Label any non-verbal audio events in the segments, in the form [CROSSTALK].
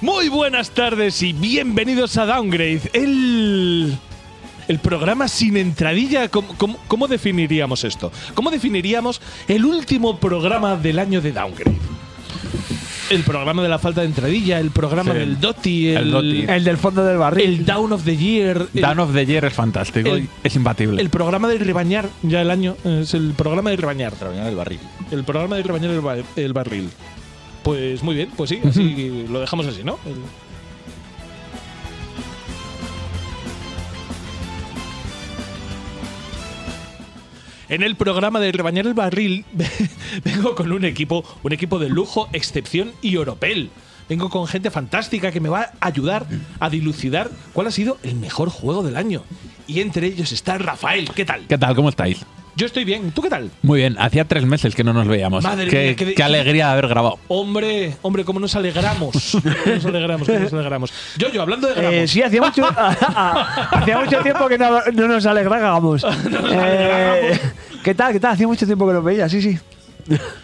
Muy buenas tardes y bienvenidos a Downgrade, el, el programa sin entradilla. ¿Cómo, cómo, cómo definiríamos esto? ¿Cómo definiríamos el último programa del año de Downgrade? El programa de la falta de entradilla, el programa Sí. del Dotti, el, El Dotti. El del fondo del barril. el Down of the Year, el, Down of the Year es fantástico, el- es imbatible. el programa del rebañar, ya el año, es el programa del rebañar. del barril. El programa de rebañar el, ba- el barril. Pues muy bien, pues sí, [LAUGHS] así lo dejamos así, ¿no? El- En el programa de rebañar el barril [LAUGHS] vengo con un equipo, un equipo de lujo, excepción y oropel. Vengo con gente fantástica que me va a ayudar a dilucidar cuál ha sido el mejor juego del año. Y entre ellos está Rafael. ¿Qué tal? ¿Qué tal? ¿Cómo estáis? Yo estoy bien. ¿Tú qué tal? Muy bien, hacía tres meses que no nos veíamos. Madre qué, mía, qué de- qué alegría de haber grabado. Hombre, hombre, cómo nos [LAUGHS] alegramos. Cómo nos alegramos, cómo nos alegramos. Yo, yo, hablando de gramos. Eh, sí, hacía mucho, hacía mucho tiempo que no, no nos alegrábamos. Eh, ¿Qué tal? ¿Qué tal? Hacía mucho tiempo que lo veía, sí, sí.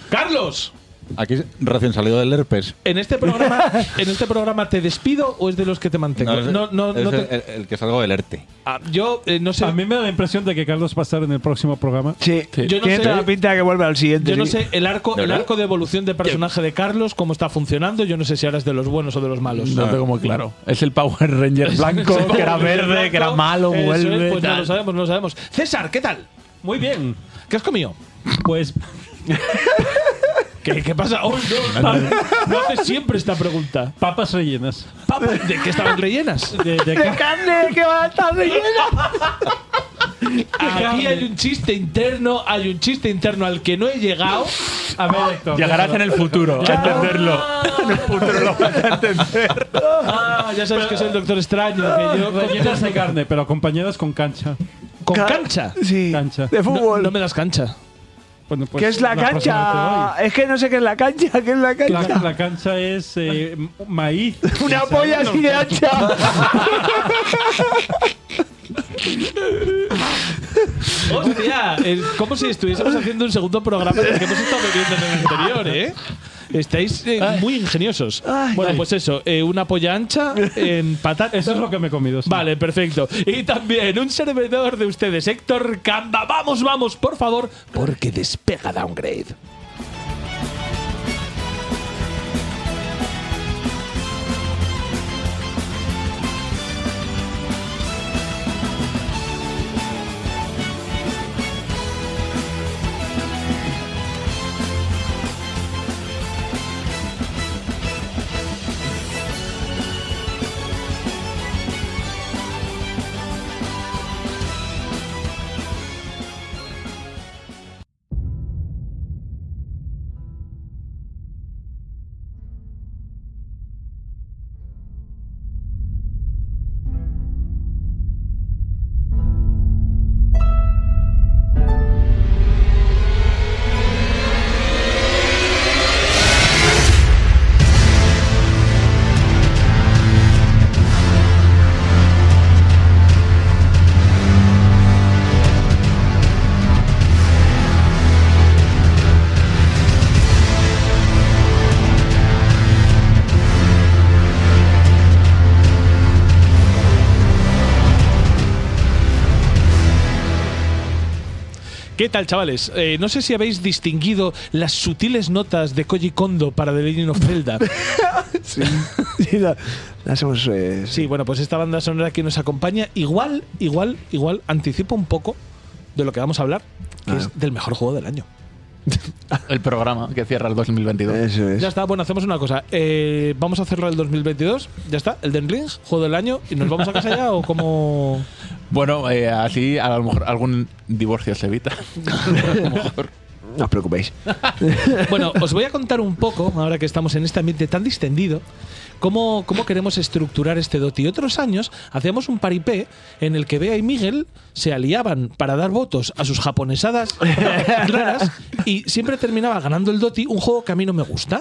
Carlos, Aquí recién salido del herpes. en este [LAUGHS] programa, en este programa te despido o es de los que te mantengo. es- No, no, es no te- el, el que salgo del ERTE. Ah, yo eh, no sé. A mí me da la impresión de que Carlos va a estar en el próximo programa. Sí. Yo no Tiene sé- toda la pinta de que vuelve al siguiente. Yo no sí. sé el arco, ¿De el verdad? arco de evolución de personaje de Carlos, cómo está funcionando. Yo no sé si ahora es de los buenos o de los malos. No tengo muy [LAUGHS] claro. Es el Power [LAUGHS] Ranger blanco, que era verde, que era malo, Eso es, vuelve. pues no tal. lo sabemos, no lo sabemos. César, ¿qué tal? Muy bien. ¿Qué has comido? Pues ¿Qué, qué pasa? Oh, no, [LAUGHS] no, no haces siempre esta pregunta. papas rellenas. Papas, ¿De qué estaban rellenas? [LAUGHS] De, de ¡De ca- carne! ¡Que va a estar rellena! Aquí hay un chiste interno, hay un chiste interno al que no he llegado. a ver, Héctor. Llegarás en el futuro a entenderlo. En el futuro lo vas a entender. Ah, ya sabes que soy el doctor extraño, que yo Rellenas con, de carne, pero acompañadas con cancha. con cancha. Sí. Cancha. De No, fútbol. no me das cancha. Bueno, pues ¿Qué es la, próxima cancha? Es que no sé qué es la cancha. ¿Qué es la te doy. cancha? La, la cancha es eh, m- [LAUGHS] maíz. Una polla así de ancha. Hostia, es como si estuviésemos haciendo un segundo programa del que hemos estado bebiendo en el anterior, ¿eh? Estáis eh, muy ingeniosos. bueno, pues eso, eh, una polla ancha [LAUGHS] en patatas. Eso es lo que me he comido. sí. Vale, perfecto. Y también un servidor de ustedes, Héctor Camba. Vamos, vamos, por favor, porque despega Downgrade. ¿Qué tal, chavales? Eh, no sé si habéis distinguido las sutiles notas de Koji Kondo para The Legend of Zelda. [LAUGHS] Sí, la, la hacemos. eh, Sí, bueno, pues esta banda sonora que nos acompaña, igual, igual, igual, anticipa un poco de lo que vamos a hablar, que es del mejor juego del año. El programa que cierra el 2022. Eso es. Ya está, bueno, hacemos una cosa. Eh, vamos a cerrar el 2022, ya está, el Den Ring, juego del año, y nos vamos a casa ya o como... Bueno, eh, así a lo mejor algún divorcio se evita. [LAUGHS] No os preocupéis. Bueno, os voy a contar un poco, ahora que estamos en este ambiente tan distendido, cómo, cómo queremos estructurar este doti. Otros años hacíamos un paripé en el que Bea y Miguel se aliaban para dar votos a sus [LAUGHS] japonesadas raras y siempre terminaba ganando el doti un juego que a mí no me gusta.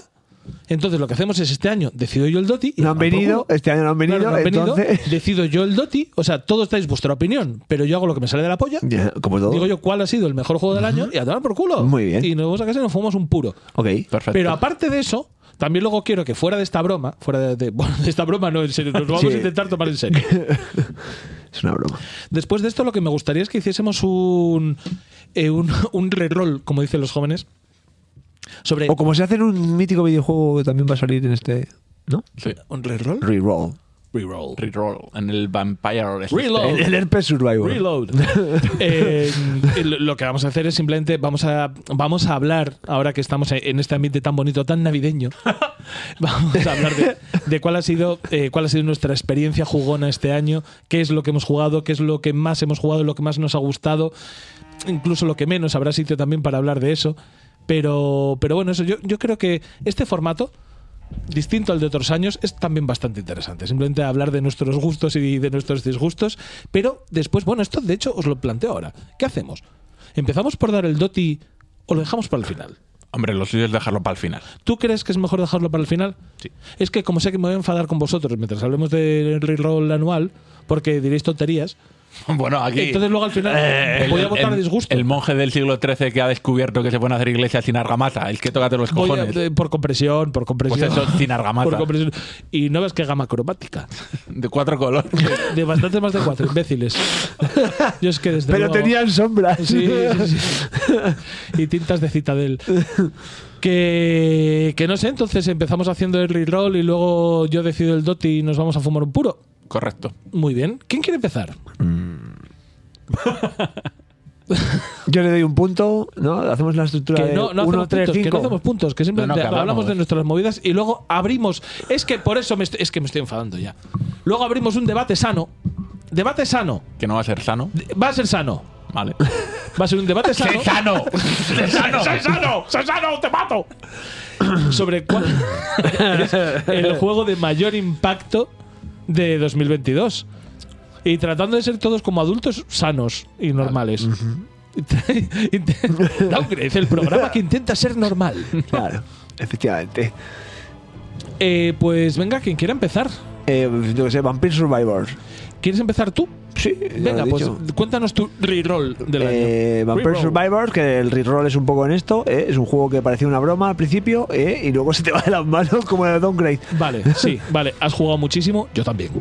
Entonces lo que hacemos es este año decido yo el doti. y No han van por venido. culo. Este año no han venido. Claro, no han venido. entonces. Decido yo el doti. O sea, todos dais vuestra opinión, pero yo hago lo que me sale de la polla. Ya, como todo. Digo yo cuál ha sido el mejor juego del año y a tomar por culo. Muy bien. Y nos vamos a casa y nos fumamos un puro. Ok. Perfecto. Pero aparte de eso, También luego quiero que fuera de esta broma, fuera de, de- bueno, de esta broma no, en serio, nos lo vamos Sí. a intentar tomar en serio. Es una broma. Después de esto, lo que me gustaría es que hiciésemos un, eh, un, un reroll, como dicen los jóvenes, sobre... O como se hace en un mítico videojuego que también va a salir en este. ¿No? ¿Un reroll? Reroll. Oh. Reroll. Reroll en el Vampire. Reload. El, el Herpes Survivor. Reload. [LAUGHS] Eh, lo lo que vamos a hacer es simplemente vamos a vamos a hablar ahora que estamos en este ambiente tan bonito, tan navideño. Vamos a hablar de, de cuál ha sido eh, cuál ha sido nuestra experiencia jugona este año, qué es lo que hemos jugado, qué es lo que más hemos jugado, lo que más nos ha gustado, incluso lo que menos. Habrá sitio también para hablar de eso. Pero pero bueno, eso yo yo creo que este formato distinto al de otros años, es también bastante interesante. Simplemente hablar de nuestros gustos y de nuestros disgustos. Pero después, bueno, esto de hecho os lo planteo ahora. ¿Qué hacemos? ¿Empezamos por dar el doti o lo dejamos para el final? Hombre, lo suyo es dejarlo para el final. ¿Tú crees que es mejor dejarlo para el final? Sí. Es que como sé que me voy a enfadar con vosotros mientras hablemos del reroll anual, porque diréis tonterías, [LAUGHS] Bueno, aquí. entonces luego al final Eh, voy a el- votar el- disgusto. El monje del siglo XIII que ha descubierto que se pueden hacer iglesias sin argamata. El que tócate los Voy a- cojones. eh, por compresión, por compresión. Pues [LAUGHS] eso, sin argamata. Por compresión. Y no ves que gama [LAUGHS] cromática. De cuatro colores. De bastante más de cuatro, imbéciles. [LAUGHS] Yo es que desde Pero luego- tenían sombras. Sí, sí, sí. [LAUGHS] y tintas de citadel. Que, que no sé, entonces empezamos haciendo el reroll y luego yo decido el doti y nos vamos a fumar un puro. Correcto. Muy bien. ¿Quién quiere empezar? [LAUGHS] Yo le doy un punto, ¿no? Hacemos la estructura Que de no, no 1, hacemos 3, puntos, que no 5. hacemos puntos, que simplemente No, no, que hablamos hablamos. de nuestras movidas y luego abrimos. Es que por eso me est- es que me estoy enfadando ya. Luego abrimos un debate sano. Debate sano. Que no va a ser sano. De- Va a ser sano. [LAUGHS] Vale. Va a ser un debate [LAUGHS] sano. sano! ¡Sé sano! ¡Soy sano! [LAUGHS] ¡Soy sano! ¡Te mato! Sobre cuál es el juego de mayor impacto de 2022. Y tratando de ser todos como adultos sanos y normales. [LAUGHS] Downgrade, el programa que intenta ser normal. Claro, efectivamente. Eh, pues venga, quien quiera empezar. Eh, yo que sé, Vampire Survivors. ¿Quieres empezar tú? Sí, ya lo Venga, he pues dicho. cuéntanos tu reroll del Eh, año. Vampire Reroll. Survivors, que el reroll es un poco en esto, ¿eh? es un juego que parecía una broma al principio ¿eh? y luego se te va de las manos como el downgrade. Vale, sí, vale. Has jugado muchísimo, yo también.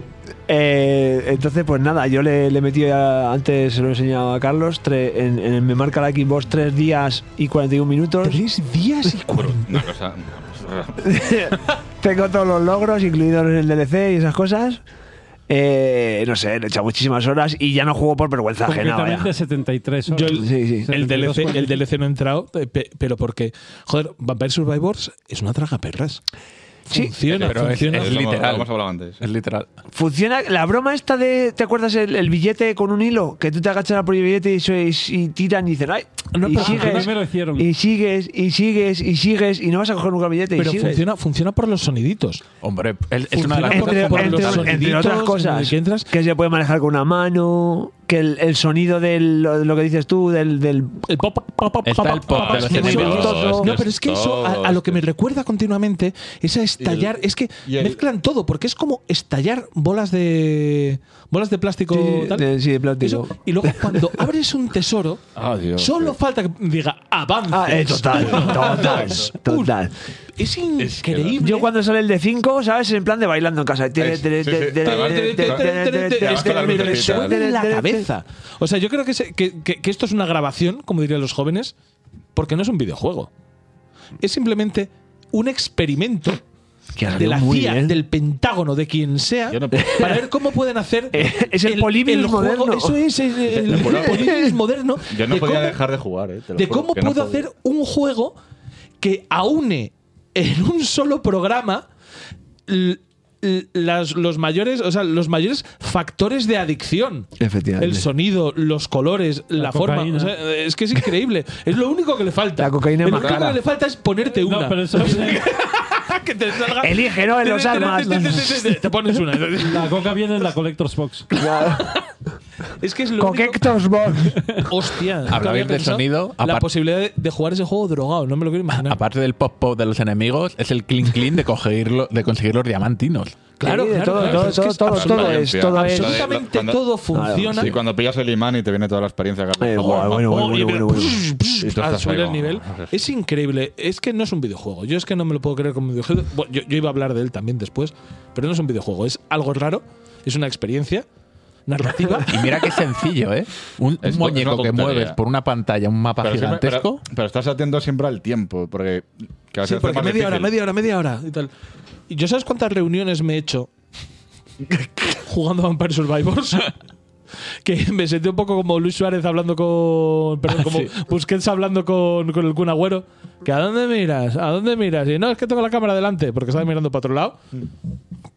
Eh, entonces, pues nada, yo le, le metí a- antes, se lo he enseñado a Carlos, tre- en, en el Me Marca la Xbox 3 días y 41 minutos. Tres días y Una cosa. [LAUGHS] Tengo todos los logros, incluidos en el DLC y esas cosas. Eh, no sé, le he echado muchísimas horas y ya no juego por vergüenza ajena. vaya. Concretamente 73 horas. Yo el- Sí, sí. El 72, DLC, el 42. DLC no ha entrado, eh, pe- pero porque, joder, Vampire Survivors es una traga perras. Sí. Funciona, Pero es, funciona. es Lo hemos- literal. lo hemos hablado antes. Es literal. Funciona la broma esta de, ¿te acuerdas el, el billete con un hilo? Que tú te agachas por el billete y, sois- y tiran y dicen, ¡ay! No, y, Ah, pero sigues, primero hicieron. y sigues, y sigues, y sigues, y no vas a coger nunca el billete. pero y sigues. funciona, funciona por los soniditos. Hombre, es, es una de las Funciona cosas Entre, que más por entre- los notables. entre soniditos otras en el cosas, que entras. se puede manejar con una mano, que el, el sonido de lo, lo que dices tú, del, del El pop, pop, pop, Está pop, el pop de los sí, enemigos. sí, Todos, No, pero es que eso a, a lo que me recuerda continuamente es a estallar. es que y el- mezclan todo, porque es como estallar bolas de. bolas de plástico. Sí, tal. de- sí, de plástico. Eso, y luego [LAUGHS] cuando abres un tesoro, Ah, Dios. solo falta que diga avance. Ah, eh, [LAUGHS] total, total, total. Es increíble. Yo cuando sale el de 5, ¿sabes? En plan de bailando en casa. sí, sí. Eh, Es que Claro, me claro, resuena en la cabeza. O sea, yo creo que, se- que- que- que esto es una grabación, como dirían los jóvenes, porque no es un videojuego. Es simplemente un experimento Que de la salió muy CIA, bien. del Pentágono, de quien sea, Yo no- para ver cómo pueden hacer Es el Polybius juego- moderno. Eso es el, el- el juro. Polybius moderno. Yo no de podía cómo- dejar de jugar, ¿eh? te lo de juro, cómo que no puedo podía. hacer un juego que aúne en un solo programa l- l- las- los mayores, o sea, los mayores factores de adicción. Efectivamente. El sonido, los colores, la, forma. cocaína. o sea, es que es increíble. es lo único que le falta. La cocaína Lo más único cara. que le falta es ponerte una. No, pero eso viene- [LAUGHS] que te salga. Elige, ¿no? En los armas. [LAUGHS] Te pones una. la coca viene en la Collector's Box. Es que es lo único- [LAUGHS] Coquectos Box. Hostia. nunca Habla había bien del pensado sonido, La apart- posibilidad de, de jugar ese juego drogado, no me lo quiero imaginar. Aparte del pop pop de los enemigos, es el clean clean de conseguirlo, de conseguir los diamantinos. Claro, Sí, de claro, todo, claro, todo, es que todo, es todo, absoluta- todo absolutamente es, todo es. limpia. absolutamente Cuando- todo funciona. Sí, cuando pillas el imán y te viene toda la experiencia. Carlos. Eh, Joder, guau, bueno, macho. bueno, y bueno, ve- bueno, [LAUGHS] bueno. psh, Y tú al estás subir ahí, el nivel. vamos. Es increíble. Es que no es un videojuego. Yo es que no me lo puedo creer como un videojuego. Bueno, yo, yo iba a hablar de él también después, pero no es un videojuego. Es algo raro. Es una experiencia [LAUGHS] narrativa. Y mira qué sencillo, ¿eh? Un, un Es- es muñeco una que tontería. mueves por una pantalla, un mapa Pero, siempre- gigantesco. pero- pero estás atento siempre al tiempo, porque. que a Sí, veces es porque más media hora, difícil. media hora, media hora y tal. ¿Y yo sabes cuántas reuniones me he [LAUGHS] hecho jugando a Vampire Survivors? que me sentí un poco como Luis Suárez hablando con. Perdón, [LAUGHS] como Busquets hablando con, con el Kun Agüero. Que ¿a dónde miras? ¿A dónde miras? Y no, es que tengo la cámara delante porque estaba mirando para otro lado. Mm.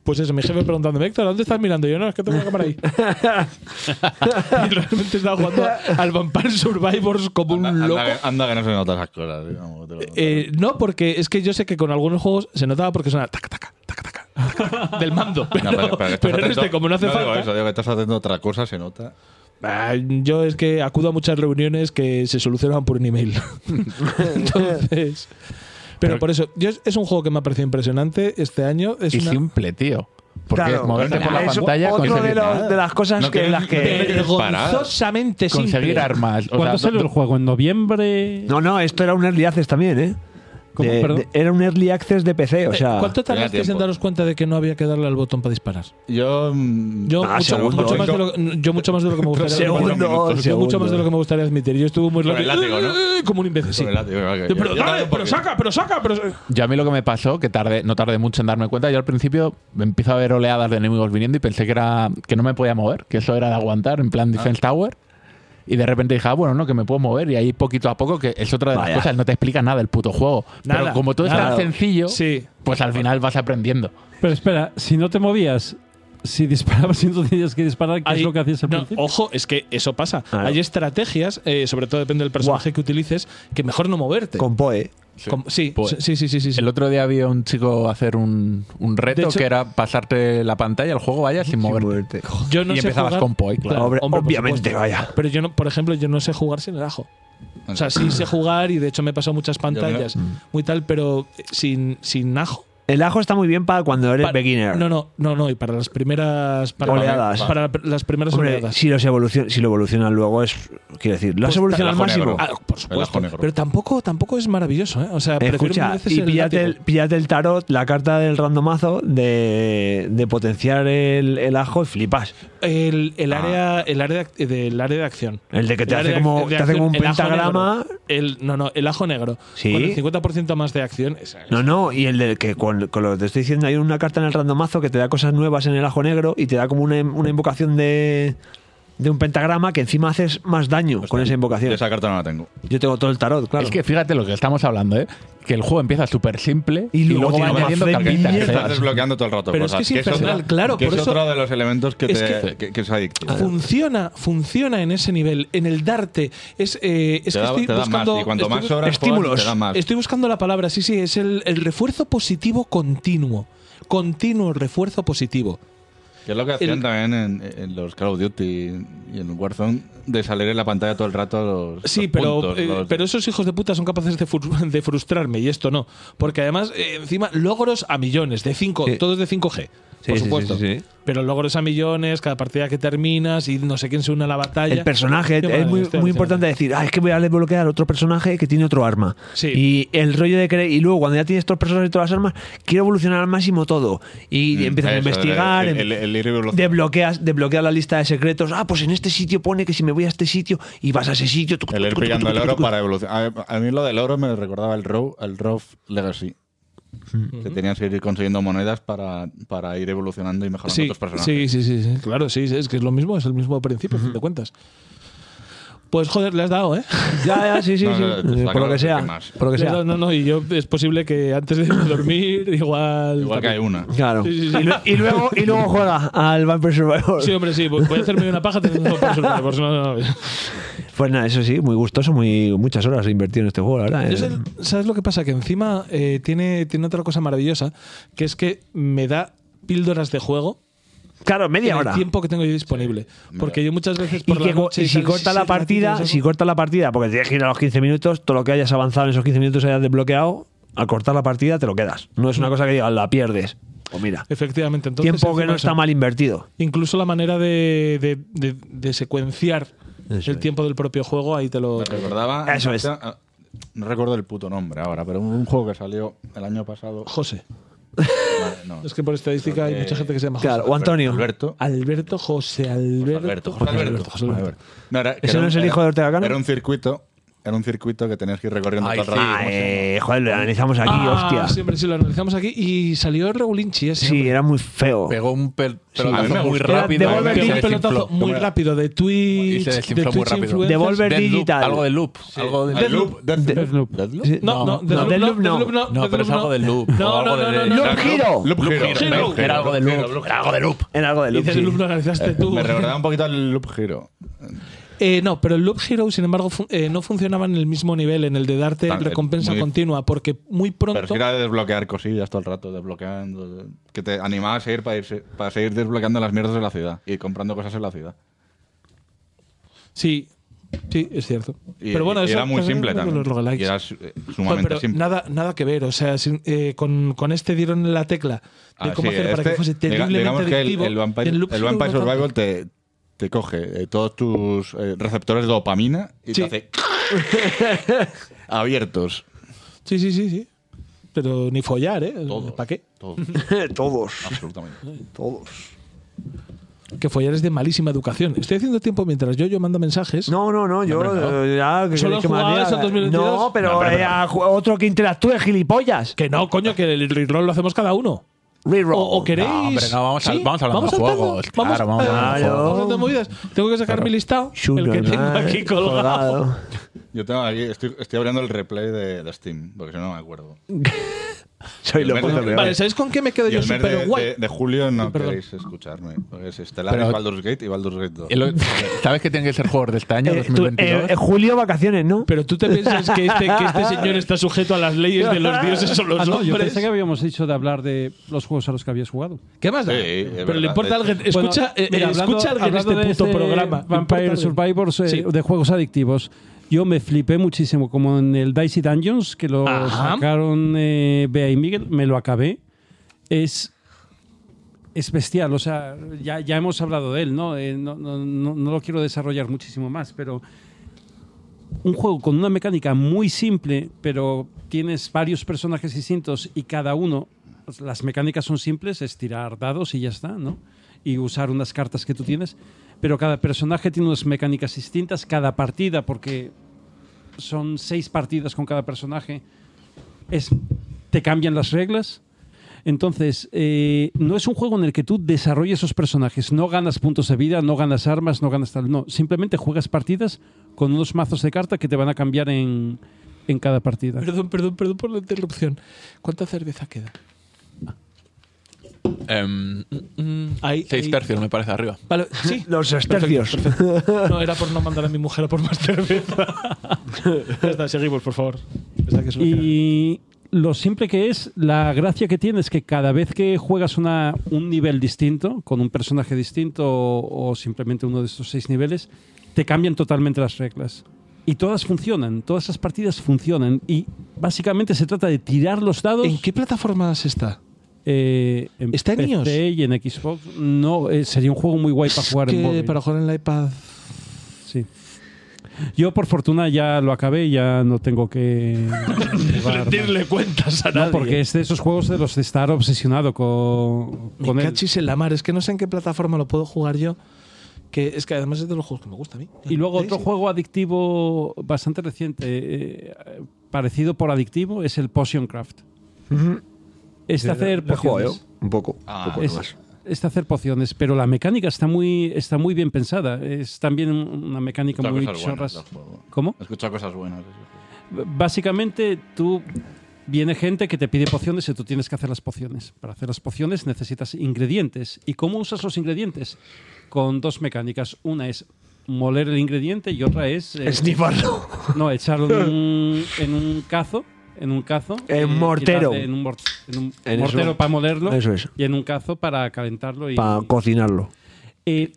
Pues eso, mi jefe preguntándome, Héctor, ¿a dónde estás mirando? Y yo, no, es que tengo la cámara ahí. [LAUGHS] [LAUGHS] y realmente estaba jugando al Vampire Survivors como Anda, un anda loco. que- anda que no se notan esas cosas. digamos, te lo- Eh, no, porque es que yo sé que con algunos juegos se notaba porque sonaba taca, taca, taca, taca, taca, del mando. Pero, No, pero- pero que estás [LAUGHS] pero en atento- este, como no hace no digo falta. eso, digo que estás haciendo otra cosa, se nota. Ah, yo es que acudo a muchas reuniones que se solucionan por un email. Entonces. Pero por eso, yo es, es un juego que me ha parecido impresionante este año. Es y una simple, tío. Porque Claro. moverte por la Es pantalla, otro de, conseguir, los- de las cosas No que quieren- las que. vergonzosamente simple. conseguir armas. O sea, ¿Cuándo salió el juego? ¿En noviembre? No, no, esto era un early access también, ¿eh? ¿Cómo? De- Perdón. de- era un early access de PC, o sea. Eh, ¿Cuánto tenía tardasteis en tiempo. daros cuenta de que no había que darle al botón para disparar? Yo. mm, Yo, Ah, mucho, segundo, mucho más de ¿eh? lo, yo mucho más de lo que me gustaría Segundo, admitir. Yo segundo. mucho más de lo que me gustaría admitir. Yo estuve muy Sobre loco. el látigo, ¿no? [LAUGHS] Como un imbécil. sí. Sobre el látigo, ok. Eh, Yo, Pero Yo dale, también, pero porque- saca, pero saca, pero. Yo a mí lo que me pasó, que tardé, no tardé mucho en darme cuenta, yo al principio empiezo a ver oleadas de enemigos viniendo y pensé que era que no me podía mover, que eso era de aguantar, Ah. en plan Defense Tower. Y de repente dije, ah, bueno, no, que me puedo mover. Y ahí poquito a poco, que es otra de las Vaya. cosas, no te explica nada el puto juego. Nada, Pero como todo es nada. tan sencillo, Sí. pues al final vas aprendiendo. Pero espera, si no te movías, si disparabas [LAUGHS] y no tenías que disparar, ¿qué Hay- es lo que hacías al no, principio? Ojo, es que eso pasa. Claro. Hay estrategias, eh, sobre todo depende del personaje que utilices, que mejor no moverte. Con Poe. ¿eh? Com- sí, Pues, sí, sí, sí, sí, sí. El otro día había un chico hacer un, un reto hecho- que era pasarte la pantalla, el juego, vaya, sin moverte. muerte. Yo no y sé empezabas jugar- con Poi, claro. Hombre, por obviamente, supuesto. vaya. Pero yo, no, por ejemplo, yo no sé jugar sin el ajo. O sea, sí sé jugar y de hecho me he pasado muchas pantallas, Mm. muy tal, pero sin, sin ajo. El ajo está muy bien para cuando eres Pa- beginner. No, no, no, no, y para las primeras para Oleadas. Para las primeras Hombre, oleadas. si, los evolucion- si lo evolucionan luego es. Quiero decir, lo has Pues, evolucionado al el ajo máximo. negro. Ah, por El ajo supuesto. negro. Pero tampoco, tampoco es maravilloso, ¿eh? O sea, prefiero mil Escucha, veces y el píllate el, látigo. píllate el tarot, la carta del randomazo de, de potenciar el, el ajo y flipas. el, el Ah. área, el área de, del área de acción. El de que te El área hace de como, ac- de te hace como un acción, el ajo pentagrama. negro. El, no, no, el ajo negro. Sí. Con el 50% más de acción. es- No, no, y el del que con, con lo que te estoy diciendo, hay una carta en el randomazo que te da cosas nuevas en el ajo negro y te da como una, em, una invocación de, de un pentagrama que encima haces más daño con esa Yo invocación. esa carta no la tengo. Yo tengo todo el tarot, claro. Es que fíjate lo que estamos hablando, ¿eh? Que el juego empieza súper simple y luego, va tiene una añadiendo fe carguitas, mierda. Estás ¿eh? desbloqueando todo el rato. Pero es cosas, que es infernal, es- claro, que por es eso- otro de los elementos que, Es te- que- que, que es adictivo. Funciona, funciona en ese nivel, en el darte. Es, eh, es te que da, estoy te da buscando. más. Y cuanto estoy más bu- horas estímulos. Juegas, te da más. Estoy buscando la palabra, sí, sí, es el, el refuerzo positivo continuo. Continuo refuerzo positivo. Que es lo que hacían el- también en, en los Call of Duty y en Warzone, de salir en la pantalla todo el rato los. Sí, los pero, puntos, eh, los- pero esos hijos de puta son capaces de, fru- de frustrarme y esto no. Porque además, eh, encima, logros a millones, de 5, Sí. todos de 5G. por sí, sí, supuesto. sí, sí. Pero logros a millones, cada partida que terminas y no sé quién se une a la batalla. El personaje Este Qué es madre, muy, estoy muy alucinando. importante decir, ah, es que voy a desbloquear otro personaje que tiene otro arma. Sí. Y el rollo de creer, y luego cuando ya tienes todos los personajes y todas las armas, quiero evolucionar al máximo todo. Y empiezas a Mm, Eso, investigar, El, em- el, el ir evolucionando. desbloqueas, desbloqueas la lista de secretos. Ah, pues en este sitio pone que si me voy a este sitio y vas a ese sitio. tuc, El ir tuc, tuc, pillando tuc, el tuc, oro tuc. para evolucionar. A, a mí lo del oro me recordaba el Row, el Row Legacy. Que tenías que ir consiguiendo monedas para, para ir evolucionando y mejorando Sí, tus personajes. sí, sí, sí, sí, claro, sí, sí, es que es lo mismo, es el mismo principio, a fin de cuentas. Pues joder, le has dado, ¿eh? Ya, ya, sí, sí, No, sí. no, te está por lo claro que que sea. más. Por lo que Le has sea. dado- no, no, y yo es posible que antes de dormir, igual. Igual que hay una. Claro. Sí, sí, sí. Y, lu- y luego, y luego juega al Vampire Survivor. Sí, hombre, sí, voy a hacerme una paja teniendo un personaje, por si no, no, no. Pues nada, eso sí, muy gustoso, muy muchas horas he invertido en este juego, la verdad. Yo sé- ¿Sabes lo que pasa? Que encima eh, tiene, tiene otra cosa maravillosa, que es que me da píldoras de juego Claro, en media el hora. tiempo que tengo yo disponible. Porque yo muchas veces Y, por que, la noche y si tal, corta la seis partida, ratitos, si corta la partida, porque tienes que ir a los 15 minutos, todo lo que hayas avanzado en esos 15 minutos hayas desbloqueado, al cortar la partida te lo quedas. No es una cosa que digas, la pierdes. O mira, Efectivamente, entonces. tiempo que encima no eso. está mal invertido. Incluso la manera de, de- de- de secuenciar Eso el es. tiempo del propio juego, ahí te lo. Me recordaba. Eso es. Ah, No recuerdo el puto nombre ahora, pero un, un juego que salió el año pasado. José. Vale, no. Es que por estadística hay Eh, mucha gente que se llama José. Claro, o Antonio. Alberto. Alberto, José José Alberto. Alberto. José Alberto. José Alberto. No, era- que ¿Ese era no un- es el era- hijo de Ortega Cano? Era un circuito. Era un circuito que tenías que ir recorriendo Ay, todo el rato. eh, joder, lo analizamos aquí, Ah, hostia. Sí, Siempre sí, lo analizamos aquí y salió Regulinchi ese. era muy feo. Pegó un pel- a mí me pelotazo muy gustó. rápido. ¿eh? Devolver y se Pegó un desinfló. Ah, pelotazo muy rápido de Y Twitch, se de desinfló muy Twitch rápido. influencers. Devolver Deathloop, digital. Algo de loop. Algo de El loop, Death- Deathloop. Deathloop. Sí. No, no, No, no, no, Deathloop no. Deathloop No, pero es algo de loop. o No, no, algo no, de- no, no. Loop Hero. Loop Loop Hero. Hero, Loop Loop Hero. Era algo de Loop Hero, loop. Loop Era algo de loop. Era algo de Y loop. de sí. Loop lo analizaste tú. Eh, Me recordaba un poquito al Loop Hero. Eh, no, pero el Loop Hero, sin embargo, fun- eh, no funcionaba en el mismo nivel, en el de darte Tan- recompensa muy- continua, porque muy pronto. Pero si era de desbloquear cosillas todo el rato, desbloqueando. de- Que te animaba a seguir para, irse- para seguir desbloqueando las mierdas de la ciudad y comprando cosas en la ciudad. Sí, sí, es cierto. Y, pero bueno, y eso era muy simple los también. roguelikes. Y era su- eh, Joder, sumamente pero simple. nada, nada que ver, o sea, sin- eh, con, con este dieron la tecla de Ah, cómo sí, hacer para este, que fuese diga- terriblemente digamos que el, adictivo. el Vampire, y Loop el Hero Vampire no tanto. Survival te, te coge eh, todos tus eh, receptores de dopamina y Sí. te [LAUGHS] hace abiertos. Sí, sí, sí, sí. Pero ni follar, ¿eh? Todos. ¿Para qué? Todos, [LAUGHS] Todos, absolutamente. todos. Que follar es de malísima educación. Estoy haciendo tiempo mientras yo, yo mando mensajes. No, no, no, yo eh, ya que ¿Solo queréis que has me jugado haría- eso en 2022? No, pero, No, pero- eh, a ju- otro que interactúe, gilipollas. Que no, coño, que el reroll lo hacemos cada uno. Reroll. O, o queréis. No, hombre, no, vamos a- vamos hablando de saltando, juegos, claro, vamos eh, hablando de vamos juegos. hablando de movidas. Tengo que sacar mi listado. Chulo, el que tengo ¿no? Eh, aquí colgado. Colgado. Yo tengo aquí, estoy, estoy abriendo el replay de, de Steam, porque si no no me acuerdo. Soy El lo verde- puto peor. Vale, ¿sabéis con qué me quedo Y yo el mes de, súper guay? de- de julio no Perdón. queréis escucharme. Porque es Stellaris, Pero- Baldur's Gate y Baldur's Gate 2. Y lo- ¿Sabes que tienen que ser juegos de este año, Eh, tú, eh, 2022? eh, julio, vacaciones, ¿no? Pero tú te piensas que este, que este señor está sujeto a las leyes de los dioses o los Ah, no, yo hombres. pensé que habíamos dicho de hablar de los juegos a los que habías jugado. ¿Qué más da? Sí, es Pero verdad, le importa a de hecho. alguien. Escucha, Bueno, eh, mira, eh, hablando- escucha a alguien hablando este de puto este programa. Le importa a Vampire alguien. Survivors eh, Sí. de juegos adictivos. Yo me flipé muchísimo, como en el Dicey Dungeons, que lo Ajá. sacaron eh, Bea y Miguel, me lo acabé. Es, es bestial, o sea, ya, ya hemos hablado de él, ¿no? Eh, no, no- no- no lo quiero desarrollar muchísimo más, pero un juego con una mecánica muy simple, pero tienes varios personajes distintos y cada uno, pues, las mecánicas son simples, es tirar dados y ya está, ¿no? Y usar unas cartas que tú tienes, pero cada personaje tiene unas mecánicas distintas, cada partida, porque son seis partidas con cada personaje, es, te cambian las reglas. Entonces, eh, no es un juego en el que tú desarrolles esos personajes. No ganas puntos de vida, no ganas armas, no ganas tal. No, simplemente juegas partidas con unos mazos de carta que te van a cambiar en, en cada partida. Perdón, perdón, perdón por la interrupción. ¿Cuánta cerveza queda? Em, Ahí, seis ahí. tercios, me parece, arriba. Vale, sí. [LAUGHS] Los estercios. No, era por no mandar a mi mujer a por más cerveza. Ya está, seguimos, por favor. Esta que es lo que era. Y lo simple que es, la gracia que tiene es que cada vez que juegas una, un nivel distinto, con un personaje distinto o, o simplemente uno de estos seis niveles, te cambian totalmente las reglas. Y todas funcionan, todas esas partidas funcionan. Y básicamente se trata de tirar los dados. ¿En qué plataformas está? eh, en ¿Está en PC iOS? y en Xbox. No, eh, sería un juego muy guay para Es jugar que en móvil. para jugar en la iPad. Sí. Yo, por fortuna, ya lo acabé, ya no [LAUGHS] tengo que. jugar, ¿no? Rendirle cuentas a No, porque es de esos juegos de los de estar obsesionado con, Me con él. cachis en la mar. Es que no sé en qué plataforma lo puedo jugar yo. Que es que además es de los juegos que me gusta a mí. Y luego Sí, otro sí. juego adictivo bastante reciente, eh, eh, parecido por adictivo, es el Potion Craft. Es de hacer Lo he jugado pociones. Eh, yo, Un poco. Ah, un poco es- nomás. es de hacer pociones, pero la mecánica está muy, está muy bien pensada. Es también una mecánica Escucha muy cosas buenas chorras. del juego. ¿Cómo? He escuchado cosas buenas. de ese juego. B- Básicamente, tú viene gente que te pide pociones y tú tienes que hacer las pociones. Para hacer las pociones necesitas ingredientes. ¿Y cómo usas los ingredientes? Con dos mecánicas. Una es moler el ingrediente y otra es [LAUGHS] eh, Esnifarlo. [LAUGHS] no echarlo en un, en un cazo, en un cazo, En y mortero. quitarle- en un mor- en un En eso- mortero para molerlo eso es. y en un cazo para calentarlo. Y, para cocinarlo. Eh,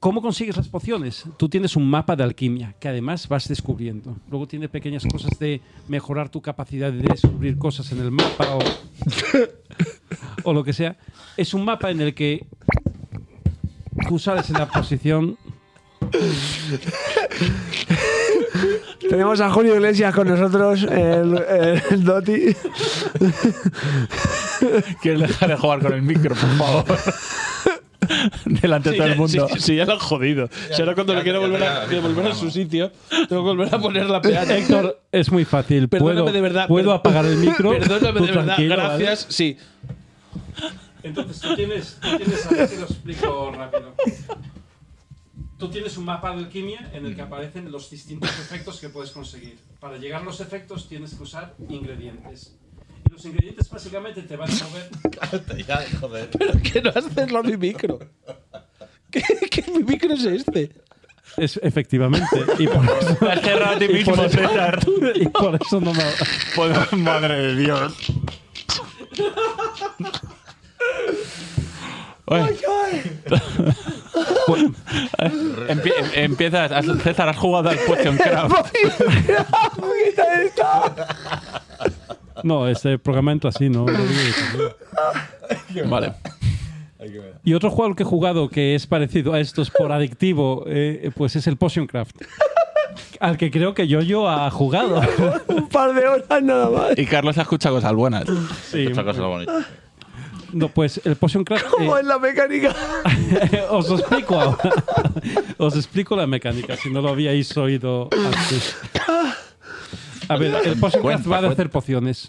¿Cómo consigues las pociones? Tú tienes un mapa de alquimia que además vas descubriendo. Luego tiene pequeñas cosas de mejorar tu capacidad de descubrir cosas en el mapa o, o lo que sea. Es un mapa en el que tú sales en la posición Tenemos a Julio Iglesias con nosotros, el, el Doti. ¿Quieres dejar de jugar con el micro, por favor? [LAUGHS] Delante de todo el mundo. Si, ya lo han jodido. si ahora cuando ya- lo quiero ya volver, te a, queda, que volver a su sitio, tengo que volver a poner [LAUGHS] la peana. Héctor, es muy fácil. Perdóname puedo de verdad, puedo per- apagar el micro. [LAUGHS] Perdóname Tú de verdad, tranquilo, ¿vale? gracias. Sí. Entonces tú tienes, tú tienes a ver si lo explico rápido. Tú tienes un mapa de alquimia en el que aparecen los distintos efectos que puedes conseguir. Para llegar a los efectos tienes que usar ingredientes. Y los ingredientes básicamente te van a mover. Pero [LAUGHS] que no has cerrado mi micro. [LAUGHS] ¿Qué, qué micro es este? efectivamente. Y [LAUGHS] por eso, Te has cerrado a ti mismo, César. no me. Madre de Dios. Empie- em- empiezas, has- César, has jugado al Question [LAUGHS] Craft. No, este programa entra así, ¿no? Vale. Y otro juego al que he jugado que es parecido a estos por adictivo, eh, pues es el Potion Craft. Al que creo que Yo-Yo ha jugado. Un par de horas nada más. Y Carlos ha escuchado cosas buenas. Sí. Muchas cosas bonitas. No, pues el Potion Craft. ¿Cómo es la mecánica? eh, [LAUGHS] os lo explico ahora. Os explico la mecánica, si no lo habíais oído antes. A ver, el Potion Craft va a hacer pociones.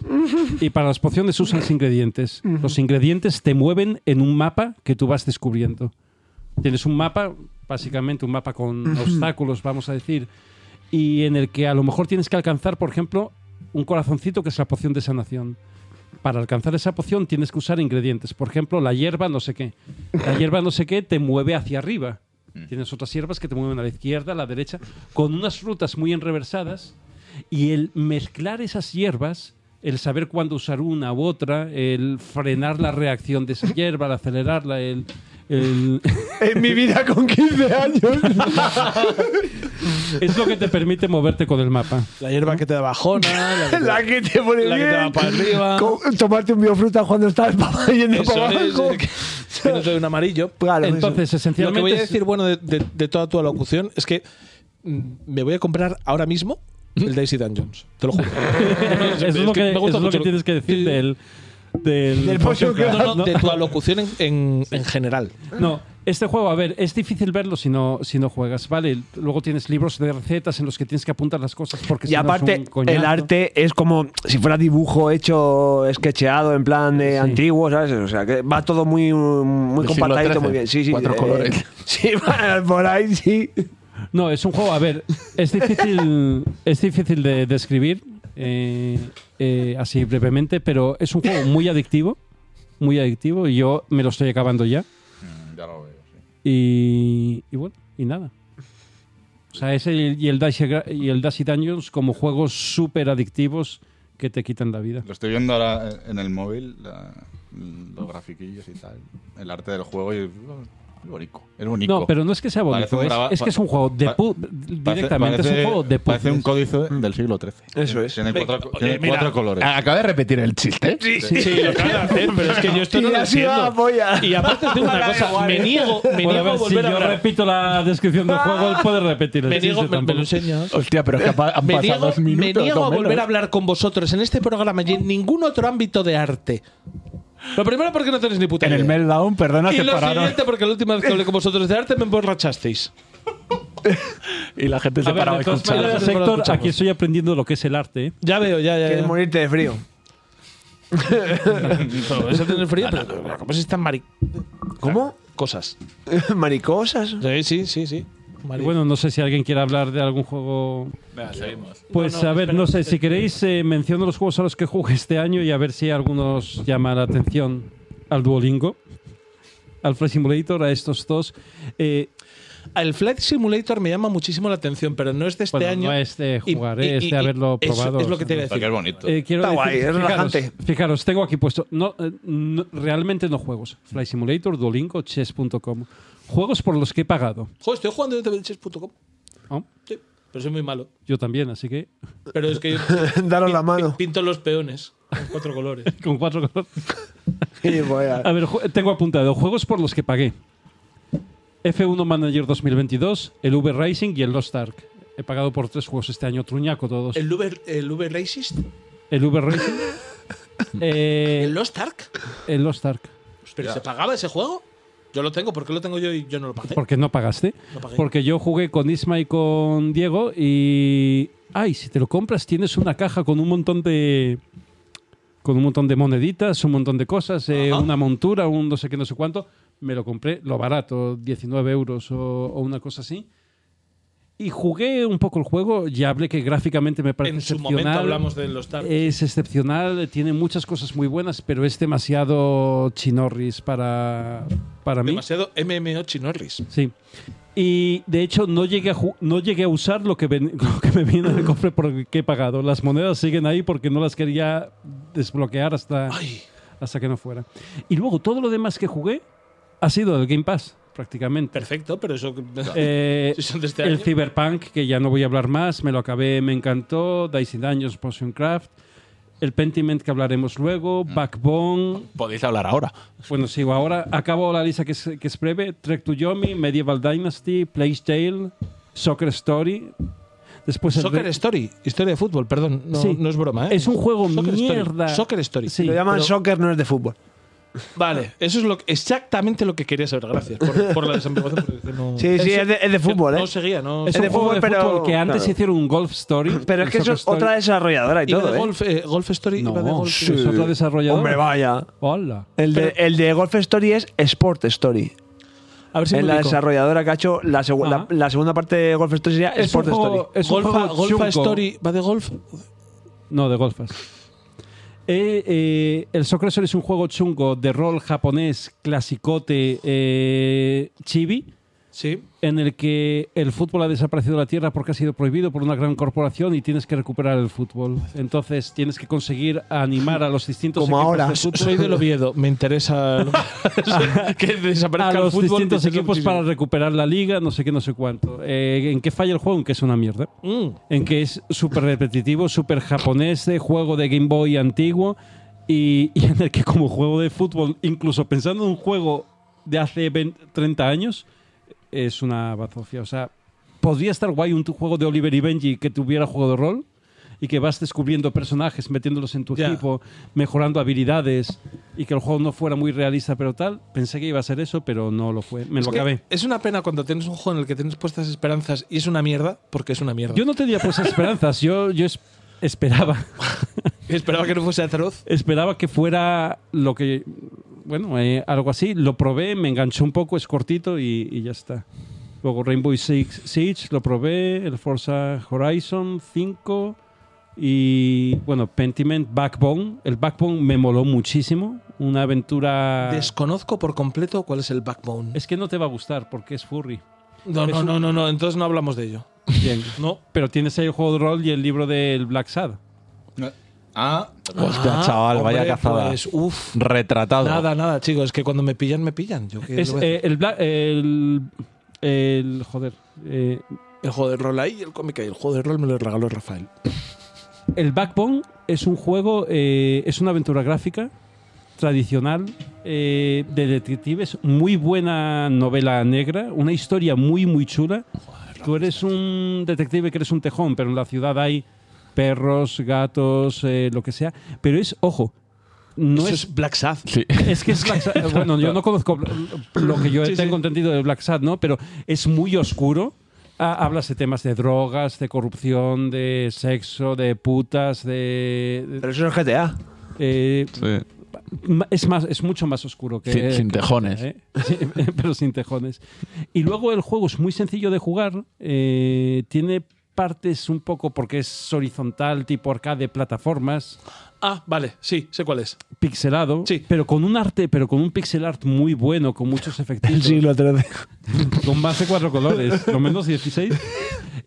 Y para las pociones usas ingredientes. Los ingredientes te mueven en un mapa que tú vas descubriendo. Tienes un mapa, básicamente un mapa con obstáculos, vamos a decir, y en el que a lo mejor tienes que alcanzar, por ejemplo, un corazoncito que es la poción de sanación. Para alcanzar esa poción tienes que usar ingredientes. Por ejemplo, la hierba no sé qué. La hierba no sé qué te mueve hacia arriba. Tienes otras hierbas que te mueven a la izquierda, a la derecha, con unas frutas muy enreversadas. Y el mezclar esas hierbas, el saber cuándo usar una u otra, el frenar la reacción de esa [LAUGHS] hierba, el acelerarla, el- el, [LAUGHS] En mi vida con [LAUGHS] 15 años. Es lo que te permite moverte con el [LAUGHS] mapa. La hierba que te da bajona. [LAUGHS] La que te- La que te pone La que te bien. va para [LAUGHS] arriba. Con- tomarte un biofruta cuando estás [LAUGHS] pa- yendo Eso para es, abajo. eh, que- que no te doy un [LAUGHS] amarillo. Claro, eso. Entonces, Lo esencialmente. que voy a es- decir, bueno, de, de- de toda tu alocución es que mm, me voy a comprar ahora mismo el Daisy Dungeons. Te [LAUGHS] lo juro. eso es lo que, me gusta eso es lo mucho que tienes que decir Sí. del. Del, Del Pues Potion Craft, No, no, ¿no? de tu alocución en, en- en general. No, este juego, a ver, es difícil verlo si no, si no juegas, ¿vale? Luego tienes libros de recetas en los que tienes que apuntar las cosas porque Y si no es aparte, un coñazo. el arte es como si fuera dibujo hecho, sketcheado en plan de antiguo, ¿sabes? O sea, que va todo muy, muy Del siglo compactadito, XIII, muy bien. Sí, sí. cuatro colores. [LAUGHS] Sí, por ahí sí. No, es un juego, a ver, [LAUGHS] es difícil, es difícil de describir eh, eh, así brevemente, pero es un juego muy adictivo, muy adictivo, y yo me lo estoy acabando ya. mm, Ya lo veo. sí. Y, y bueno, y nada. O sea, ese y el Dash y el Dash Dungeons como juegos súper adictivos que te quitan la vida. Lo estoy viendo ahora en el móvil, la- los grafiquillos y tal. El arte del juego y. oh, Es bonito. Es bonito. No, pero no es que sea Parece bonito, un es, grava- es que es un juego de pa- pu- Parece- directamente, es parece- un juego de Parece un puzzles. códice del siglo XIII. Eso es. Tiene cuatro, Oye, tiene mira, ah, cuatro colores. Acaba de repetir el chiste. Sí, lo acabo de hacer, pero es que yo esto Y no lo así va la entiendo. polla. Y [LAUGHS] aparte os digo una cosa, me niego, me Bueno, a niego a ver, si volver a yo hablar. repito la [LAUGHS] descripción del juego, él puede repetir el Me niego, chiste me, me tampoco. lo enseñas. Hostia, pero es que ha pa- han Me pasado niego, dos minutos. me niego no a volver menos. a hablar con vosotros en este programa y en ningún otro ámbito de arte. Lo primero porque no tenéis ni puta En el idea. meltdown, perdona, y se lo pararon. siguiente porque la última vez que hablé con vosotros de arte me emborrachasteis. Y la gente A se Ah, ver, paraba a de todas escuchar. maneras, Ahora lo Héctor, escuchamos. aquí estoy aprendiendo lo que es el arte. ¿eh? Ya veo, ya, ya. Quieres ya. morirte [LAUGHS] de frío. Vais a tener [LAUGHS] frío, pero ¿cómo se están mari... ¿Cómo? cosas? Maricosas. Sí, sí, sí. sí. Y Mari- bueno, no sé si alguien quiere hablar de algún juego. Pues a ver, no sé, si queréis, eh, menciono los juegos a los que jugué este año y a ver si algunos llama la Este atención al Duolingo, al Flight Simulator, a estos dos. Eh, El Flight Simulator me llama muchísimo la atención, pero no es de este Bueno, año. no es de Y- jugar, y- eh, es y- de y- haberlo eso probado. Es lo que te iba a Porque decir. es bonito. Eh, quiero Está decir, guay, es fijaros, relajante. fijaros, tengo aquí puesto, no, eh, no- realmente no juegos. Fly Simulator, Duolingo, Chess.com. Juegos por los que he pagado. Joder, estoy jugando en tvchess.com. Oh, Sí, pero soy muy malo. Yo también, así que [LAUGHS] Pero es que [LAUGHS] yo Daros la pin- mano. pinto los peones con cuatro colores. [LAUGHS] con cuatro colores. Y vaya. A ver, ju- tengo apuntado, juegos por los que pagué. F1 Manager 2022, el Uber Racing y el Lost Ark. He pagado por tres juegos este año, truñaco todos. El, ¿El Uber, el Uber Racist? Uber Racing, [LAUGHS] eh, ¿El Lost Ark? el Lost Ark. ¿Pero se pagaba ese juego? Yo lo tengo, ¿por qué lo tengo yo y yo no lo pagué? Porque no pagaste. No pagué. Porque yo jugué con Isma y con Diego y. Ay, si te lo compras, tienes una caja con un montón de. Con un montón de moneditas, un montón de cosas, eh, Ajá. una montura, un no sé qué, no sé cuánto. Me lo compré, lo barato, 19 euros o, o una cosa así. Y jugué un poco el juego. Ya hablé que gráficamente me parece en su excepcional. eh, momento hablamos del Lost Ark. Es excepcional, tiene muchas cosas muy buenas, pero es demasiado chinorris para, para mí. Demasiado MMO Chinorris. Sí. Y de hecho no llegué a, ju- no llegué a usar lo que, ven- [LAUGHS] lo que me viene del cofre por el que he pagado. Las monedas siguen ahí porque no las quería desbloquear hasta, Ay, hasta que no fuera. Y luego todo lo demás que jugué ha sido del Game Pass, prácticamente. perfecto, pero eso... [LAUGHS] Eh, Si son de este el año. Cyberpunk, que ya no voy a hablar más, me lo acabé, me encantó. Dicey Dungeons, Potion Craft. El Pentiment, que hablaremos luego. Mm. Backbone, Podéis hablar ahora. bueno, sigo ahora. Acabo la lista que es, que es breve. Trek to Yomi, Medieval Dynasty, Plague Tale, Soccer Story. Después el Soccer de- Story, historia de fútbol, perdón, no, Sí. no es broma, ¿eh? Es un juego Soccer Story, mierda. Soccer Story. Sí, lo llaman pero- soccer, no es de fútbol. Vale, eso es lo que- exactamente lo que quería saber, gracias por, por la desambiguación. porque no- Sí, sí, Eso- es de, es de fútbol, yo ¿eh? No seguía, no... Es Es un de juego fútbol, de pero- fútbol que antes claro. hicieron un Golf Story. [CLEARS THROAT] Pero es el que eso Soccer es Story. otra desarrolladora y Iba todo, de ¿eh? golf, eh, golf Story iba de No, golf. sí, es otra desarrolladora. Hombre, vaya. Hola. El de, el de Golf Story es Sport Story. A ver si es me la ubico. desarrolladora que ha hecho la, segu- Ajá. la, la segunda parte de Golf Story sería Es un Sport Story. juego, es un Golfa, juego golfa chungo. Story va de golf. No, de golfas. Eh, eh, el Soccer Story es un juego chungo de rol japonés, clasicote, eh, chibi. Sí. en el que el fútbol ha desaparecido de la tierra porque ha sido prohibido por una gran corporación y tienes que recuperar el fútbol. Entonces tienes que conseguir animar a los distintos Como equipos ahora. de fútbol- Soy del Oviedo, me [LAUGHS] interesa lo- que a desaparezca el los fútbol. me distintos interesa equipos muchísimo. para recuperar la liga, no sé qué, no sé cuánto. Eh, en qué falla el juego, en que es una mierda. Mm. En que es súper repetitivo, súper japonés, de juego de Game Boy antiguo y, y en el que como juego de fútbol, incluso pensando en un juego de hace 20, 30 años, es una bazofia. O sea, podría estar guay un tu- juego de Oliver y Benji que tuviera juego de rol y que vas descubriendo personajes, metiéndolos en tu Ya. equipo, mejorando habilidades y que el juego no fuera muy realista, pero tal. Pensé que iba a ser eso, pero no lo fue. Me Es lo que acabé. Es una pena cuando tienes un juego en el que tienes puestas esperanzas y es una mierda, porque es una mierda. Yo no tenía pues esperanzas, yo, yo es- esperaba. [LAUGHS] esperaba que no fuese atroz. esperaba que fuera lo que bueno eh, algo así lo probé me enganchó un poco es cortito y, y ya está luego Rainbow Six Siege lo probé el Forza Horizon 5 y bueno Pentiment Backbone el Backbone me moló muchísimo una aventura Desconozco por completo cuál es el backbone. es que no te va a gustar porque es furry No, es no, un- no, no, no, entonces no hablamos de ello. Bien. [LAUGHS] No. pero tienes ahí el juego de rol y el libro del Black Sad Ah, Hostia, Ah, chaval, hombre, vaya cazada. pues, uf. Retratado. Nada, nada, chicos, es que cuando me pillan, me pillan. Yo qué le es voy a hacer. eh, el, Bla- el el joder eh, el juego de rol ahí, el cómic ahí. El juego de rol me lo regaló Rafael. El Backbone es un juego, eh, es una aventura gráfica tradicional eh, de detectives, muy buena novela negra, una historia muy, muy chula. Tú eres un detective que eres un tejón, pero en la ciudad hay perros, gatos, eh, lo que sea. Pero es, ojo, no Eso es... es Black Sabbath. Sí. Es que es Black Sad. Bueno, yo no conozco lo que yo Sí, sí. tengo entendido de Black Sad, ¿no? Pero es muy oscuro. Ha- Hablas de temas de drogas, de corrupción, de sexo, de putas, de. Pero eso es GTA. eh, Sí. ma- es más, es mucho más oscuro que. Sin- sin que- tejones. ¿eh? Sí, [LAUGHS] pero sin tejones. Y luego el juego es muy sencillo de jugar. eh, tiene partes un poco porque es horizontal, tipo arcade, plataformas, Ah, vale, sí, sé cuál es. pixelado, Sí. pero con un arte, pero con un pixel art muy bueno, [LAUGHS] con muchos efectos. El siglo XIII. con más de cuatro colores, lo menos 16.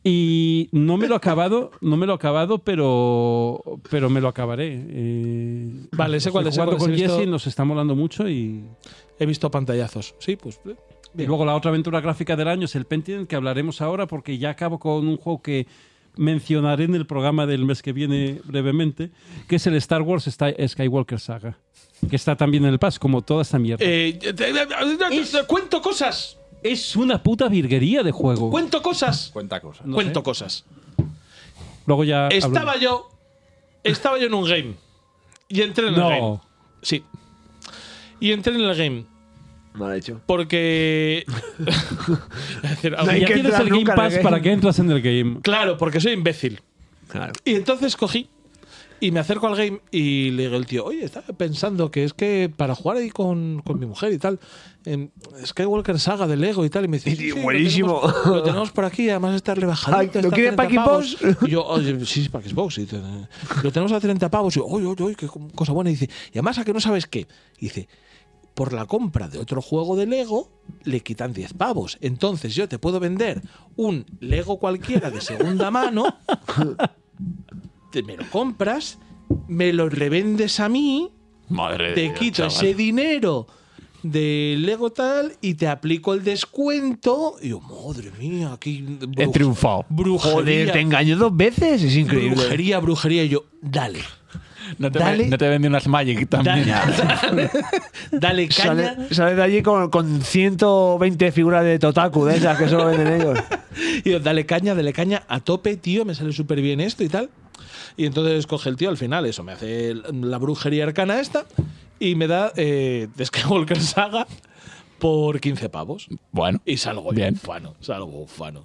Y no me lo he acabado, no me lo he acabado, pero, pero me lo acabaré. Eh, Vale, sé estoy cuál es, sé jugando cuál es, con he visto- Jesse, nos está molando mucho y, He visto pantallazos. Sí, pues. eh, y luego la otra aventura gráfica del año es el Pentiment, que hablaremos ahora porque ya acabo con un juego que mencionaré en el programa del mes que viene brevemente, que es el Star Wars Sky- Skywalker Saga, que está también en el Pass, como toda esta mierda. Eh, te- te- te- Es- Cuento cosas. es una puta virguería de juego. Cuento cosas. Cuenta cosas. No Cuento sé. cosas. Luego ya Estaba hablamos. yo. Estaba yo en un game. Y entré en el game. No. Sí. Y entré en el game. Mal hecho. [LAUGHS] Porque. Es decir, No hay ya que tienes entrar el Game nunca en el Pass game. para que entras en el game. Claro, porque soy imbécil. Claro. Y entonces cogí y me acerco al game y le digo al tío, oye, estaba pensando que es que para jugar ahí con, con mi mujer y tal, em, en Skywalker Saga de Lego y tal, y me dice, [LAUGHS] Y tío, "Sí, lo buenísimo". tenemos- Lo tenemos, por aquí, además está [LAUGHS] rebajado. Ay, ¿lo quieres para Xbox? Y yo, oye, sí, sí, para Xbox. Y dice, "Eh, lo tenemos a 30 pavos. Y yo, oye, oye, oye, qué cosa buena. Y dice, y además a que no sabes qué. Y dice, por la compra de otro juego de Lego le quitan 10 pavos. Entonces yo te puedo vender un Lego cualquiera de segunda mano, te- me lo compras, me lo revendes a mí, Madre de te Dios, quito chaval. ese dinero de Lego tal y te aplico el descuento. Y yo, madre mía, aquí... He bruj- triunfado. Brujería. Joder, te engañó dos veces. Es increíble. brujería, brujería. Y yo, dale. No te, Dale. no te vendí unas Magic Dale, también. dale, dale caña. Sale, sale de allí con, con 120 figuras de Totaku, de esas que solo venden ellos. Y yo, dale caña, dale caña a tope, tío, me sale súper bien esto y tal. Y entonces coge el tío al final, eso, me hace la brujería arcana esta y me da eh, Skywalker Saga por 15 pavos. [LAUGHS] Bueno. Y salgo bien. Bien. ufano, salgo ufano.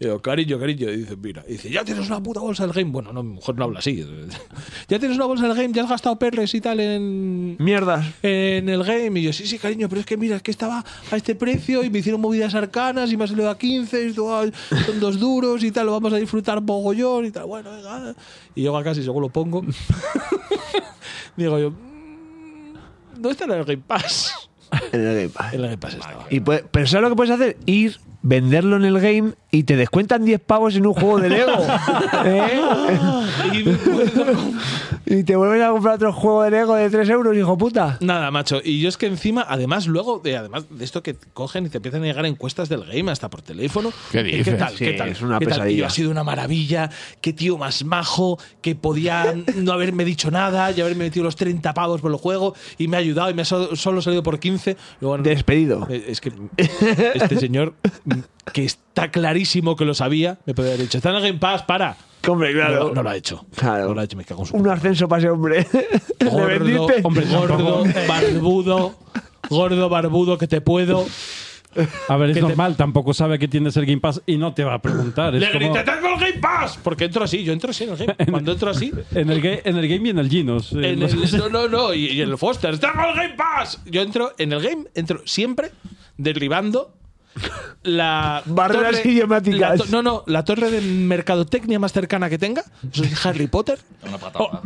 Y digo, cariño, cariño. Y dice, mira. Y dice, ya tienes una puta bolsa del game. Bueno, no, mi mujer no habla así. [LAUGHS] ya tienes una bolsa del game, ya has gastado perles y tal en, [LAUGHS] Mierdas. en el game. Y yo, sí, sí, cariño, pero es que mira, es que estaba a este precio y me hicieron movidas arcanas y me ha salido a 15, esto, ay, son dos duros y tal, lo vamos a disfrutar mogollón y tal. Bueno, venga. eh. Y llego a casa y según lo pongo, [LAUGHS] digo yo, "Mm, no está en el Game Pass. [LAUGHS] En el Game Pass. En el Game Pass estaba. Y puede- pero ¿sabes lo que puedes hacer? Ir, venderlo en el game y te descuentan 10 pavos en un juego de Lego. [LAUGHS] ¿Eh? [LAUGHS] Y me puedo comprar- Y te vuelven a comprar otro juego de Lego de 3 euros, hijo puta. Nada, macho. Y yo es que encima, además, luego, de, además de esto que cogen y te empiezan a llegar encuestas del game hasta por teléfono. ¿Qué Eh, dices? tal? Sí, ¿Qué tal? es una ¿Qué tal? pesadilla. Y yo, ha sido una maravilla. Qué tío más majo. Que podía no haberme dicho nada y haberme metido los 30 pavos por el juego. Y me ha ayudado y me ha so- solo salido por 15. Luego, no, Despedido. eh, es que este señor, que está clarísimo que lo sabía, me podría haber dicho: Está en el Game Pass, para. Hombre, No, lo- no lo ha hecho. Claro. No lo ha hecho, me cago en su Un ascenso para [LAUGHS] ese hombre. Le gordo, vendiste. hombre, gordo, barbudo, gordo, barbudo, que te puedo. A ver, es Que te- normal, tampoco sabe que tienes el Game Pass y no te va a preguntar. Es Le como- grité, tengo el Game Pass. Porque entro así, yo entro así en el game. Cuando entro así. en, el ga- en el game y en el Ginos. eh, [LAUGHS] En no sé. el, no, no, no, y, y en el Foster, tengo el Game Pass. Yo entro en el game, entro siempre derribando [LAUGHS] la. Barreras torre- idiomáticas. la to- no, no, la torre de mercadotecnia más cercana que tenga. Eso es Harry Potter. Una patada. Oh, ¡No!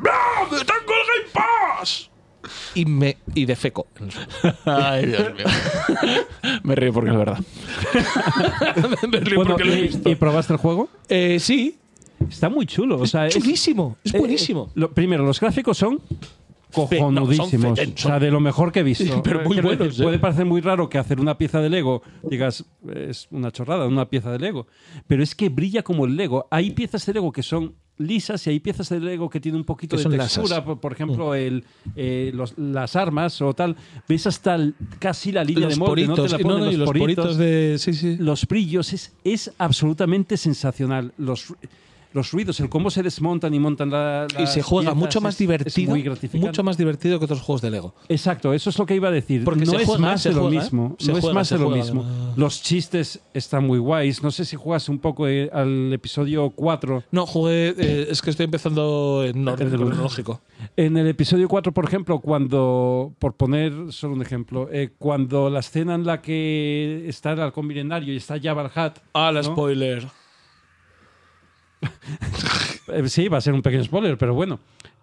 ¡Tengo el Game Pass! Y me. Y [LAUGHS] defeco. en el suelo. Ay, Dios [LAUGHS] mío. Me río porque es verdad. Me río Bueno, porque lo he y, visto. y probaste el juego? Eh, sí, Está muy chulo. O sea, es- chulísimo, es eh, buenísimo. eh, lo- primero, los gráficos son cojonudísimos. no, son fetén, son- O sea, de lo mejor que he visto. [LAUGHS] Pero muy Quiero buenos, decir, eh. Puede parecer muy raro que hacer una pieza de Lego, digas, es una chorrada, una pieza de Lego. Pero es que brilla como el Lego. Hay piezas de Lego que son lisas y hay piezas de Lego que tienen un poquito Que de son textura. lasas. Mm. Por, por ejemplo, el, eh, los- las armas o tal. Ves hasta el- casi eh, la línea de molde. no te la y eh, no, ponen, no, y los poritos de. Sí, sí. los brillos es, es absolutamente sensacional. Los, ru- los ruidos, el cómo se desmontan y montan la, Y las se juega piezas mucho es- más es divertido. muy gratificante. mucho más divertido que otros juegos de Lego. Exacto, eso es lo que iba a decir. Porque no se es juega, más se de lo juega, mismo. se No es juega, más se de lo juega. mismo. Los chistes están muy guays. No sé si juegas un poco eh, al episodio 4. No, jugué. eh, es que estoy empezando en orden Desde luego. cronológico. En el episodio 4, por ejemplo, cuando, por poner solo un ejemplo, eh, cuando la escena en la que está el halcón milenario y está Jabal Hat. Ah, la ¿no? spoiler. Eh, Sí, va a ser un pequeño spoiler, pero bueno.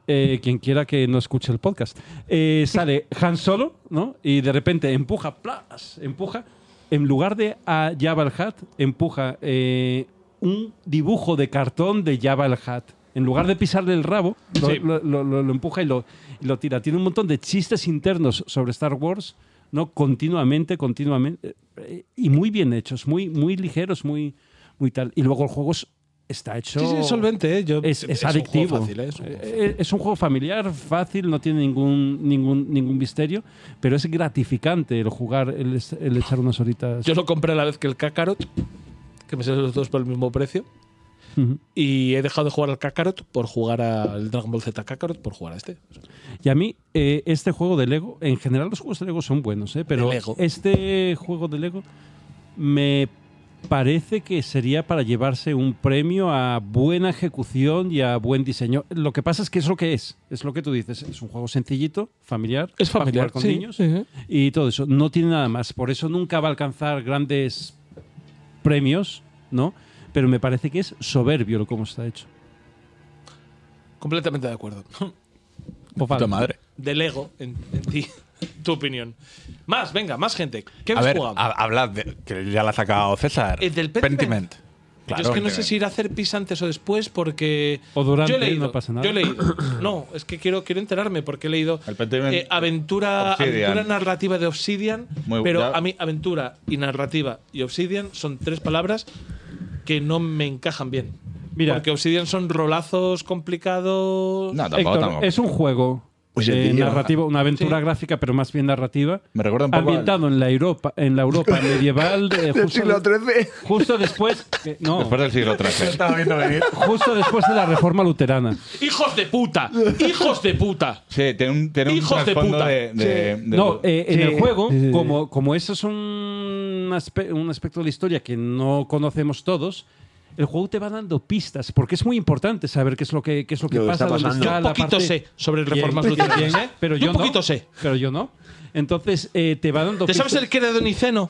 Eh, quien quiera que no escuche el podcast. Eh, sale Han Solo, ¿no? Y de repente empuja, plas, empuja. En lugar de a Jabba el Hutt, empuja eh, un dibujo de cartón de Jabba el Hutt. En lugar de pisarle el rabo, lo, Sí. lo- lo- lo- lo empuja y lo, y lo tira. Tiene un montón de chistes internos sobre Star Wars, ¿no? Continuamente, continuamente. eh, Y muy bien hechos, muy, muy ligeros, muy, muy tal. Y luego el juego es- está hecho Sí, sí, es solvente, ¿eh? Yo- es, es un juego adictivo. fácil, ¿eh? Es un Eh, juego eh, es, un juego familiar, fácil, no tiene ningún, ningún, ningún misterio, pero es gratificante el jugar, el, es- el echar unas horitas. Yo lo compré a la vez que el Kakarot, que me salen los dos por el mismo precio. Ujú. Y he dejado de jugar al Kakarot por jugar al Dragon Ball Z Kakarot por jugar a este. Y a mí, eh, este juego de Lego, en general los juegos de Lego son buenos, eh, pero De Lego. este juego de Lego me parece que sería para llevarse un premio a buena ejecución y a buen diseño. Lo que pasa es que es lo que es, es lo que tú dices, es un juego sencillito, familiar, Es para familiar, jugar con sí, niños. sí, eh. sí. y todo eso. No tiene nada más. Por eso nunca va a alcanzar grandes premios, ¿no? Pero me parece que es soberbio lo como está hecho. Completamente de acuerdo. Pues vale. Puta madre. Del ego en, en ti, [LAUGHS] tu opinión. Más, venga, más gente. ¿Qué A habéis ver, jugado? ha- hablad, de- que ya la ha sacado César. Eh, del Pentiment. Pentiment. yo Claro, es que no sé Pentiment. si ir a hacer pis antes o después porque. O durante, yo he leído, no pasa nada. Yo he [CLEARS THROAT] leído. No, es que quiero, quiero enterarme porque he leído. El Pentiment. eh, aventura, Obsidian. aventura narrativa de Obsidian. Muy bu- pero ya- a mí, aventura y narrativa y Obsidian son tres palabras que no me encajan bien. Mira. Porque Obsidian son rolazos complicados. No, tampoco, Héctor, tampoco. es un juego Pues el eh, vídeo. narrativo, una aventura gráfica, pero más bien narrativa. Me recuerda un poco ambientado en la Europa, en [LAUGHS] la Europa medieval de, justo, XIII. justo después, que- no, Después del siglo XIII. Estaba viendo venir. justo después de la Reforma luterana. ¡Hijos de [LAUGHS] puta! ¡Hijos de puta! Sí, tiene un, tiene un ¡Hijos de trasfondo puta! de, de- de- No, eh, en Sí. el juego, Sí, sí, sí. como, como eso es un, aspe- un aspecto de la historia que no conocemos todos, el juego te va dando pistas, porque es muy importante saber qué es lo que, qué es lo que Lo que pasa. está dónde pasando. está Yo la poquito parte- sé sobre reformas Bien, luteranas, bien, ¿eh? [LAUGHS] Pero Yo yo, poquito no, sé. Pero yo no. Entonces eh, te va dando ¿Te sabes el pistas. que era Doniceno?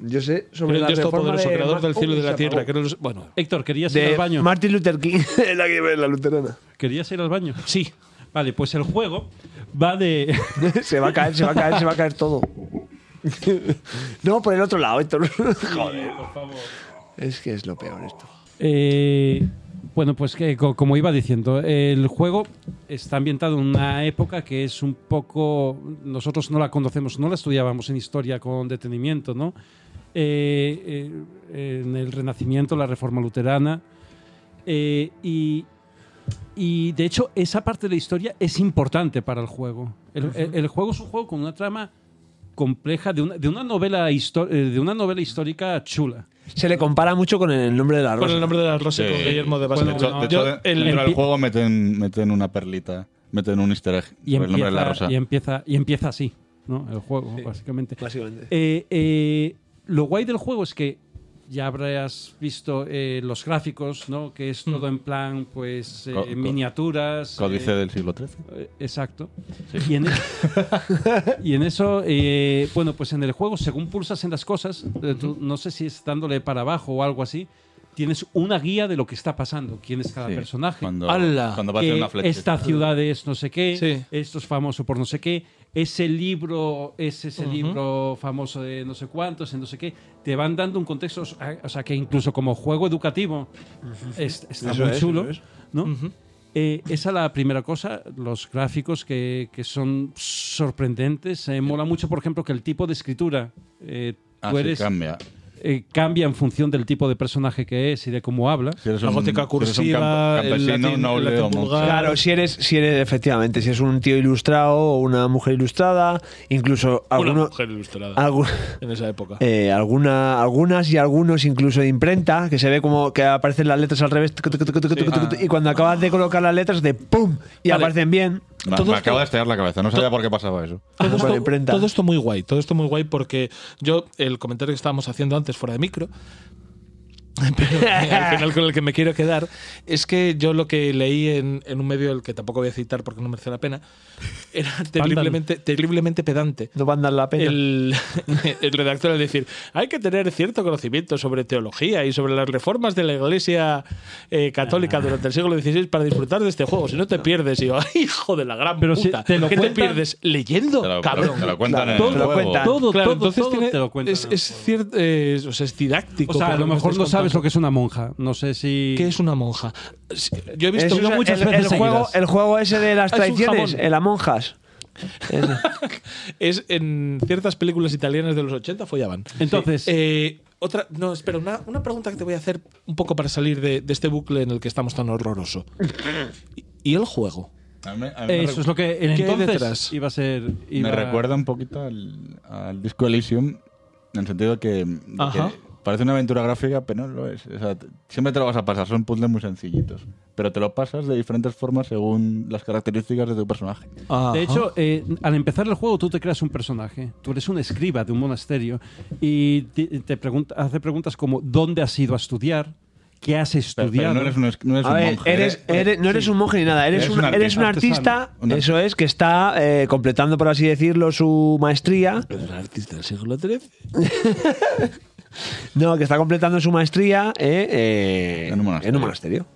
Yo sé Pero sobre el la Dios reforma todopoderoso, de creador Marco del cielo y de la Aurelio tierra. Zapata. que no lo sé- bueno, Héctor, ¿querías ir al de baño? Martin Luther King, [LAUGHS] la que ve la luterana. ¿Querías ir al baño? sí. Vale, pues el juego va de... se va a caer, se va a caer, se va a caer todo. [LAUGHS] no, por el otro lado, Héctor. [LAUGHS] Joder. Es que es lo peor esto. Eh, bueno, pues que co- como iba diciendo, el juego está ambientado en una época que es un poco. Nosotros no la conocemos, no la estudiábamos en historia con detenimiento, ¿no? Eh, eh, en el Renacimiento, la Reforma Luterana. eh, y, y, de hecho, esa parte de la historia es importante para el juego. El, el- el juego es un juego con una trama compleja de una, de una novela histo- eh, de una novela histórica chula. Se le compara mucho con el nombre de la Con rosa. el nombre de la Rosa Sí. con Guillermo de Baskerville. de hecho, de no. hecho, Yo, de- el- dentro el del pi- juego meten, meten una perlita, meten un easter egg y por el nombre de la empieza, rosa. y empieza y empieza así ¿no? el juego básicamente Básicamente. Eh, eh, lo guay del juego es que ya habrás visto eh, los gráficos no que es todo en plan pues eh, Co- co- miniaturas Códice eh, del siglo XIII. eh, Exacto. Y, en, [LAUGHS] y en eso, eh, bueno, pues en el juego, según pulsas en las cosas, eh, tú- no sé si es dándole para abajo o algo así, tienes una guía de lo que está pasando, quién es cada Sí. personaje Cuando, ¡Hala! cuando va a que hacer una flecha. Esta ciudad es no sé qué, Sí. esto es famoso por no sé qué, ese libro es ese libro famoso de no sé cuántos, en no sé qué. Te van dando un contexto, o sea, que incluso como juego educativo es- está Eso muy es, chulo, eso es. ¿no? Eh, esa es la primera cosa, los gráficos que, que son sorprendentes. Eh, mola mucho, por ejemplo, que el tipo de escritura eh, Ah, tú sí, eres, cambia. eh, cambia en función del tipo de personaje que es y de cómo habla. Si eres La un, gótica si eres un cursiva, camp- el campesino, latín- no el leo latín mucho. vulgar. Claro, si eres, si eres, efectivamente, si es un tío ilustrado o una mujer ilustrada, incluso Una alguno, mujer ilustrada algu- en esa época. Ah, eh, alguna, algunas y algunos incluso de imprenta, que se ve como que aparecen las letras al revés, tuc, tuc, tuc, tuc, tuc, tuc, tuc, y cuando acabas de colocar las letras, de ¡pum! y Ah. Vale. aparecen bien. Me, Todo me esto- acaba de estallar la cabeza, no sabía por qué pasaba eso. todo, Con la esto, imprenta. todo esto muy guay, todo esto muy guay porque yo, el comentario que estábamos haciendo antes fuera de micro, [LAUGHS] pero eh, al final con el que me quiero quedar es que yo lo que leí en, en un medio, el que tampoco voy a citar porque no merece la pena, era terriblemente, terriblemente pedante. No van a dar la pena. El, [LAUGHS] el redactor al decir, hay que tener cierto conocimiento sobre teología y sobre las reformas de la Iglesia eh, Ah. Católica durante el siglo XVI para disfrutar de este juego. Si no te pierdes, y yo, "Ay, hijo de la gran Pero si puta, te lo ¿qué cuentan- te pierdes? Leyendo, Te lo, te lo- cabrón. te lo cuentan Claro, en todo el lo juego. cuentan. Todo, Claro, todo, entonces todo tiene- te lo cuentan. es, es cier- eh, o sea, es didáctico. o sea, a por lo que mejor pues no estáis sabes contando. lo que es una monja. No sé si. ¿Qué es una monja? Sí, Yo he visto Es- yo muchas el, el veces juego, seguidas. Ah, el juego ese de las Es un traiciones, jamón. el a monjas. Ese. es en ciertas películas italianas de los 80 follaban. Entonces- Sí. Eh, otra, no, espera, una, una pregunta que te voy a hacer un poco para salir de, de este bucle en el que estamos tan horroroso. ¿Y, y el juego? A mí- a mí me Eso es lo que en ¿Qué hay entonces detrás? iba a ser. Me iba- recuerda un poquito al, al disco Elysium, en el sentido de que, de Ajá. que parece una aventura gráfica, pero no lo es. O sea, t- siempre te lo vas a pasar, son puzzles muy sencillitos. Pero te lo pasas de diferentes formas según las características de tu personaje. De hecho, eh, al empezar el juego tú te creas un personaje. Tú eres un escriba de un monasterio y te, te pregunta- hace preguntas como ¿dónde has ido a estudiar? ¿Qué has Pero, pero estudiado? no eres un, es- no eres A un ver, monje. ¿eh? eres, eres- no eres un monje ni nada, eres, Eres un, un eres un artesano. artista, Un eso es, que está eh, completando, por así decirlo, su maestría. ¿Eres un artista del siglo XIII? [LAUGHS] No, que está completando su maestría eh, eh, En un monasterio. monasterio.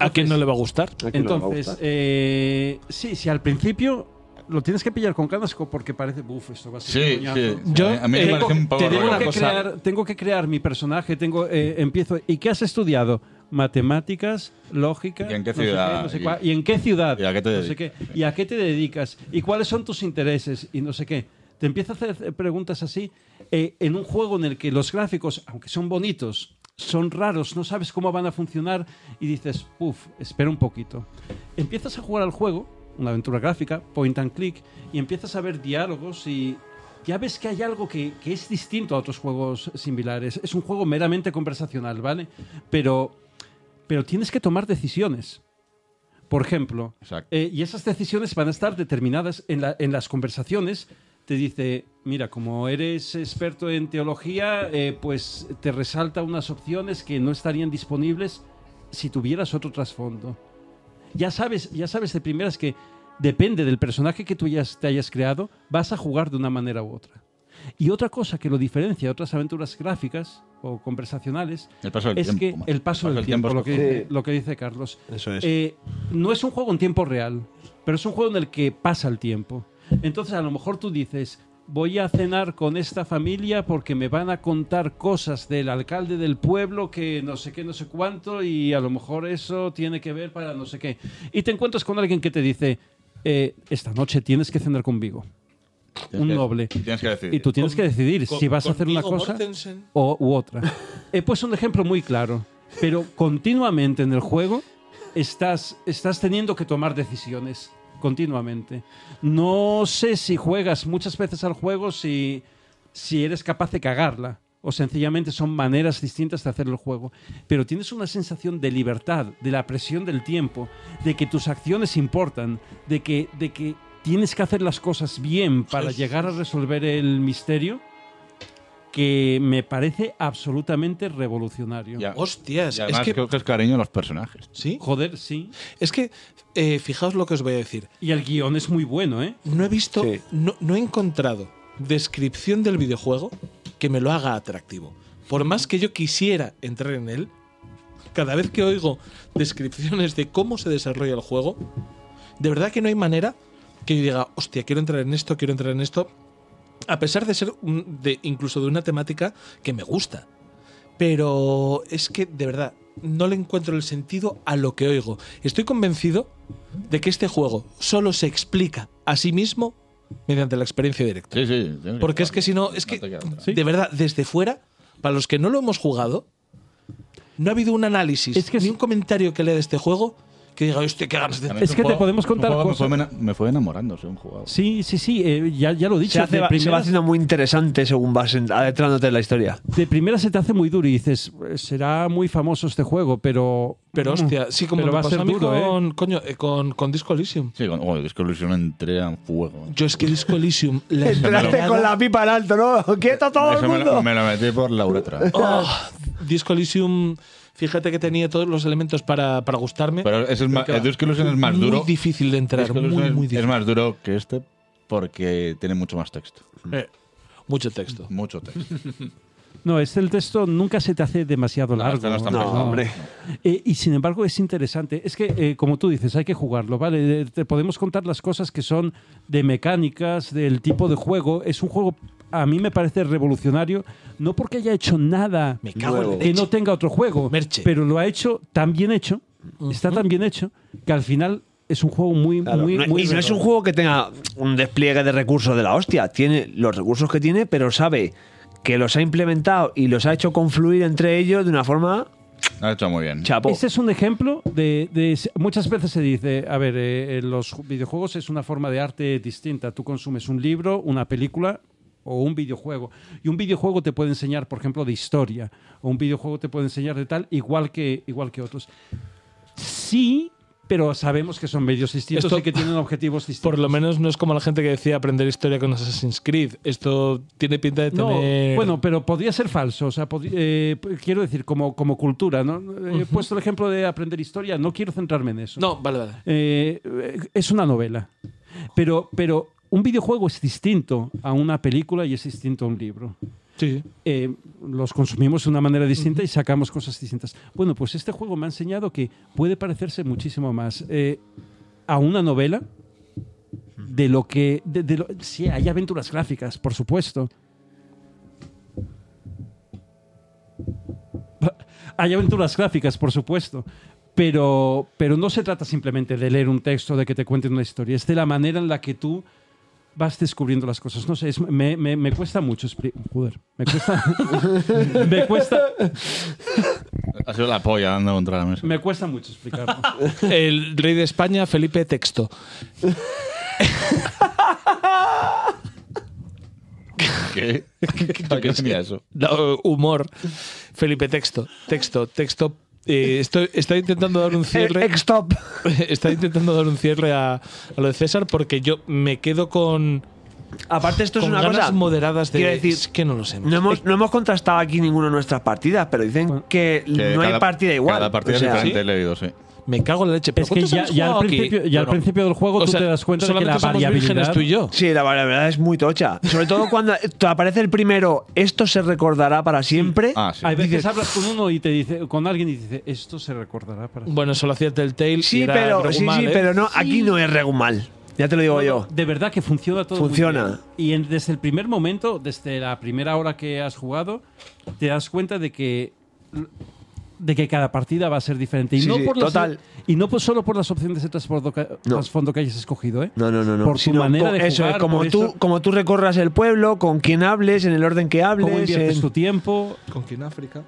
¿A quién no le va a gustar? ¿A quién no le va a Entonces, gustar? eh, sí, si al principio lo tienes que pillar con calma es co- porque parece, buf, esto va a ser Sí, un coñazo". sí. Yo, a mí eh, me parece un poco te digo rollo. una Tengo que, cosa. crear, tengo que crear mi personaje, tengo eh, empiezo. ¿Y qué has estudiado? Matemáticas, lógica. ¿Y en qué no sé ciudad? no sé ¿Y- cuál, ¿Y en qué ciudad? ¿Y a qué te No sé dedicas? qué. ¿Y a qué te dedicas? ¿Y cuáles son tus intereses? Y no sé qué. Te empieza a hacer preguntas así eh, en un juego en el que los gráficos, aunque son bonitos, son raros, no sabes cómo van a funcionar y dices, puff, espera un poquito. Empiezas a jugar al juego, una aventura gráfica, point and click, y empiezas a ver diálogos y ya ves que hay algo que, que es distinto a otros juegos similares. Es un juego meramente conversacional, ¿vale? Pero, pero tienes que tomar decisiones. Por ejemplo, Exacto. eh, y esas decisiones van a estar determinadas en, la- en las conversaciones. Te dice, mira, como eres experto en teología, eh, pues te resalta unas opciones que no estarían disponibles si tuvieras otro trasfondo. Ya sabes, ya sabes de primeras que depende del personaje que tú hayas- te hayas creado, vas a jugar de una manera u otra. Y otra cosa que lo diferencia de otras aventuras gráficas o conversaciones El paso del es tiempo, que macho. el paso del tiempo, lo, que es dice, lo que dice Carlos. Eso es. Eh, no es un juego en tiempo real, pero es un juego en el que pasa el tiempo. Entonces a lo mejor tú dices, voy a cenar con esta familia porque me van a contar cosas del alcalde del pueblo que no sé qué, no sé cuánto, y a lo mejor eso tiene que ver para no sé qué. Y te encuentras con alguien que te dice, eh, esta noche tienes que cenar conmigo. Tienes un que- noble. Tienes que decir. Y tú tienes que decidir Con- si vas a hacer una conmigo, cosa Mortensen. o, u [LAUGHS] otra. He puesto Eh, pues, un ejemplo muy claro, pero continuamente en el juego estás, estás teniendo que tomar decisiones, continuamente. No sé si juegas muchas veces al juego, si, si eres capaz de cagarla, o sencillamente son maneras distintas de hacer el juego, pero tienes una sensación de libertad, de la presión del tiempo, de que tus acciones importan, de que... De que Tienes que hacer las cosas bien para llegar a resolver el misterio que me parece absolutamente revolucionario. Ya. Hostias, Y además es que... coges cariño a los personajes. ¿sí? Joder, sí. Es que, eh, fijaos lo que os voy a decir. Y el guión es muy bueno, ¿eh? No he visto, Sí. no, no he encontrado descripción del videojuego que me lo haga atractivo. Por más que yo quisiera entrar en él, cada vez que oigo descripciones de cómo se desarrolla el juego, de verdad que no hay manera que yo diga, hostia, quiero entrar en esto, quiero entrar en esto, a pesar de ser un- de, incluso de una temática que me gusta. Pero es que, de verdad, no le encuentro el sentido a lo que oigo. Estoy convencido de que este juego solo se explica a sí mismo mediante la experiencia directa. Sí, sí. tienes Porque es que si no, es No que, te queda otra. de verdad, desde fuera, para los que no lo hemos jugado, no ha habido un análisis Es que ni es- un comentario que lea de este juego que diga, hostia, qué ganas de A mí Es un que te juego- podemos es un contar juego que Me cosas. fue, ena- me fue enamorando, soy un jugador. Sí, sí, sí. eh, ya, ya lo he dicho. se, hace- de, se va primeras, haciendo muy interesante según vas en- adentrándote en la historia. de primeras se te hace muy duro y dices, "Eh, será muy famoso este juego, pero... Pero Mm, hostia, sí, como me pero va a pasó ser a mí duro, ¿eh? con, coño, eh, con, con Disco Elysium. Sí, con, oh, es que Elysium entré a fuego. Yo es que Disco [LAUGHS] Elysium la Entraste envenenada- [LAUGHS] con la pipa en alto, ¿no? ¡Quieto todo Eso el me lo, mundo! me lo metí por la uretra. Oh, Disco Elysium, fíjate que tenía todos los elementos para, para gustarme. Pero ese es más, Porque el Disco Illusion es más muy duro. difícil de entrar, Disco muy, Illusion es- muy Es difícil. más duro que este porque tiene mucho más texto. Eh, mucho texto. Mucho texto. No, este el texto nunca se te hace demasiado No, largo. este no es tan No, pesado. hombre. Eh, y sin embargo es interesante. Es que, eh, como tú dices, hay que jugarlo, ¿vale? Eh, Te podemos contar las cosas que son de mecánicas, del tipo de juego. Es un juego, a mí me parece revolucionario, no porque haya hecho nada Me cago en la Luego. que leche. no tenga otro juego, Merche. pero lo ha hecho tan bien hecho, está tan bien hecho, que al final es un juego muy, Claro, muy, no- muy y no es un juego que tenga un despliegue de recursos de la hostia. Tiene los recursos que tiene, pero sabe que los ha implementado y los ha hecho confluir entre ellos de una forma Lo ha hecho muy bien. chapo. Este es un ejemplo de, de- Muchas veces se dice, a ver, eh, eh, los ju- videojuegos es una forma de arte distinta. Tú consumes un libro, una película o un videojuego. Y un videojuego te puede enseñar, por ejemplo, de historia. O un videojuego te puede enseñar de tal, igual que, igual que otros. Sí, pero sabemos que son medios distintos Esto- y que tienen objetivos distintos. Por lo menos no es como la gente que decía aprender historia con Assassin's Creed. Esto tiene pinta de No, tener. bueno, pero podría ser falso. O sea, podri- eh, p- quiero decir, como, como cultura, ¿no? He puesto el ejemplo de aprender historia, no quiero centrarme en eso. No, vale, vale. Eh, eh, es una novela. Pero, pero un videojuego es distinto a una película y es distinto a un libro. Sí. Eh, los consumimos de una manera distinta y sacamos cosas distintas. Bueno, pues este juego me ha enseñado que puede parecerse muchísimo más eh, a una novela de lo que... de- de lo- sí, hay aventuras gráficas, por supuesto. [LAUGHS] Hay aventuras gráficas, por supuesto. Pero, pero no se trata simplemente de leer un texto, de que te cuenten una historia. Es de la manera en la que tú vas descubriendo las cosas. No sé, es- me, me- me cuesta mucho. expli- Joder, me cuesta. [LAUGHS] me cuesta. Ha sido la polla dando contra la mesa. Me cuesta mucho explicarlo. El rey de España, Felipe Texto. [LAUGHS] ¿Qué? ¿Qué tenía eso? No, humor. Felipe Texto. Texto, texto. Eh, estoy, está intentando dar [LAUGHS] un cierre. [LAUGHS] Ex-top. está intentando dar un cierre a, a lo de César porque yo me quedo con, Aparte, esto es con una ganas cosa. moderadas de Quiero decir, es que no lo sé. No hemos, no hemos contrastado aquí ninguna de nuestras partidas, pero dicen que, Que no hay cada- partida igual. Cada partida O sea, es diferente, he leído, sí. Me cago en la leche. [LAUGHS] ¿Pero es que cuántos ya, habéis ya al jugado aquí? principio, ya al Bueno, principio del juego o tú sea, te das cuenta de que solamente la somos vírgenes variabilidad. tú y yo. Sí, la verdad es muy tocha. Sobre todo cuando te aparece el primero, esto se recordará para siempre. Ah, sí. Hay veces hablas con uno y te dice, con alguien y te dice, esto se recordará para Bueno, eso lo hacía Telltale. y Sí, era pero, sí, Grogumal, sí, ¿eh? pero no, aquí no es Regumal. Ya te lo digo No, yo. no, De verdad que funciona todo. muy Funciona. bien. Y en- desde el primer momento, desde la primera hora que has jugado, te das cuenta de que de que cada partida va a ser diferente. Y Sí, no, sí, por las- total. y no por- solo por las opciones de trasfondo que, No. trasfondo que hayas escogido, ¿eh? No, no, no, no. Por tu Sino manera co- de eso jugar, es, como por tú, eso- como tú recorras el pueblo, con quién hables, en el orden que hables. Cómo inviertes en- tu tiempo. Con quién África.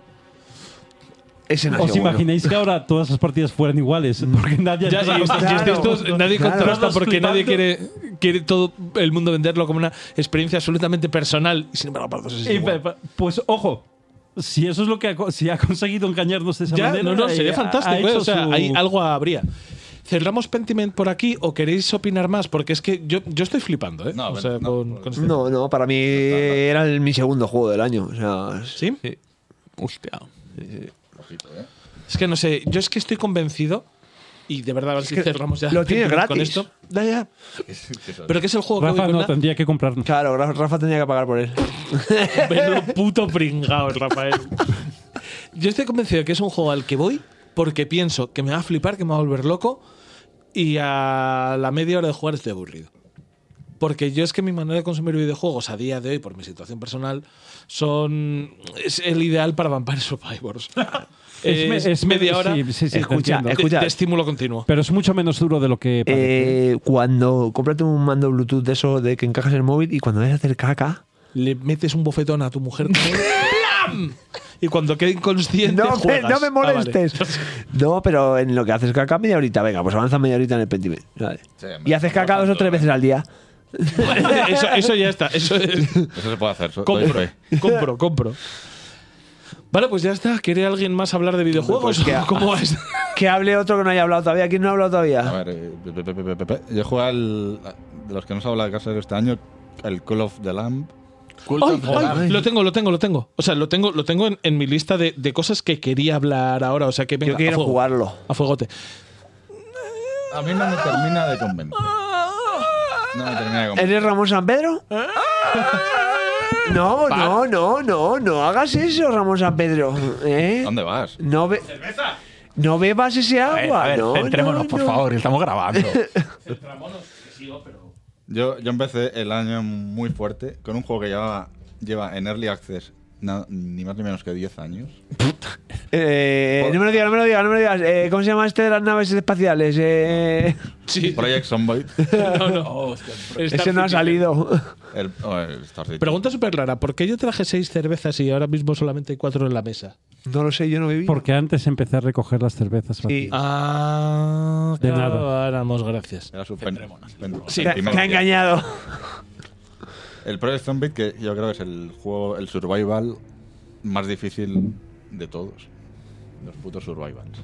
Ese no ha ¿Os sido bueno. imagináis que ahora todas las partidas fueran iguales? Porque nadie... Ya, y- y Mm. Claro. estos- nadie Claro. contrasta Estás porque nadie quiere, flipando. quiere todo el mundo venderlo como una experiencia absolutamente personal. Y sin embargo, para todos es Y, igual. pa- pa- pues ojo, si eso es lo que ha, co- si ha conseguido engañarnos de esa Ya, manera... no, no, eh, sería ha- ha fantástico. eh, hecho O sea, su- hay algo habría. ¿Cerramos Pentiment por aquí o queréis opinar más? Porque es que yo, yo estoy flipando, ¿eh? No, O sea, no, con- con este- No, no, para mí era el- mi segundo juego del año. O sea, es- ¿Sí? Hostia. Es que no sé, yo es que estoy convencido y de verdad, a ver si que cerramos ya lo tiene Pentiment con gratis. esto. Ya, ya. Pero que es el juego que Rafa voy con no la- tendría que comprarlo. Claro, Ra- Rafa tenía que pagar por él. [LAUGHS] Menudo puto pringao, Rafael. Yo estoy convencido que es un juego al que voy porque pienso que me va a flipar, que me va a volver loco y a la media hora de jugar estoy aburrido. Porque yo es que mi manera de consumir videojuegos a día de hoy, por mi situación personal, son es el ideal para Vampire Survivors. [LAUGHS] Es me- Es es me- media hora sí, sí, sí, te Escucha, entiendo. de- escucha. de estímulo continuo. Pero es mucho menos duro de lo que parece. Eh, cuando cómprate un mando Bluetooth de eso de que encajas el móvil y cuando vayas a hacer caca. Le metes un bofetón a tu [LAUGHS] mujer. ¡Plam! Y cuando quede inconsciente. No me, juegas. no me Ah, vale. [LAUGHS] molestes. No, pero en lo que haces caca media horita, venga, pues avanza media horita en el pentiment. Vale. Sí, y haces caca dos o ¿eh? tres veces al día. [LAUGHS] eso, eso ya está. Eso es- Eso se puede hacer. so- doy Compro, fe. compro, compro. Vale, pues ya está. ¿Quiere alguien más hablar de videojuegos? Pues que- [LAUGHS] ¿Cómo va [LAUGHS] esto? Que hable otro que no haya hablado todavía. ¿Quién no ha hablado A todavía? ver, eh, pe- pe- pe- pe- pe- pe- yo he jugado al, de los que hemos hablado de casa este año, el Call of the Lamb. Culto ¡Ay, angelar. ay! Lo tengo, lo tengo, lo tengo. O sea, lo tengo, lo tengo en, en mi lista de, de cosas que quería hablar ahora. O sea, que venga, Yo a quiero fuego, jugarlo. A fuegote. A mí no me termina de convencer. No me termina de convencer. ¿Eres Ramón San Pedro? No, no, no, no, no hagas eso, Ramón San Pedro. ¿eh? ¿Dónde vas? No be- No bebas ese A ver, agua. a ver, no, centrémonos, no, por no. favor, que estamos grabando. Yo, yo empecé el año muy fuerte con un juego que llevaba, lleva en Early Access na- ni más ni menos que 10 años. Eh, Por- no me lo digas, no me lo digas, no me lo digas. Eh, ¿Cómo se llama este de las naves espaciales? Eh, Sí. Project Zomboid. No, no. ese no ha salido. [LAUGHS] El, o el Star City. Pregunta súper rara. ¿Por qué yo traje seis cervezas y ahora mismo solamente hay cuatro en la mesa? No lo sé, yo no bebí. Porque antes empecé a recoger las cervezas. Sí. vacías. Ah, De nada. acabáramos, gracias. Era su pen- pen- Sí, Te, te el ha primer día. engañado. [LAUGHS] El Project Zomboid, que yo creo que es el juego, el survival más difícil de todos. Los putos survivals.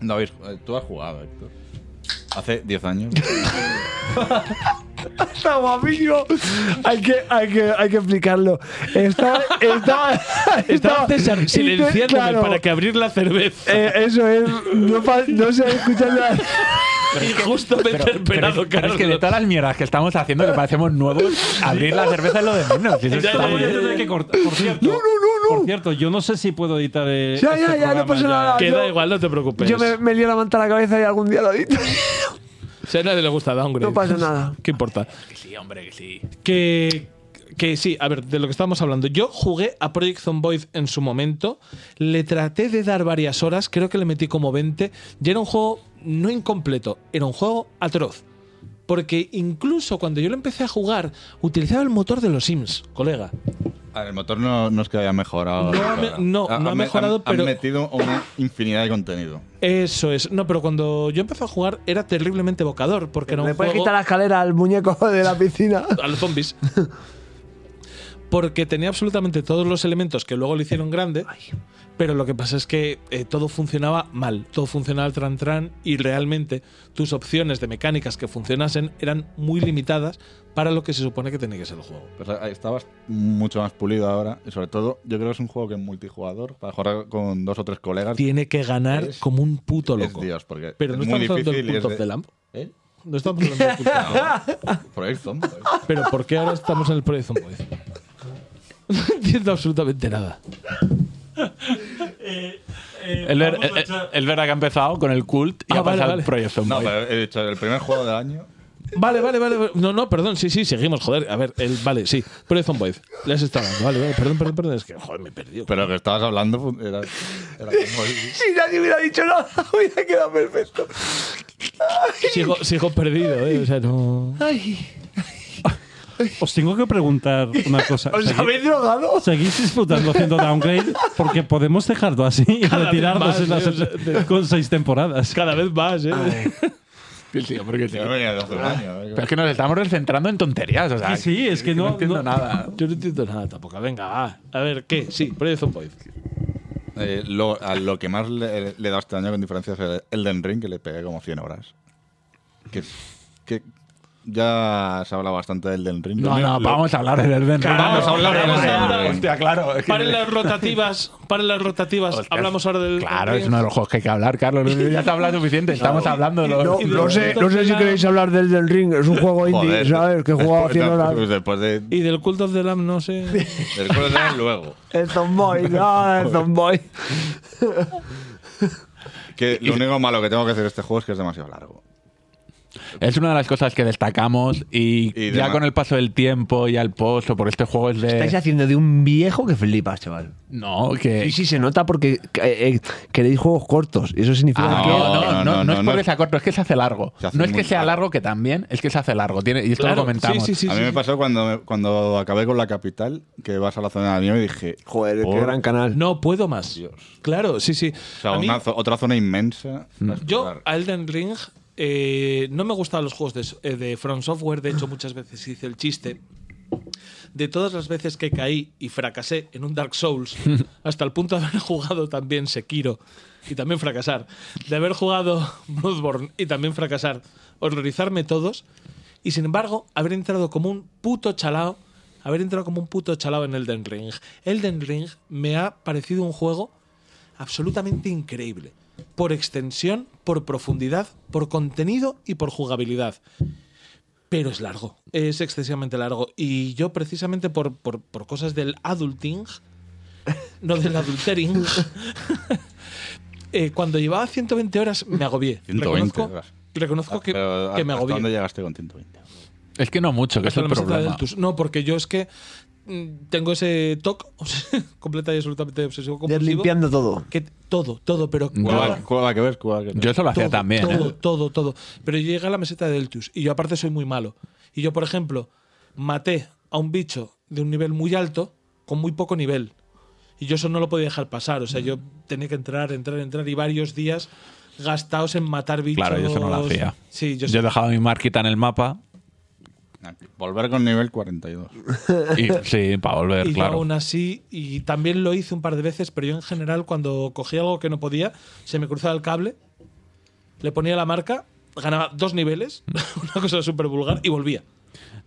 No habéis, eh, tú has jugado, Héctor. Hace 10 años. Está guapísimo. Hay que, hay que, hay que explicarlo. Estaba, estaba, Estaba César inte- silenciándome claro, para que abrir la cerveza. eh, eso es. No, pa- no se escucha [LAUGHS] nada. [LAUGHS] y justo me he interpelado, Pero es que de Carlos. todas las mierdas que estamos haciendo que parecemos nuevos, abrir la cerveza es lo de menos. Eso Ya, está ya, muy Voy a bien. tener que cortar. Por cierto, No, no, no, por no. cierto, yo no sé si puedo editar. eh, Ya, este ya, ya, no programa, pasa nada. Que yo- da igual, no te preocupes. Yo me, me lío la manta a la cabeza y algún día lo edito. Si a nadie le gusta Downgrade. No pasa nada. ¿Qué importa? Sí, hombre, que sí. Que, que sí, a ver, de lo que estábamos hablando. Yo jugué a Project Zomboid en su momento, le traté de dar varias horas, creo que le metí como 20, y era un juego no incompleto, era un juego atroz. Porque incluso cuando yo lo empecé a jugar, utilizaba el motor de los Sims, colega. A ver, el motor no, no es que haya mejorado. No ha me- no, no ha me- mejorado, han- pero- Han metido una infinidad de contenido. Eso es. No, pero cuando yo empecé a jugar era terriblemente evocador, porque era ¿Me un puedes juego... quitar la escalera al muñeco de la piscina? a los zombies. Porque tenía absolutamente todos los elementos que luego le hicieron grande. Pero lo que pasa es que eh, todo funcionaba mal. Todo funcionaba al tran tran. Y realmente tus opciones de mecánicas que funcionasen eran muy limitadas para lo que se supone que tenía que ser el juego. Pues ahí estabas mucho más pulido ahora. Y sobre todo, yo creo que es un juego que en multijugador, para jugar con dos o tres colegas, Tiene que ganar Es- como un puto es loco. Dios, porque pero no es muy estamos hablando del difícil. y Cult es of the de- Lamp. ¿Eh? No estamos hablando del [LAUGHS] Cult of the Lamp. Project Zomboid. Pero ¿por qué ahora estamos en el Project Zomboid? [LAUGHS] No entiendo absolutamente nada. Eh, El, er- ver- el- el- el verá que ha empezado con el cult y Ah, ha vale, pasado vale. el Project No, Zomboid. pero he dicho, el primer juego del año. eh, Vale, vale, vale. vale. No, no, perdón, sí, sí, seguimos, joder. A ver, el, vale, sí. Pero Zomboid, les está dando. Vale, vale, perdón, perdón, perdón. Es que, joder, me he perdido. Pero lo que estabas hablando fu- era, era como el- Si nadie hubiera dicho nada, hubiera quedado perfecto. Sigo, sigo perdido, ¿eh? O sea, no. Ay, Os tengo que preguntar una cosa. ¿os ¿Segui- habéis drogado? ¿Seguís disfrutando haciendo downgrade? Porque podemos dejarlo así y Cada vez retirarnos más, en las eh, o sea, ocho- con seis temporadas. Cada vez más, ¿eh? Sí, sí, hombre, que sí. Yo venía de hace un año. ¿eh? Pero es que nos estamos recentrando en tonterías. O sea, Que sí, es que no, no- entiendo no- nada. Yo no entiendo nada tampoco. Venga, va. A ver, ¿qué? Sí, Project Zomboid. Eh, lo, a lo que más le, le he dado este año con diferencia es el Elden Ring, que le pegué como 100 horas. Que, que ya se habla bastante del Elden Ring. No, no, Lo- vamos a hablar de Elden Ring. Vamos a hablar del Elden Ring. Hostia, claro. es que- Paren las rotativas, paren las rotativas. Hostias. Hablamos ahora del. Claro, es uno de los juegos que hay que hablar, Carlos. Ya te hablas suficiente. Estamos hablando de los. No, y de no sé, momento no sé que si la- queréis hablar del Del Ring, es un juego indie, Joder, ¿sabes? Que he jugado después- 100 horas. pues Después de. Y del Cult of the Lamb, no sé. Después de luego. El Zomboy, no, el Zomboy. Que lo único malo que tengo que hacer este juego es que es demasiado largo. Es una de las cosas que destacamos y, Y ya demás. con el paso del tiempo y al pozo, porque este juego es de... haciendo de un viejo que flipas, chaval. No, que... Y sí se nota porque eh, eh, queréis juegos cortos. Eso significa Ah, que. no, no, no, no, no, es no, porque no. sea corto, es que se hace largo. Se hace no es que muy sea largo. largo, que también, es que se hace largo. Tiene, y esto Claro, lo comentamos. Sí, sí, sí. a mí sí, me sí. pasó cuando, cuando acabé con la capital, que vas a la zona de la nieve y dije. Joder, "Oh, qué gran canal. No puedo más. Dios. Claro, sí, sí. O sea, A mí- una zo- otra zona inmensa. para Yo explorar. a Elden Ring eh, no me gustaban los juegos de, s- eh, de From Software. De hecho, muchas veces hice el chiste de todas las veces que caí y fracasé en un Dark [LAUGHS] Souls, hasta el punto de haber jugado también Sekiro y también fracasar, de haber jugado Bloodborne y también fracasar, horrorizarme todos y sin embargo haber entrado como un puto chalao haber entrado como un puto chalado en Elden Ring. Elden Ring me ha parecido un juego absolutamente increíble. Por extensión, por profundidad, por contenido y por jugabilidad. Pero es largo, es excesivamente largo. Y yo precisamente por, por- por cosas del adulting, [LAUGHS] no del adultering, [LAUGHS] eh, cuando llevaba 120 horas me agobié. 120 reconozco, horas. Ah, reconozco que, Pero, que me ¿Hasta dónde agobié. llegaste con 120? Es que no mucho, que es Hasta el la meseta del problema. Tus- No, porque yo es que mm, tengo ese toque [LAUGHS] completa y absolutamente obsesivo De ir compulsivo. limpiando todo. Que todo, todo, pero Yo- cada- ¿Cuál, cuál va que ver? ¿Cuál va que ver? Yo eso lo hacía todo, también, Todo, ¿eh? todo, todo. Pero yo llegué a la meseta de Deltius y yo aparte soy muy malo. Y yo, por ejemplo, maté a un bicho de un nivel muy alto con muy poco nivel. Y yo eso no lo podía dejar pasar. O sea, yo tenía que entrar, entrar, entrar y varios días gastados en matar bichos. Claro, yo eso no lo hacía. Sí, yo, Yo sí. dejaba mi marquita en el mapa Volver con nivel 42. y sí, para volver, Y yo claro. [LAUGHS] aún así, y también lo hice un par de veces, pero yo en general cuando cogía algo que no podía, se me cruzaba el cable, le ponía la marca, ganaba dos niveles, [LAUGHS] una cosa súper vulgar, y volvía.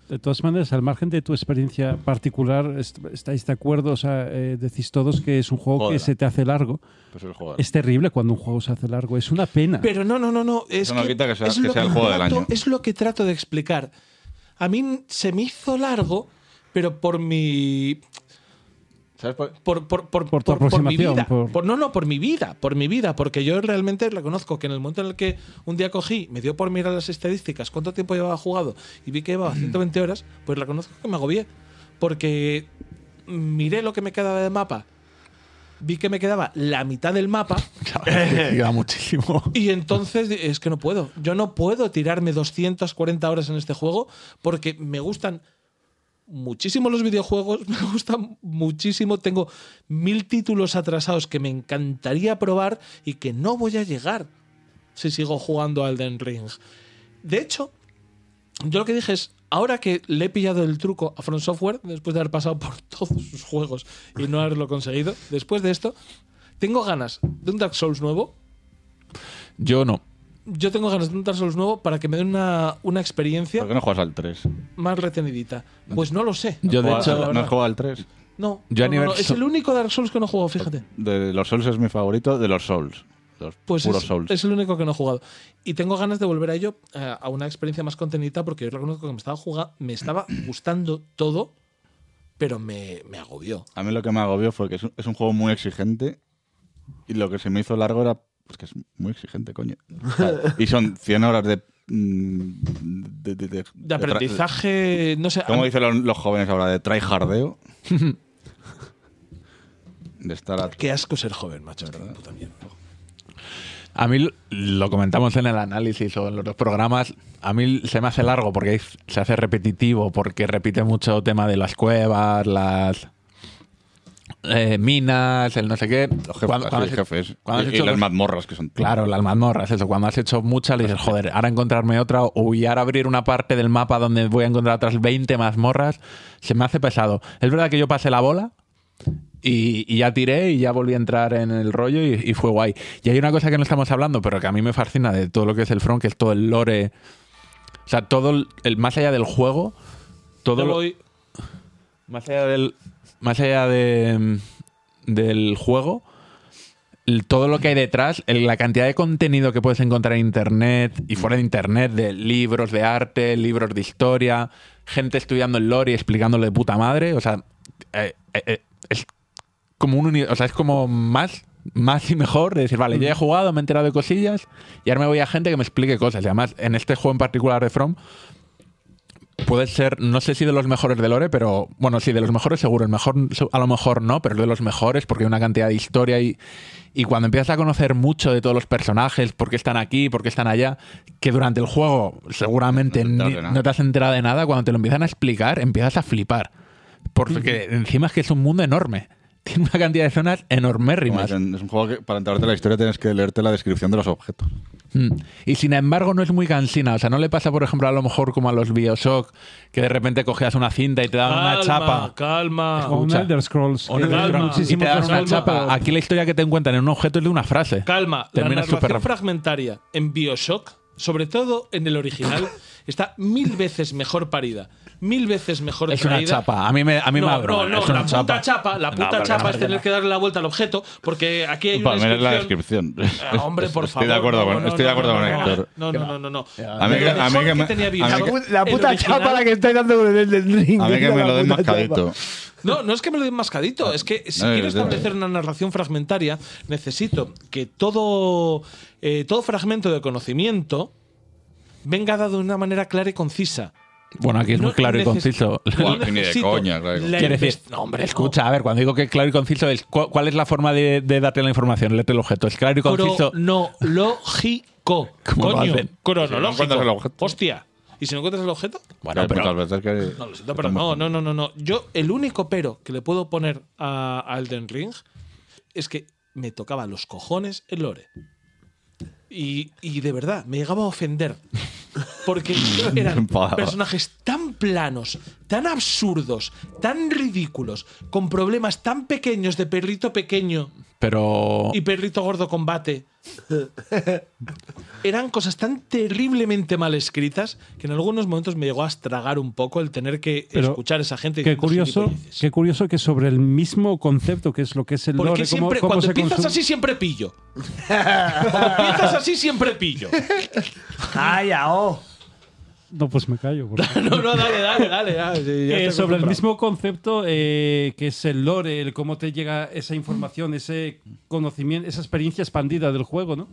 De todas maneras, al margen de tu experiencia particular, est- ¿estáis de acuerdo? O sea, eh, decís todos que es un juego Joder. que se te hace largo. Pues el juego. Es terrible cuando un juego se hace largo, es una pena. Pero no, no, no, no. Es no que quita que sea- es que lo sea el juego del trato- año. Es lo que trato de explicar. A mí se me hizo largo, pero por mi. ¿Sabes por- Por, por, por, Por tu mi aproximación, vida. por- Por- no, no, por mi vida. Por mi vida. Porque yo realmente reconozco que en el momento en el que un día cogí, me dio por mirar las estadísticas, cuánto tiempo llevaba jugado y vi que llevaba 120 horas, pues reconozco que me agobié. Porque miré lo que me quedaba de mapa, vi que me quedaba la mitad del mapa. Queda muchísimo. [LAUGHS] Y entonces di- es que no puedo. Yo no puedo tirarme 240 horas en este juego porque me gustan muchísimo los videojuegos, [LAUGHS] me gustan muchísimo. Tengo mil títulos atrasados que me encantaría probar y que no voy a llegar si sigo jugando al Den Ring. De hecho, yo lo que dije es, ahora que le he pillado el truco a From Software, después de haber pasado por [LAUGHS] todos sus juegos y no haberlo conseguido, después de esto, tengo ganas de un Dark Souls nuevo, Yo no. yo tengo ganas de un Dark Souls nuevo para que me den una, una ¿Por experiencia qué no juegas al 3? más retenidita. Pues no lo sé. Yo, de ¿No has hecho, jugado- ¿No has jugado al 3? No, Yo a no, no, no, nivel es so- el único Dark Souls que no he jugado, fíjate. De los Souls es mi favorito, de los Souls. Los Pues puros es, Souls. es el único que no he jugado. Y tengo ganas de volver a ello eh, a una experiencia más contenida porque yo reconozco que me estaba, jugando, me [CLEARS THROAT] estaba gustando todo, pero me, me agobió. A mí lo que me agobió fue que es un, es un juego muy exigente y lo que se me hizo largo era pues que es muy exigente, coño. O sea, y son 100 horas de... mm, De, de- de- De de tra- aprendizaje, no sé. ¿Cómo dicen los, los jóvenes ahora? De tryhardeo. de estar a- Qué asco ser joven, macho. es que puta mierda. A mí l- lo comentamos en el análisis o en los dos programas. A mí se me hace largo porque es- se hace repetitivo, porque repite mucho tema de las cuevas, las eh, minas, el no sé qué. los jefes, Cuando- cuando sí, has- jefes. cuando has Y- y, hecho las los- mazmorras que son... Claro, las mazmorras, eso. Cuando has hecho muchas, le dices, joder, ahora encontrarme otra, uy, ahora abrir una parte del mapa donde voy a encontrar otras 20 mazmorras, se me hace pesado. Es verdad que yo pasé la bola y, y ya tiré y ya volví a entrar en el rollo y, y fue guay. Y hay una cosa que no estamos hablando, pero que a mí me fascina de todo lo que es el front, que es todo el lore. O sea, todo el, el- más allá del juego, todo Yo lo, voy- más allá del. Más allá de, del juego. el- Todo lo que hay detrás, el- la cantidad de contenido que puedes encontrar en internet y fuera de internet, de libros de arte, libros de historia, gente estudiando el lore y explicándolo de puta madre. O sea, eh, eh, eh, es como un uni- o sea, es como más, más y mejor de decir, vale, ya he jugado, me he enterado de cosillas y ahora me voy a gente que me explique cosas. Y además, en este juego en particular de From, puede ser, no sé si de los mejores de Lore, pero bueno, sí, de los mejores seguro. El mejor, a lo mejor no, pero de los mejores porque hay una cantidad de historia y, y cuando empiezas a conocer mucho de todos los personajes, por qué están aquí, por qué están allá, que durante el juego seguramente No te ni- no te, enteras de nada. has enterado de nada, cuando te lo empiezan a explicar, empiezas a flipar. Porque encima es que es un mundo enorme. [LAUGHS] Tiene una cantidad de zonas Como enormérrimas. dicen, Es un juego que para enterarte de la historia tienes que leerte la descripción de los objetos. Mm. Y sin embargo no es muy cansina, o sea, no le pasa, por ejemplo, a lo mejor como a los Bioshock, que de repente cogías una cinta y te daban una chapa. calma. O un escucha. Elder Scrolls. O no que te da dan- y muchísimo te dan que una hacer, chapa. pero- Aquí la historia que te encuentran en un objeto es de una frase. Calma, la Termina narración súper rápido. [LAUGHS] fragmentaria en Bioshock, sobre todo en el original, está mil veces mejor parida, mil veces mejor Es una traída. chapa. A mí me, a mí no, me abruma. no, no, es una la chapa. puta chapa, la puta pero chapa no, es tener que darle la vuelta al objeto, porque aquí hay una Pues Para mí es la descripción. descripción. [LAUGHS] Ah, hombre, por estoy De favor, acuerdo no, con, no, estoy no, de acuerdo no, con no, Héctor. No, no, no, no. no. A mí que- Lo a mí mejor que me- tenía a mí Bilbao- que- pu- la el puta original- chapa la que estáis dando con el del ring. A mí que me lo den den mascadito. No, no es que me lo den mascadito, es que si Ah, No, quiero es verdad. establecer una narración fragmentaria, necesito que todo, eh, todo fragmento de conocimiento venga dado de una manera clara y concisa. Bueno, aquí es muy No claro y neces- conciso. [LAUGHS] no Buah, que ni de necesito coña, claro. la Quiere decir, invest- no, hombre, no. escucha, a ver, cuando digo que claro y conciso es, ¿cu- ¿cuál es la forma de, de darte la información? Léete el objeto. Es claro y conciso. Cronológico. ¿Cómo lo Coño, hacen? Si no cronológico. encuentras el objeto. Hostia. ¿Y si no encuentras el objeto? Bueno, Hay pero muchas veces que- No, lo siento, pero no, no, no, no, no. Yo, el único pero que le puedo poner a a Elden Ring es que me tocaba los cojones el lore. Y, y de verdad, me llegaba a ofender. Porque eran Enfadaba. personajes tan planos, tan absurdos, tan ridículos, con problemas tan pequeños de perrito pequeño pero y Perrito Gordo [LAUGHS] Combate. Eran cosas tan terriblemente mal escritas que en algunos momentos me llegó a estragar un poco el tener que Pero, escuchar a esa gente. Qué diciendo curioso, gilipolleces. qué curioso que sobre el mismo concepto que es lo que es el Porque lore, cómo- siempre, cómo cuando se empiezas consume- así, siempre [LAUGHS] pillo. Cuando empiezas así, siempre pillo. Calla, oh. No, pues me [LAUGHS] callo. porque- No, no, dale, dale, dale. dale, sí, ya estoy Eh, sobre el acostumbrado. mismo concepto eh, que es el lore, el cómo te llega esa información, ese conocimiento, esa experiencia expandida del juego, ¿no?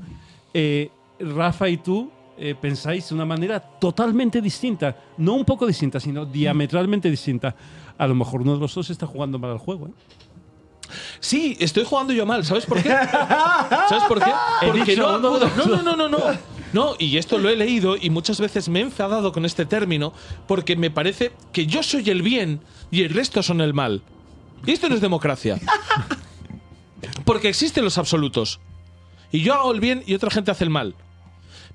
Eh, Rafa y tú eh, pensáis de una manera totalmente distinta, no un poco distinta, sino diametralmente distinta. A lo mejor uno de los dos está jugando mal al juego. ¿eh? Sí, estoy jugando yo mal, ¿sabes por qué? ¿Sabes por qué? [LAUGHS] He Porque dicho no uno, acudo. No, dos. no, no, no, no. No, y esto lo he leído y muchas veces me he enfadado con este término porque me parece que yo soy el bien y el resto son el mal. Y esto no es democracia. Porque existen los absolutos. Y yo hago el bien y otra gente hace el mal.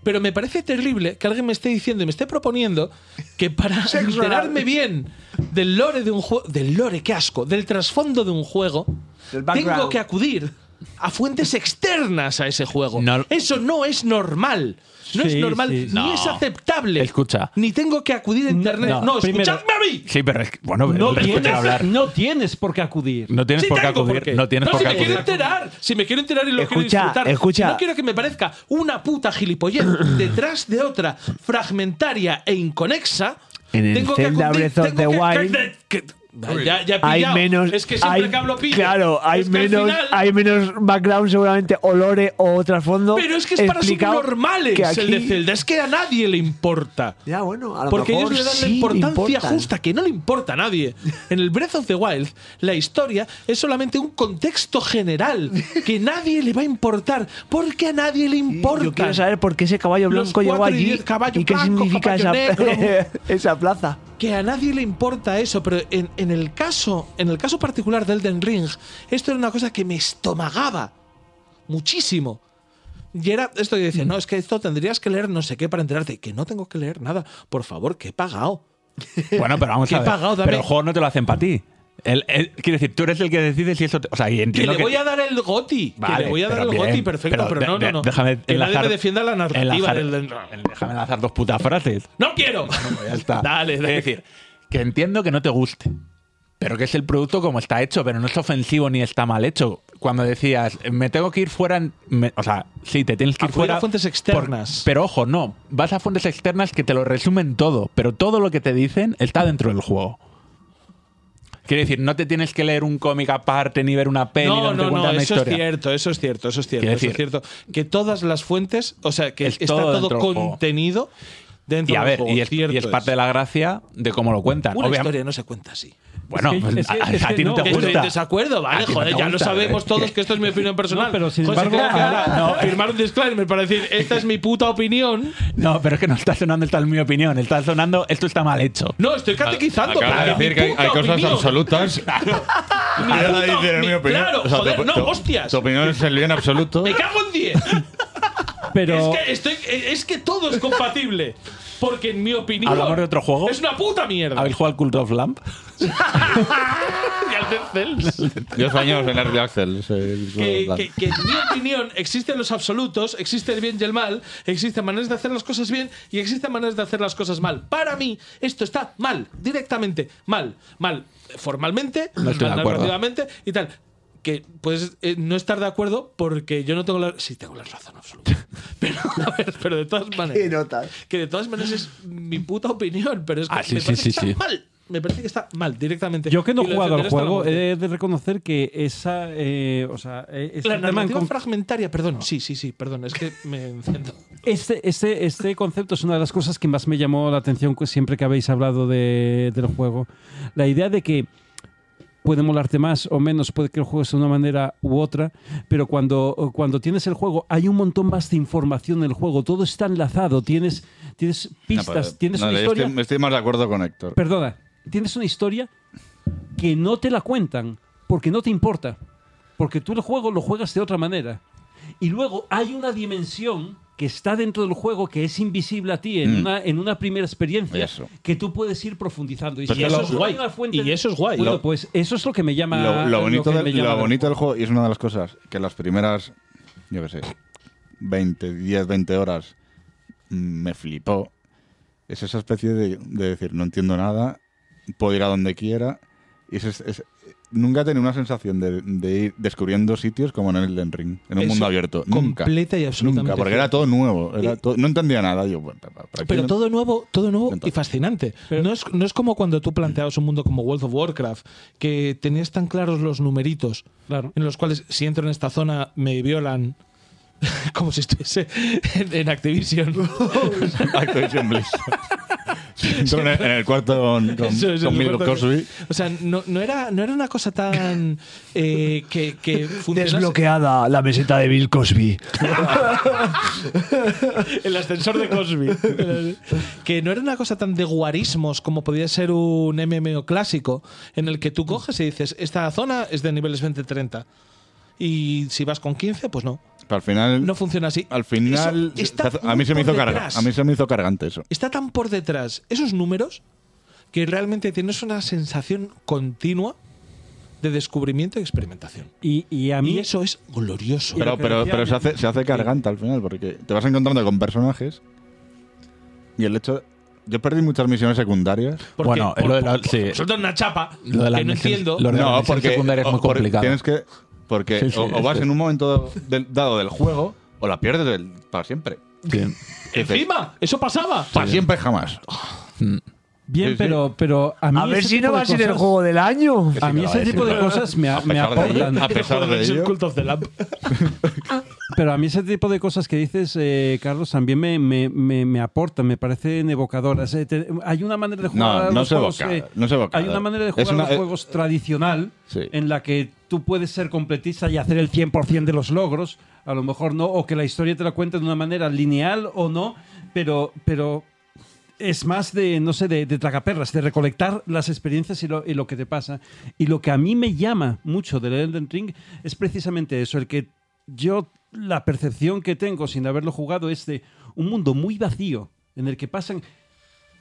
Pero me parece terrible que alguien me esté diciendo y me esté proponiendo que [LAUGHS] para enterarme bien del lore de un juego, del lore, qué asco, del trasfondo de un juego, Del background. tengo que acudir a fuentes externas a ese juego. No- Eso no es normal. No es Sí, normal, sí, sí. ni No. es aceptable. Escucha. Ni tengo que acudir a internet. No, no, primero- escuchadme a mí. sí, pero es que- bueno, el resto quiere hablar. no tienes por qué acudir. No tienes Sí por qué tengo acudir, no tienes por si qué me quiero acudir. enterar, si me quiero enterar y lo quiero Escucha, disfrutar, escucha. no quiero que me parezca una puta [CLEARS THROAT] gilipollez detrás de otra, fragmentaria e inconexa. En el tengo que Zelda acudir- Breath of tengo the que- Wild, que- que- ya, ya he Hay pillado. menos. es que siempre hay- que hablo pillo. Claro, hay Es que al menos, final- hay menos background, seguramente, olore o trasfondo. pero es que es para explicado subnormales que aquí- el de Zelda. Es que a nadie le importa. Ya, bueno, a lo Porque ellos mejor le dan sí la le importancia importan. justa, que no le importa a nadie. En el Breath of the Wild, la historia es solamente un contexto general que nadie le va a importar, porque a nadie le importa. Yo quiero saber por qué ese caballo Los blanco llegó cuatro y allí diez caballo y qué blanco, significa esa, caballo negro. [LAUGHS] esa plaza. que a nadie le importa eso, pero en, en el caso, en el caso particular del Elden Ring, esto era una cosa que me estomagaba muchísimo. Y era esto que Mm. decía, no, es que esto tendrías que leer no sé qué para enterarte, que no tengo que leer nada, por favor, que he pagado. Bueno, pero vamos Que he a ver. pagado, dame- pero el juego no te lo hacen para ti. El, el- quiero decir, tú eres el que decide si eso. te- o sea, y Que entiendo le voy a dar el goti. que Vale, le voy a dar pero el bien, goti, perfecto, pero, de- no, no, de- no. Déjame que nadie enlazar- me defienda la narrativa enlazar- del Elden Ring. Déjame enlazar dos putas frases. ¡No quiero! Ya está. Dale, dale. Es decir, que entiendo que no te guste, pero que es el producto como está hecho, pero no es ofensivo ni está mal hecho. Cuando decías, me tengo que ir fuera, me- o sea, sí, te tienes que ir Acudir fuera. a fuentes por- externas. pero ojo, no, vas a fuentes externas que te lo resumen todo, pero todo lo que te dicen está dentro del juego. Quiero decir, no te tienes que leer un cómic aparte ni ver una peli No, donde te no, no, eso cuentan una es historia. cierto, eso es cierto, eso es cierto, Quiero eso es decir- cierto. Que todas las fuentes, o sea, que Es está todo todo, dentro del juego. contenido dentro Y a del ver, juego. y es, y cierto es parte de la gracia de cómo lo cuentan. Una Obviamente- historia no se cuenta así. Bueno, Es que- pues, es que- a, es a que ti no no, te Que estoy en gusta. desacuerdo, A ¿vale? ti no Joder, te ya lo gusta, sabemos ¿eh? todos que esto es mi opinión personal. No, pero sin Joder, embargo- tengo que hablar, No, eh. [LAUGHS] firmar un disclaimer para decir, esta es mi puta opinión. No, pero es que no está sonando esta es mi opinión, está sonando esto está mal hecho. No, estoy catequizando. Acabas para de decir que hay, hay cosas absolutas. [LAUGHS] Mi Ahora puta- dices, mi- mi opinión. Claro, O sea, joder, tu- no, tu- hostias. Tu opinión es el bien absoluto. [LAUGHS] Me cago en 10. Pero Es que, estoy, es que todo es compatible. Porque en mi opinión. ¿Hablamos de otro juego? Es una puta mierda. ¿Habéis jugado al Cult of Lamp? [LAUGHS] Y al Yo español en Art de Axel. soy el- que, la- que- que en mi opinión existen los absolutos, existe el bien y el mal, existen maneras de hacer las cosas bien y existen maneras de hacer las cosas mal. Para mí, esto está mal, directamente, mal, mal, formalmente, mal estoy de acuerdo. narrativamente y tal. Que puedes eh, no estar de acuerdo porque yo no tengo la. Sí, tengo la razón absoluta. [LAUGHS] Pero, a ver, pero de todas maneras. Qué notas. Que de todas maneras es mi puta opinión, pero es que Ah, sí, me sí, parece sí, que sí. está mal. Me parece que está mal, directamente. Yo que no Y he lo jugado al defenderé hasta la juego, muerte. he de reconocer que esa. eh, o sea, eh, este La tema en narrativa conc- fragmentaria, perdón. Sí, sí, sí, perdón, es que me enciendo. Este, este, este concepto es una de las cosas que más me llamó la atención cu- siempre que habéis hablado de- del juego. La idea de que puede molarte más o menos, puede que el juego sea de una manera u otra, pero cuando, cuando tienes el juego hay un montón más de información en el juego, todo está enlazado, tienes, tienes No, pistas, pero- tienes no, una yo historia... Estoy, estoy más de acuerdo con Héctor. Perdona, tienes una historia que no te la cuentan porque no te importa. Porque tú el juego lo juegas de otra manera. Y luego hay una dimensión que está dentro del juego que es invisible a ti en, Mm. una, en una primera experiencia Eso. que tú puedes ir profundizando. Y Pero si eso no es hay guay. una fuente Y de- eso es guay. Bueno, Lo- pues eso es lo que me llama. Lo, lo lo bonito, que del- me llama lo del bonito del juego, y es una de las cosas, que las primeras, yo qué sé, 20, 10, 20 horas mm, me flipó. Es esa especie de, de decir, no entiendo nada, puedo ir a donde quiera. Y es, es- es- nunca he tenido una sensación de, de ir descubriendo sitios como en el Den Ring, en un Eso, mundo abierto. [LAUGHS] Nunca. Completa y absolutamente. Nunca, porque era todo nuevo. era Y- todo- no entendía nada. Yo, bueno, ¿para qué Pero no- todo nuevo, todo nuevo y Entonces- fascinante. No es, no es como cuando tú planteabas un mundo como World of Warcraft, que tenías tan claros los numeritos Claro. en los cuales si entro en esta zona me violan [LAUGHS] como si estuviese en, en Activision. [LAUGHS] [LAUGHS] Activision Blizzard. [LAUGHS] Entró en, el- en el cuarto con, con, Eso es, con el Bill recuerdo. Cosby. O sea, no, no era, no era una cosa tan eh, que, [LAUGHS] que funcionase. Desbloqueada la meseta de Bill Cosby. El ascensor de Cosby. que no era una cosa tan de guarismos como podía ser un MMO clásico, en el que tú coges y dices, esta zona es de niveles 20-30. Y si vas con 15, pues no. Pero al final, No funciona así. al final Eso está se hace- a mí se muy me hizo por carga, detrás. a mí se me hizo cargante eso. Está tan por detrás esos números que realmente tienes una sensación continua de descubrimiento y experimentación. Y, y a mí Y eso es glorioso. Pero, pero, pero se hace, se hace cargante al final, porque te vas encontrando con personajes y el hecho. Yo perdí muchas misiones secundarias. Porque- Bueno, lo de la- por- sí. por- suelta una chapa Lo de la que no misión- entiendo. lo de la misión secundaria es o- muy porque complicado. Tienes que. Porque Sí, sí, o, o vas sí. en un momento del- dado del juego o la pierdes del- para siempre. Sí. Encima, eso pasaba. Para siempre jamás. Bien, Sí, sí. pero, pero a mí. A ver ese si tipo no va de a ser el cosas- juego del año. A mí Sí, ese sí, tipo de sí. cosas me, [LAUGHS] a- A me pesar de ello, aportan. a pesar de Es el ello, Cult of the Lamp. Pero a mí ese tipo de cosas que dices, eh, Carlos, también me, me, me, me aportan, me parecen evocadoras. Eh, te- hay una manera de jugar No, a no los se juegos, evocador, eh, no se evocador. Hay una manera de Es jugar a una- e- los juegos tradicional Sí. en la que tú puedes ser completista y hacer el 100% de los logros, a lo mejor no, o que la historia te la cuente de una manera lineal o no, pero... pero es más de, no sé, de, de tragaperras, de recolectar las experiencias y lo, y lo que te pasa. Y lo que a mí me llama mucho del Elden Ring es precisamente eso, el que yo, la percepción que tengo sin haberlo jugado es de un mundo muy vacío, en el que pasan,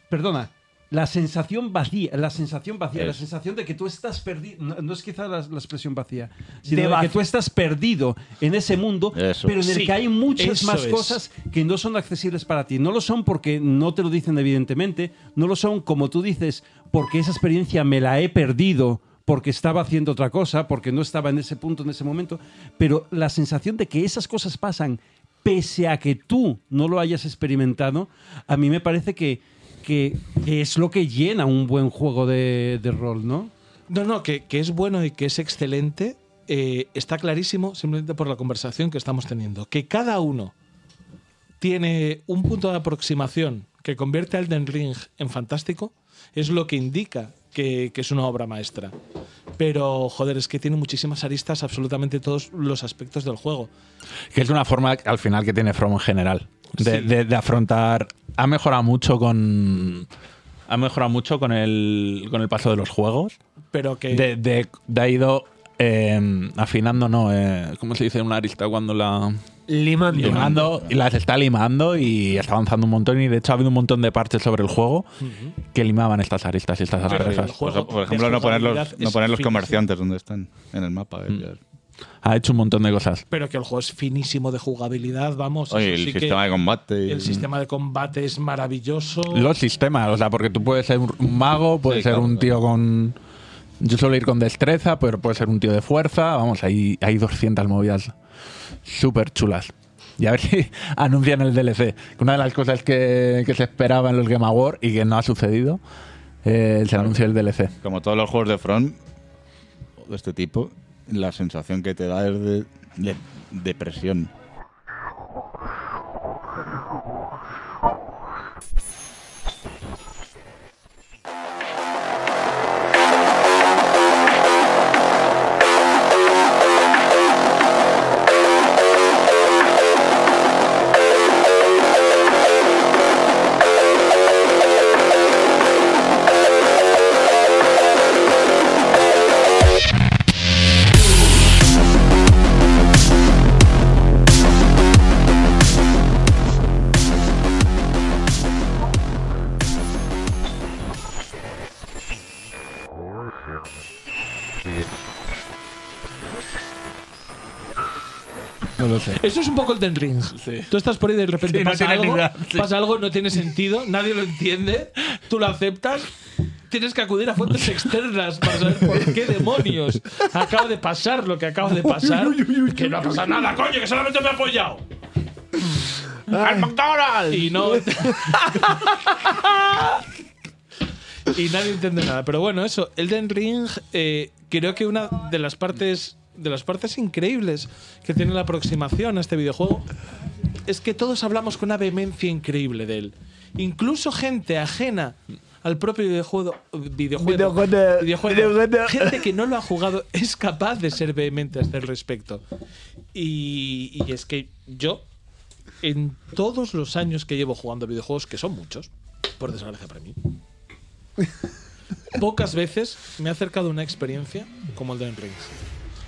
perdona, la sensación vacía, la sensación vacía, la Es. sensación de que tú estás perdido, no, no es quizá la, la expresión vacía, sino De de, vac- que tú estás perdido en ese mundo, Eso. pero en el Sí, que hay muchas eso más es. cosas que no son accesibles para ti. No lo son porque no te lo dicen evidentemente, no lo son como tú dices porque esa experiencia me la he perdido porque estaba haciendo otra cosa, porque no estaba en ese punto en ese momento, pero la sensación de que esas cosas pasan pese a que tú no lo hayas experimentado, a mí me parece que, que, que es lo que llena un buen juego de, de rol, ¿no? [LAUGHS] No, no, que, que es bueno y que es excelente. eh, está clarísimo, simplemente por la conversación que estamos teniendo, que cada uno tiene un punto de aproximación que convierte a Elden Ring en fantástico, es lo que indica que, que es una obra maestra. Pero, joder, es que tiene muchísimas aristas absolutamente todos los aspectos del juego. Que es una forma al final que tiene From en general de, de- de afrontar. Ha mejorado mucho con. Ha mejorado mucho con el, con el paso de los juegos. Pero que... De, de- de ha ido eh, afinando, no. eh, ¿Cómo se dice una arista cuando la. Limando. Limando, y las está limando y está avanzando un montón. Y de hecho, ha habido un montón de partes sobre el juego que limaban estas aristas y estas Pero el asperezas. juego pues, Por, por de ejemplo, no poner los, jugabilidad no es Mm. poner los finísimo. comerciantes donde están en el mapa. eh, ya. Ha hecho un montón de cosas. Pero que el juego es finísimo de jugabilidad, vamos. eso Oye, el sí que- sistema de combate. y- el sistema de combate es maravilloso. Los sistemas, o sea, porque tú puedes ser un mago, puedes Sí, ser claro, un claro. tío con. Yo suelo ir con destreza, pero puede ser un tío de fuerza. Vamos, hay, hay 200 movidas súper chulas. Y a ver [LAUGHS] si anuncian el DLC. que Una de las cosas que, que se esperaba en los Game Awards y que no ha sucedido eh, es el anuncio del DLC. Como todos los juegos de Front, o de este tipo, la sensación que te da es de, de [LAUGHS] depresión. No lo sé. Eso es un poco el Den Ring. Tú estás por ahí de repente Sí, no pasa, tiene algo, ni idea, sí. pasa algo, no tiene sentido, nadie lo entiende, tú lo aceptas. Tienes que acudir a fuentes externas para saber por qué demonios acaba de pasar lo que acaba [LAUGHS] de pasar. que no ha pasado nada, coño, que solamente me he apoyado. ¡Al McDonald's! Y [LAUGHS] no. y nadie entiende nada. Pero bueno, eso, Elden Ring, eh, creo que una de las partes de las partes increíbles que tiene la aproximación a este videojuego es que todos hablamos con una vehemencia increíble de él. Incluso gente ajena al propio videojuego, videojuego, Videojuego. videojuego, Videojuego. gente que no lo ha jugado es capaz de ser vehemente hasta el respecto. Y, y es que yo, en todos los años que llevo jugando a videojuegos, que son muchos, por desgracia para mí, pocas veces me ha acercado una experiencia como el de Rings.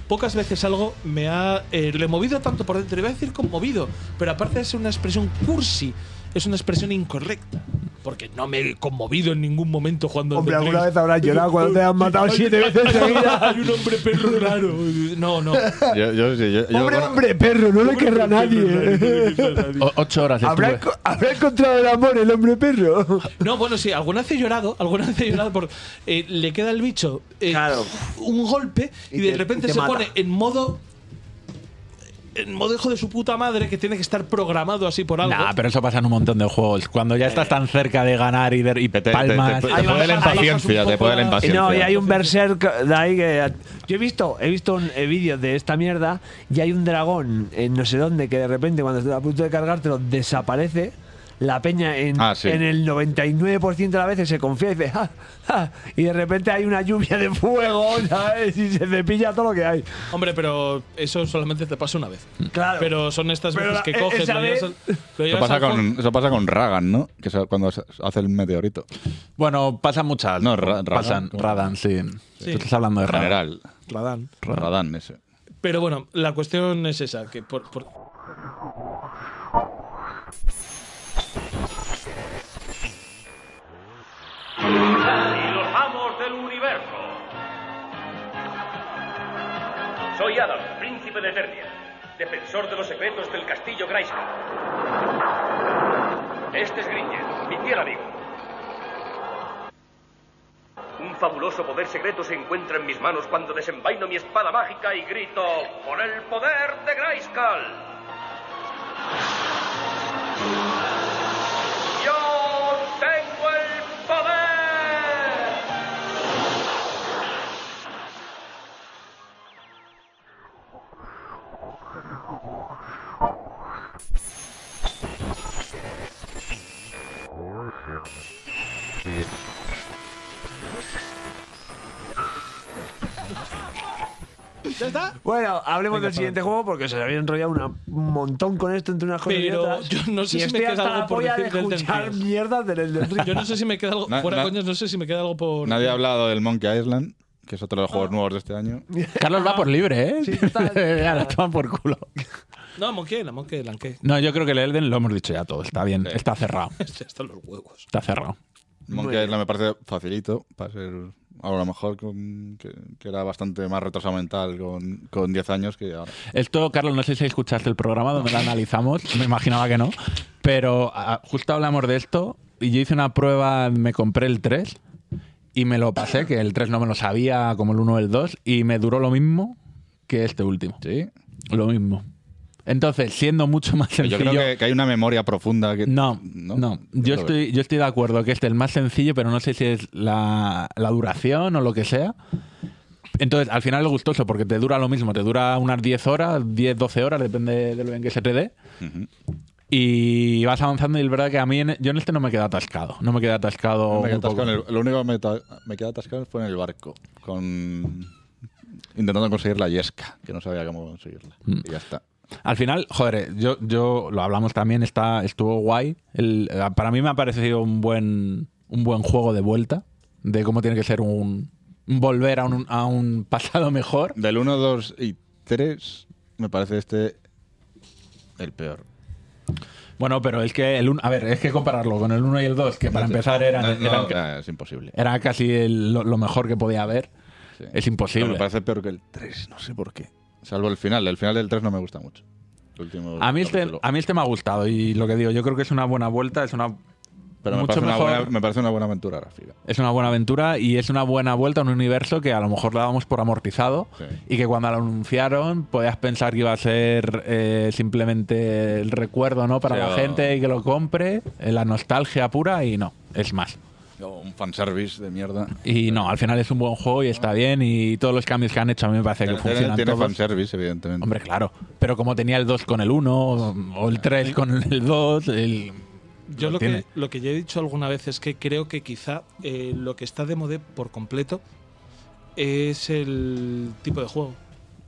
Pocas veces algo me ha eh, removido tanto por dentro. Iba a decir conmovido, pero aparte de ser una expresión cursi, es una expresión incorrecta. Porque no me he conmovido en ningún momento jugando Hombre, Elden alguna Ring. vez habrás llorado cuando te han matado siete veces seguidas. [LAUGHS] Hay un hombre perro raro. No, no. Yo, yo, sí, yo- yo Hombre, con- hombre, perro, no le querrá nadie. O- ocho horas ¿Habrá, estuve. enco- habrá encontrado el amor el hombre perro? No, bueno, sí, alguna vez he llorado, alguna vez he llorado por eh, le queda al bicho eh, Claro. un golpe y, Y de te- repente y te se mata. pone en modo en modo hijo de su puta madre que tiene que estar programado así por algo. Nah, pero eso pasa en un montón de juegos. Cuando ya estás tan cerca de ganar y, de, y Te, te- te- palmas. te- te Ahí puede la bajas- ahí bajas impaciencia, un te poco puede la la- Y impaciencia. No, y hay un berserk de ahí que- Yo he visto, he visto un- eh, vídeos de esta mierda y hay un dragón en no sé dónde que de repente cuando estás a punto de cargártelo desaparece. La peña en, Ah, sí. en el 99% de las veces se confía y dice, "Ja, ja", y de repente hay una lluvia de fuego, ¿sabes? Y se cepilla todo lo que hay. Hombre, pero eso solamente te pasa una vez. Claro. Pero son estas Pero veces que e- coges, esa lo llevas, vez- al, lo Eso llevas pasa, al fondo. con, eso pasa con Ragan, ¿no? Que es cuando se- hace el meteorito. Bueno, pasan muchas. No, Ra- Radan, pasan. ¿cómo? Radan, sí. Sí. Tú estás hablando de En Radan. general. Radán. Radan, ese. Pero bueno, la cuestión es esa, que por, por- y los amos del universo. Soy Adam, príncipe de Eternia, defensor de los secretos del castillo Grayskull. Este es Gringer, mi fiel amigo. Un fabuloso poder secreto se encuentra en mis manos cuando desenvaino mi espada mágica y grito por el poder de Grayskull. Yo tengo el poder. Bueno, hablemos del siguiente juego porque se había enrollado una- un montón con esto entre unas cosas Pero y otras. yo no sé si Y me estoy queda hasta algo la por polla decir de del Elden escuchar Ring. mierdas del Elden Ring. yo no sé si me queda algo Na- fuera na- coñas, no sé si me queda algo por Nadie ha hablado del Monkey Island. que es otro de los Ah. juegos nuevos de este [LAUGHS] año. Carlos va por libre, [LAUGHS] ¿eh? Sí, está- ya la toman por culo. No, Monkey, la Monkey, la Monkey. No, yo creo que el Elden lo hemos dicho ya todo. Está bien, Sí. está cerrado. Están los huevos. Está cerrado. Monkey Island me parece facilito para ser a lo mejor con- que, que era bastante más retrasado mental con, con 10 años que ahora. Esto, Carlos, no sé si escuchaste el programa donde lo analizamos, me imaginaba que no, pero ah, justo hablamos de esto y yo hice una prueba, me compré el 3 y me lo pasé, que el 3 no me lo sabía como el 1 o el 2 y me duró lo mismo que este último. Sí. Lo mismo. Entonces, siendo mucho más Yo sencillo... creo que, que hay una memoria profunda que No, no. Yo, lo estoy, yo estoy de acuerdo que este es el más sencillo, pero no sé si es la, la duración o lo que sea. Entonces, al final es gustoso porque te dura lo mismo, te dura unas 10 horas, 10, 12 horas, depende de lo bien que se te dé. veo. Ujú. Y vas avanzando y es verdad que a mí, en- yo en este no me quedo atascado. No me quedo atascado. Me muy quedé Oh, poco. atascado en el- lo único que me, ta- me quedé atascado fue en el barco, con intentando conseguir la yesca, que no sabía cómo conseguirla. Mm. Y ya está. Al final, joder, eh, yo, yo lo hablamos también, está, estuvo guay. El- eh, para mí me ha parecido un buen, un buen juego de vuelta, de cómo tiene que ser un, un volver a un, a un [LAUGHS] pasado mejor. Del 1, 2 y 3 me parece este el peor. Bueno, pero es que el 1, a ver, es que compararlo con el 1 y el 2, que para empezar eran, No, eran- no, ah, es imposible. era casi el- lo, lo mejor que podía haber, Sí. es Pero imposible. me parece peor que el 3, no sé por qué. Salvo el final, el final del 3 no me gusta mucho. El último A mí, este, capítulo. a mí este me ha gustado y lo que digo, yo creo que es una buena vuelta, es una Pero me mucho parece, una mejor. buena, me parece una buena aventura gráfica. Es una buena aventura y es una buena vuelta a un universo que a lo mejor le dábamos por amortizado Sí. y que cuando lo anunciaron podías pensar que iba a ser eh, simplemente el recuerdo no para Sí, la o- gente y que lo compre, eh, la nostalgia pura y no, es más. Un fanservice de mierda. Y no, al final es un buen juego y está bien y todos los cambios que han hecho a mí me parece que Tiene- funcionan tiene todos. fanservice, evidentemente. Hombre, claro, pero como tenía el 2 con el 1 o- o el 3 con el 2, el... Yo Lo lo tiene. que, lo que ya he dicho alguna vez es que creo que quizá eh, lo que está de moda por completo es el tipo de juego.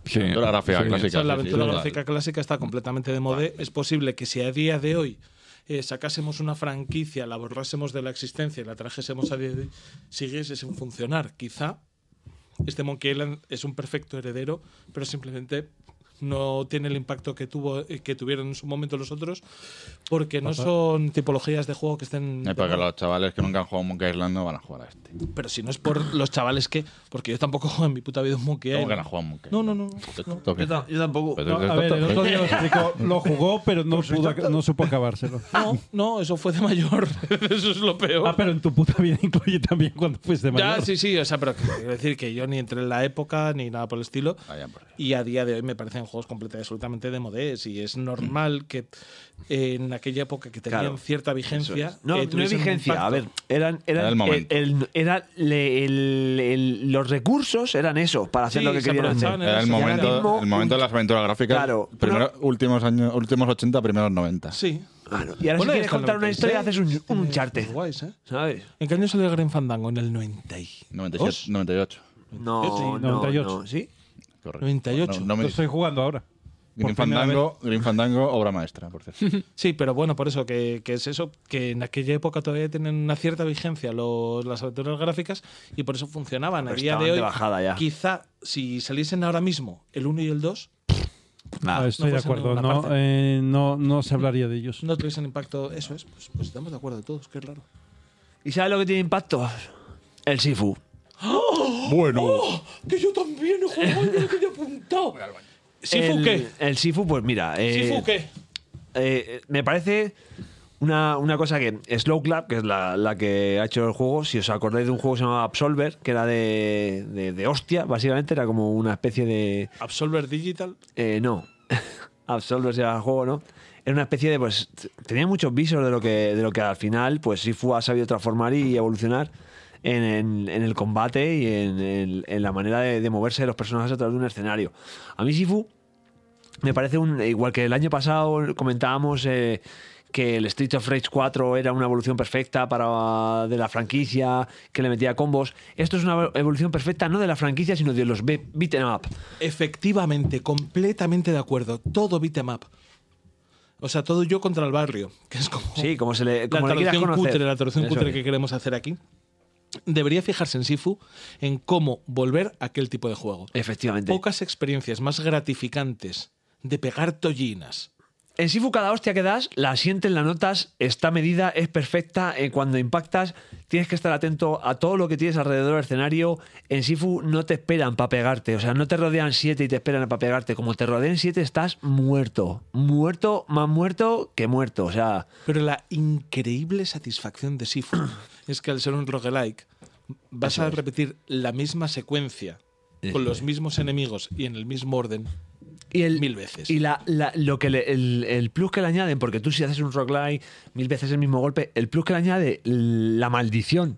Sí, Aventura gráfica sí. O clásica. sea, la sí, sí, aventura total. gráfica clásica está completamente de moda. Es posible que si a día de hoy eh, sacásemos una franquicia, la borrásemos de la existencia y la trajésemos a día de hoy, siguiese sin funcionar. Quizá este Monkey Island es un perfecto heredero, pero simplemente no tiene el impacto que tuvo eh, que tuvieron en su momento los otros porque no son tipologías de juego que estén Eh, de porque moda. los chavales que nunca han jugado a Monkey Island no van a jugar a este. pero si no es por los chavales que porque yo tampoco juego en mi puta vida un Monkey ¿Cómo que Island no han jugado a Monkey no no no, no. Toque. Yo, tam- yo tampoco. Pero No, tú eres a ver, el tonto. otro día lo explicó, lo jugó, pero no, pudo, ac- no supo acabárselo. No, no, eso fue de mayor. [LAUGHS] Eso es lo peor. Ah, pero en tu puta vida [LAUGHS] incluye también cuando fuiste mayor. Ya, sí, sí, o sea, pero que- quiero decir que yo ni entré en la época ni nada por el estilo. Vayan por ahí. Y a día de hoy me parecen juegos completamente absolutamente de modés. Y es normal que eh, en aquella época que tenían Claro, cierta vigencia. No, eh, no es tuviesen un vigencia. A impacto. ver, eran, eran Era el momento. el- era le- el- el- los recursos eran esos para hacer Sí, lo que se querían aprovechaban hacer. en Era el eso. Y ahora momento, mismo, el momento un- de las aventuras ggráficas. Claro, pero- Primero- últimos, años, últimos 80, primeros 90. Sí. Ah, Y ahora Bueno, si quieres hasta el contar una historia 96, haces un, un tiene Uncharted, cosas guays, ¿eh? ¿sabes? ¿En qué año salió Gran Fandango? En el 90 y- 97, 98. No, Sí, no, 98. no, ¿sí? Correcto. 98. No, no me Lo dices. estoy jugando ahora. Green, por primera Fandango, Green Fandango, obra maestra, por cierto. [LAUGHS] Sí, pero bueno, por eso, que, que es eso, que en aquella época todavía tienen una cierta vigencia los, las aventuras gráficas y por eso funcionaban. Pero a día estaban de hoy, de bajada ya. quizá si saliesen ahora mismo el 1 y el 2, Nada. Ah, estoy no de fuese acuerdo. ninguna No, parte. eh, no, no se hablaría de ellos. no tuviesen impacto. Eso es, pues, pues estamos de acuerdo todos, qué raro. ¿Y sabes lo que tiene impacto? El Sifu. ¡Oh! Que yo también he jugado, yo que he apuntado. ¿Sifu el, qué? El Sifu, pues mira. eh, ¿Sifu qué? eh, me parece una, una cosa que Slow Clap, que es la, la que ha hecho el juego, si os acordáis de un juego que se llamaba Absolver, que era de, de, de hostia, básicamente era como una especie de... Absolver Digital. eh, no, [LAUGHS] Absolver se llama el juego, ¿no? Era una especie de, pues, t- tenía muchos visos de lo que, de lo que al final, pues Sifu ha sabido transformar y evolucionar en, en- en el combate y en, en- en la manera de, de moverse de los personajes a través de un escenario. A mí Sifu me parece un. Igual que el año pasado comentábamos eh, que el Street of Rage 4 era una evolución perfecta para de la franquicia, que le metía combos. Esto es una evolución perfecta no de la franquicia, sino de los be- beat'em up. Efectivamente, completamente de acuerdo. Todo beat'em up. O sea, todo yo contra el barrio, que es como. Sí, como se le, la como le quieras traducción conocer. cutre, la traducción Eso cutre es. que queremos hacer aquí. debería fijarse en Sifu en cómo volver a aquel tipo de juego. Efectivamente. Pocas experiencias más gratificantes de pegar tollinas. En Sifu cada hostia que das, la sientes, la notas, está medida, es perfecta. eh, cuando impactas, tienes que estar atento a todo lo que tienes alrededor del escenario. En Sifu no te esperan para pegarte. O sea, no te rodean siete y te esperan para pegarte. Como te rodeen siete, estás muerto. Muerto, más muerto que muerto. O sea, Pero la increíble satisfacción de [COUGHS] Sifu es que al ser un roguelike vas a repetir la misma secuencia con los mismos enemigos y en el mismo orden [LAUGHS] Y el- mil veces. Y la, la- lo que le- el, el plus que le añaden, porque tú si haces un roguelike mil veces el mismo golpe, el plus que le añade la maldición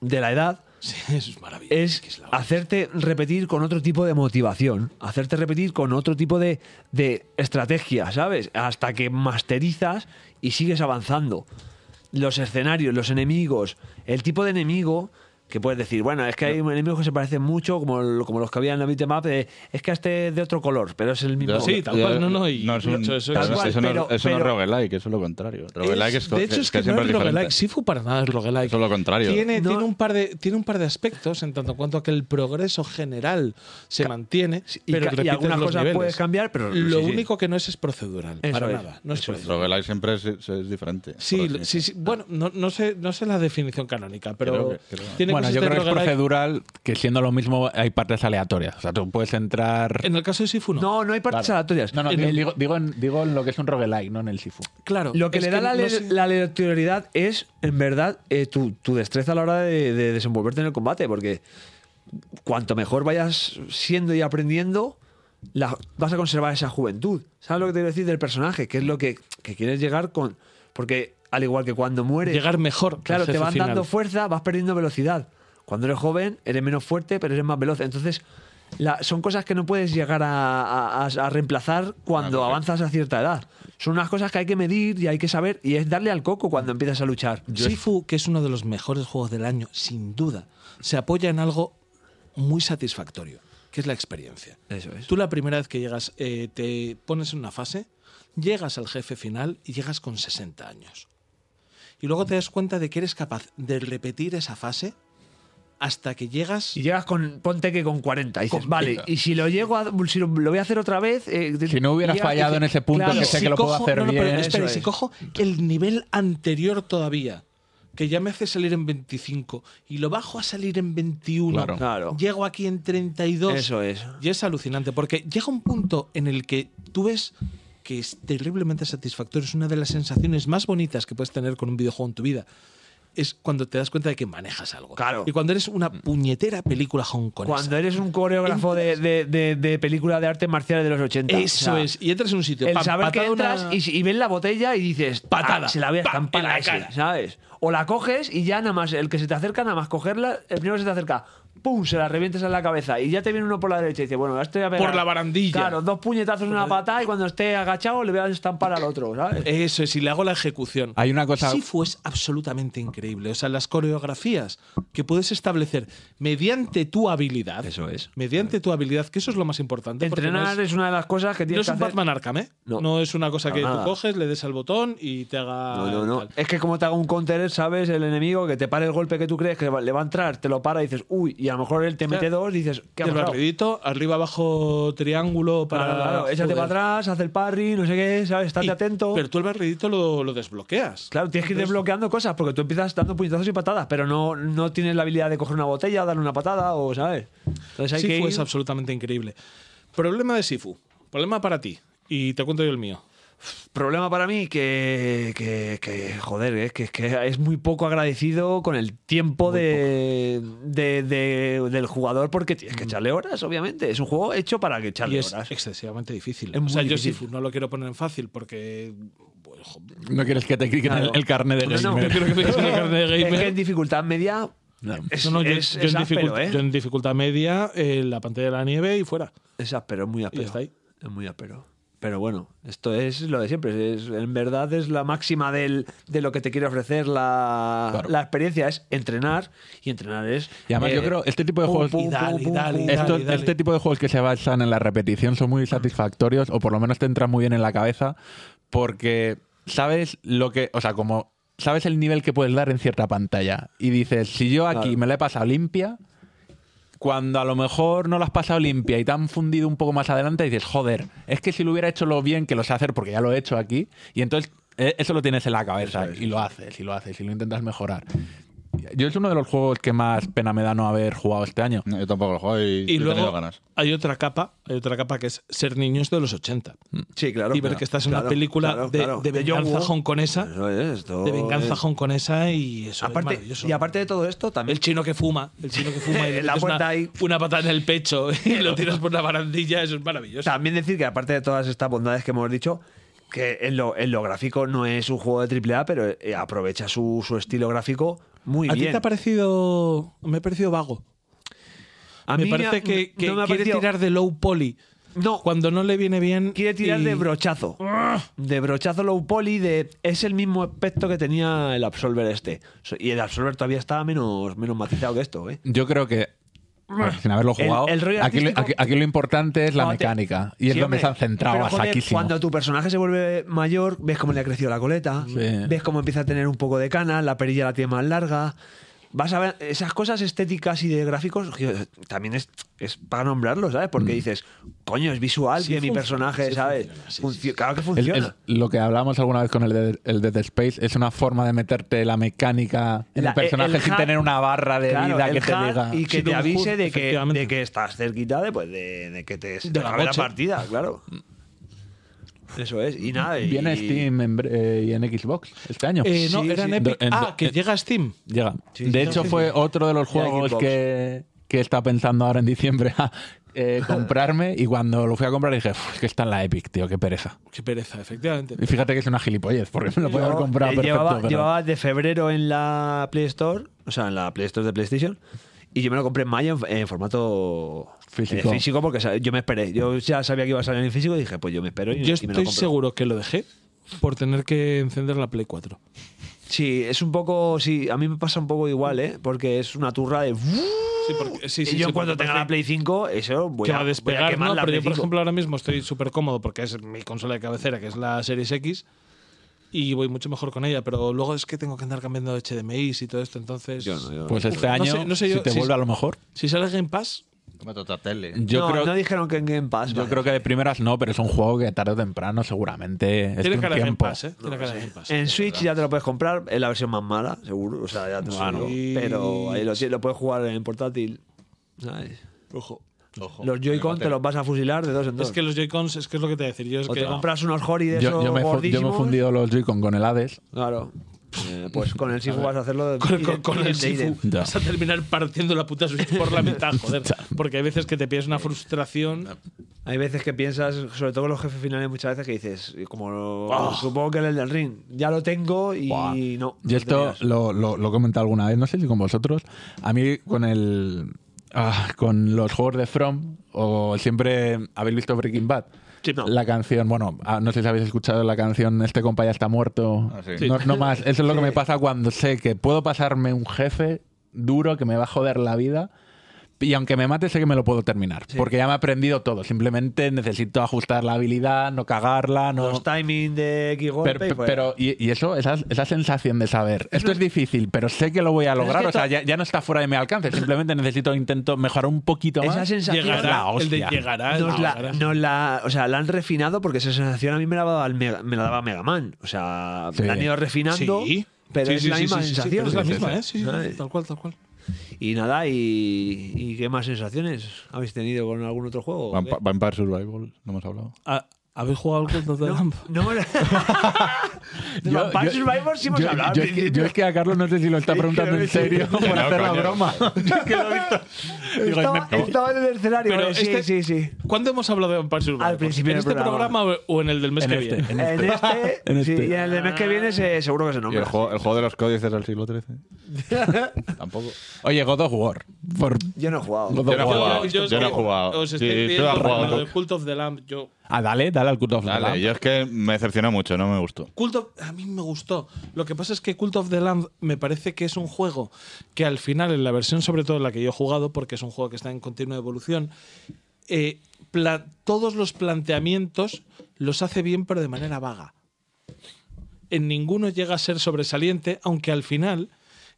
de la edad Sí, eso es maravilloso. es que la hostia. hacerte repetir con otro tipo de motivación, hacerte repetir con otro tipo de, de estrategia, ¿sabes? Hasta que masterizas y sigues avanzando. Los escenarios, los enemigos, el tipo de enemigo que puedes decir, bueno, es que hay enemigos que se parecen mucho, como, el- como los que había en la bitmap, es que este es de otro color, pero es el mismo. Sí, tal cual, no, no, y- es un- eso- eso- claro, tal cual, eso no- pero- eso no es pero- roguelike, eso es lo contrario. Roguelike es, de hecho, es que, no siempre es diferente. roguelike. Sifu para nada es roguelike. Eso es lo contrario. Tiene, No. tiene, un par de, tiene un par de aspectos en tanto en cuanto a que el progreso general se mantiene, y pero ca- y repites algunas los cosas niveles. puedes cambiar, pero Lo sí, sí. único que no es es procedural, Eso para es, nada. No es eso es. procedural. Roguelike siempre es, es- es diferente. Sí, por lo- sí, definición. sí. Bueno, no, no sé, no sé la definición canónica, pero Creo que- creo que- tiene Bueno, cosas yo de creo que es roguelike. procedural, que siendo lo mismo hay partes aleatorias. O sea, tú puedes entrar... En el caso de Sifu, no. No, no hay partes Vale. aleatorias. No, no, en el- digo, digo en, digo en lo que es un roguelike, no en el Sifu. Claro. Lo que es le da la, no ale- sé- la aleatoriedad es, en verdad, eh, tu, tu destreza a la hora de, de desenvolverte en el combate, porque cuanto mejor vayas siendo y aprendiendo, la- vas a conservar esa juventud. ¿Sabes lo que te quiero decir del personaje? Que es lo que, que quieres llegar con... Porque al igual que cuando mueres... Llegar mejor. al Claro, te jefe van final. dando fuerza, vas perdiendo velocidad. Cuando eres joven, eres menos fuerte, pero eres más veloz. Entonces, la- son cosas que no puedes llegar a, a- a- a reemplazar cuando Ah, avanzas a cierta edad. Son unas cosas que hay que medir y hay que saber, y es darle al coco cuando empiezas a luchar. Sifu, que es uno de los mejores juegos del año, sin duda, se apoya en algo muy satisfactorio, que es la experiencia. Eso es. Tú la primera vez que llegas, eh, te pones en una fase, llegas al jefe final y llegas con 60 años. Y luego te das cuenta de que eres capaz de repetir esa fase hasta que llegas... Y llegas con, ponte que con 40. Y dices, vale, y si lo llego a, si lo, lo voy a hacer otra vez. eh, Si no hubieras llegas y fallado dices, en ese punto, claro, que sé si que lo puedo cojo- hacer no, no, pero bien. espera, Eso y si es. cojo el nivel anterior todavía, que ya me hace salir en 25 y lo bajo a salir en 21, Claro. Claro. llego aquí en 32. Eso es. Y es alucinante, porque llega un punto en el que tú ves que es terriblemente satisfactorio, es una de las sensaciones más bonitas que puedes tener con un videojuego en tu vida. Es cuando te das cuenta de que manejas algo. Claro. Y cuando eres una puñetera película hongkonesa. Cuando eres un coreógrafo de, de, de- de película de artes marciales de los 80. Eso o sea, es. Y entras en un sitio. El pam, saber que patada una- entras y, y ves la botella y dices, Patada, "Ah, se la voy a pam, estampar en la a ese", cara. ¿sabes? O la coges y ya nada más, el que se te acerca, nada más cogerla, el primero que se te acerca, ¡pum! Se la revientes en la cabeza y ya te viene uno por la derecha y dice, bueno, ya te voy a pegar. Por la barandilla. Claro, dos puñetazos en una patada y cuando esté agachado le voy a estampar al otro, ¿sabes? Eso es, y le hago la ejecución. Hay una cosa- Sifu es absolutamente increíble. O sea, las coreografías que puedes establecer mediante tu habilidad. Eso es. Mediante tu habilidad, que eso es lo más importante. porque no Entrenar es, es una de las cosas que no es tienes un que hacer. Batman Arkham, ¿eh? No, No. es una cosa Para que tú nada. coges, le des al botón y te haga. No, no, no. tal. Es que como te haga un counter, ¿sabes? El enemigo que te para el golpe que tú crees que le va a entrar, te lo para y dices, uy, y a lo mejor él te mete dos y dices, ¿qué ha El pasado? barridito, arriba, abajo, triángulo para. Claro, claro, échate Joder. para atrás, haz el parry, no sé qué, ¿sabes? Estate Y- atento. Pero tú el barridito lo, lo desbloqueas. Claro, tienes que ir desbloqueando cosas porque tú empiezas dando puñetazos y patadas, pero no, no tienes la habilidad de coger una botella, darle una patada o, ¿sabes? Entonces pues hay que Sifu ir- es absolutamente increíble. Problema de Sifu. Problema para ti. Y te cuento yo el mío. Problema para mí que, que, que, joder, es que, es que es muy poco agradecido con el tiempo de, de- de- del jugador porque tienes que echarle horas, obviamente. Es un juego hecho para que echarle Y es horas. excesivamente difícil. Es o muy sea, difícil. yo Sifu no lo quiero poner en fácil porque. bueno, jo- No quieres que te quiten Claro. el, el carnet de No, no, [LAUGHS] gamer. yo creo que me quedo con el de Es gamer. que en dificultad media es, No, no, yo, es- yo es en áspero, dificultad, ¿eh? yo en dificultad media, eh, la pantalla de la nieve y fuera. Es áspero, es muy áspero. está ahí. Es muy áspero. Pero bueno, esto es lo de siempre. Es, en verdad es la máxima del, de lo que te quiere ofrecer la, Claro. la experiencia. Es entrenar. Y entrenar es... eh, Y además yo eh, creo, este tipo de juegos- Y dale, y dale, y Esto- dale, dale. Este tipo de juegos que se basan en la repetición son muy satisfactorios, o por lo menos te entran muy bien en la cabeza, porque sabes lo que. O sea, como sabes el nivel que puedes dar en cierta pantalla. Y dices, si yo aquí Claro. me la he pasado limpia, cuando a lo mejor no la has pasado limpia y te han fundido un poco más adelante, dices, joder, es que si lo hubiera hecho lo bien que lo sé hacer, porque ya lo he hecho aquí, y entonces eh, eso lo tienes en la cabeza y lo haces, y lo haces, y lo intentas mejorar. Yo es uno de los juegos que más pena me da no haber jugado este año. No, yo tampoco lo juego y, Y he tenido luego ganas. hay otra capa, hay otra capa que es ser niños de los 80. Sí, claro. y ver claro, que estás en claro, una película claro, de, claro. de John venganza Woo. hongkonesa, Eso es, esto de venganza es- hongkonesa y eso es Aparte, maravilloso. y aparte de todo esto, también el chino que fuma, el chino que [LAUGHS] fuma y le La metes puerta una, ahí. una patada en el pecho y lo tiras por la barandilla, eso es maravilloso. También decir que aparte de todas estas bondades que hemos dicho, que en lo, en lo gráfico no es un juego de AAA, pero eh, aprovecha su, su estilo gráfico muy ¿A ti bien. te ha parecido me ha parecido vago? A me mí parece ha- que, que no me ha quiere parecido- tirar de low poly. No, Cuando no le viene bien. quiere tirar y- de brochazo. ¡Ah! De brochazo low poly, de, es el mismo aspecto que tenía el Absolver este. So- Y el Absolver todavía estaba menos, menos matizado que esto, ¿eh? Yo creo que, bueno, sin haberlo El- jugado, el rollo aquí, lo- artístico- aquí- aquí lo importante es la Cuando te- mecánica. Y es Sí, donde hombre, se han centrado pero, hasta joder, aquí. Cuando tu personaje se vuelve mayor, ves cómo le ha crecido la coleta, Sí. ves cómo empieza a tener un poco de cana, la perilla la tiene más larga. Vas a ver esas cosas estéticas y de gráficos, jo, también es, es para nombrarlo, ¿sabes? Porque Mm. dices, coño, es visual Sí que mi funciona, personaje, sí ¿sabes? funciona, sí, Funcio- sí, sí. Claro que El- funciona. el- lo que hablábamos alguna vez con el, de, el Dead Space es una forma de meterte la mecánica en La- el personaje el sin hack- tener una barra de Claro, vida el que te hack diga. Y que Sí, te un avise hook, de que, efectivamente. de que estás cerquita de, pues, de, de que te se De la acabe la, noche. partida, claro. Eso es. Y nada. y- Viene Steam en bre- eh, y en Xbox este año. Eh, no, Sí, era en sí. Epic. Do- en- ah, que eh, llega a Steam. Llega. Sí, de sí, hecho, sí, fue sí. otro de los Y a juegos Xbox. que, que está pensando ahora en diciembre ja, [LAUGHS] eh, comprarme. y cuando lo fui a comprar dije, "Uf, es que está en la Epic, tío, qué pereza. Qué pereza, efectivamente. Y fíjate que es una gilipollez, porque me lo podía haber Yo, comprado eh, perfecto. llevaba, pero- llevaba de febrero en la Play Store, o sea, en la Play Store de PlayStation, y yo me lo compré en mayo en, en formato Físico. eh, porque o sea, yo me esperé. Yo ya sabía que iba a salir en físico y dije, pues yo me espero Yo y, y me lo estoy compro. seguro que lo dejé por tener que encender la Play 4. Sí, es un poco, sí, a mí me pasa un poco igual, ¿eh? Porque es una turra de... Sí, porque- sí, sí, y yo sí, cuando porque tenga parece la Play 5, eso voy que a, va a voy a despegar, quemar ¿no? la Pero Play yo, por 5. ejemplo, ahora mismo estoy súper cómodo porque es mi consola de cabecera, que es la Series X, y voy mucho mejor con ella, pero luego es que tengo que andar cambiando HDMIs y todo esto, entonces... Yo no, yo no. Pues este No año, sé- no sé yo si te si- vuelve a lo mejor. Si sale Game Pass, Tómate otra tele. Yo no, creo no dijeron que en Game Pass. Yo vale. creo que de primeras no, pero es un juego que tarde o temprano seguramente. Es tiene un cara de Game tiempo. Pass, ¿eh? Tiene cara de Game Pass. En Switch ya te lo puedes comprar, es la versión más mala, seguro. O sea, ya te lo digo. Pero ahí lo, tienes, lo puedes jugar en portátil. ¿sabes? Ojo. Los Joy-Con te los vas a fusilar de dos en dos. Es que los Joy-Cons, es que es lo que te voy a decir. Yo es o que te compras unos Hori de Yo, esos yo me, fu- yo me he gordísimos. fundido los Joy-Con con el Hades. Claro. Eh, pues con el Sifu vas a hacerlo de, con, con- con de- el de- de- Sifu Ya. vas a terminar partiendo la puta Switch por la [LAUGHS] mitad, joder. Porque hay veces que te pides una frustración... Hay veces que piensas, sobre todo con los jefes finales, muchas veces que dices, y como lo- supongo que en el del ring, ya lo tengo y Buah. no. Yo no esto tenías. lo, lo- lo he comentado alguna vez, no sé si con vosotros. A mí con el. ah, con los juegos de From, o siempre habéis visto Breaking Bad. no. La canción, bueno, ah, no sé si habéis escuchado la canción Este compa ya está muerto. Ah, sí. no, no más, eso es lo que me pasa cuando sé que puedo pasarme un jefe duro que me va a joder la vida. Y aunque me mate, sé que me lo puedo terminar. Porque ya me he aprendido todo. Simplemente necesito ajustar la habilidad, no cagarla, no. Los timing de X golpe pues, Pero, y fuera. pero- y, y eso, esa, esa sensación de saber, esto es difícil, pero sé que lo voy a Pero es lograr, que o sea, to- ya, ya no está fuera de mi alcance, simplemente necesito, intento mejorar un poquito más. Esa sensación Es la Llegará, el de hostia. llegará. Nos la, llegará. nos la- o sea, la han refinado porque esa sensación a mí me la daba, el Mega- me la daba Mega Man. O sea, Sí. la han ido refinando, Sí. pero Sí, es sí, la sí, misma sí, sí, sí, sensación. pero es la misma, ¿eh? Sí, sí, Ay. sí, tal cual, tal cual. Y nada, y, y qué más sensaciones habéis tenido con algún otro juego? o qué? Vamp- Vampire Survival, no hemos hablado. Ah, ¿Habéis jugado al Ghost de No, Lamp? [LAUGHS] no, de Vampire Survivor sí hemos yo- hablado. yo al es que, principio. yo es que a Carlos no sé si lo está Sí, preguntando pero en sí. [LAUGHS] serio Que por no, hacer la coño. broma. Digo, estaba, me- estaba en el escenario. Pero ¿eh? sí, este- sí, sí. [LAUGHS] ¿Cuándo hemos hablado de Vampire Survivor? Al principio ¿En del este programa. programa, o en el del mes En que este, viene? en En este, [LAUGHS] En sí, este. y en el del mes que viene se- seguro que se ¿Y el nombra. juego, el juego de los códices del siglo XIII? Tampoco. Oye, God of War. Por- [LAUGHS] Yo no he jugado. God of no he War. jugado, os yo no he digo, jugado. Os Sí, estoy tú pidiendo has jugado. lo de Cult of the Lamb. Yo, Ah, dale, dale al culto of the Dale, Lamb. yo es que me decepcionó mucho, no me gustó. Cult of- a mí me gustó. Lo que pasa es que Cult of the Land me parece que es un juego que al final, en la versión sobre todo en la que yo he jugado, porque es un juego que está en continua evolución, eh, pla- todos los planteamientos los hace bien pero de manera vaga. en ninguno llega a ser sobresaliente, aunque al final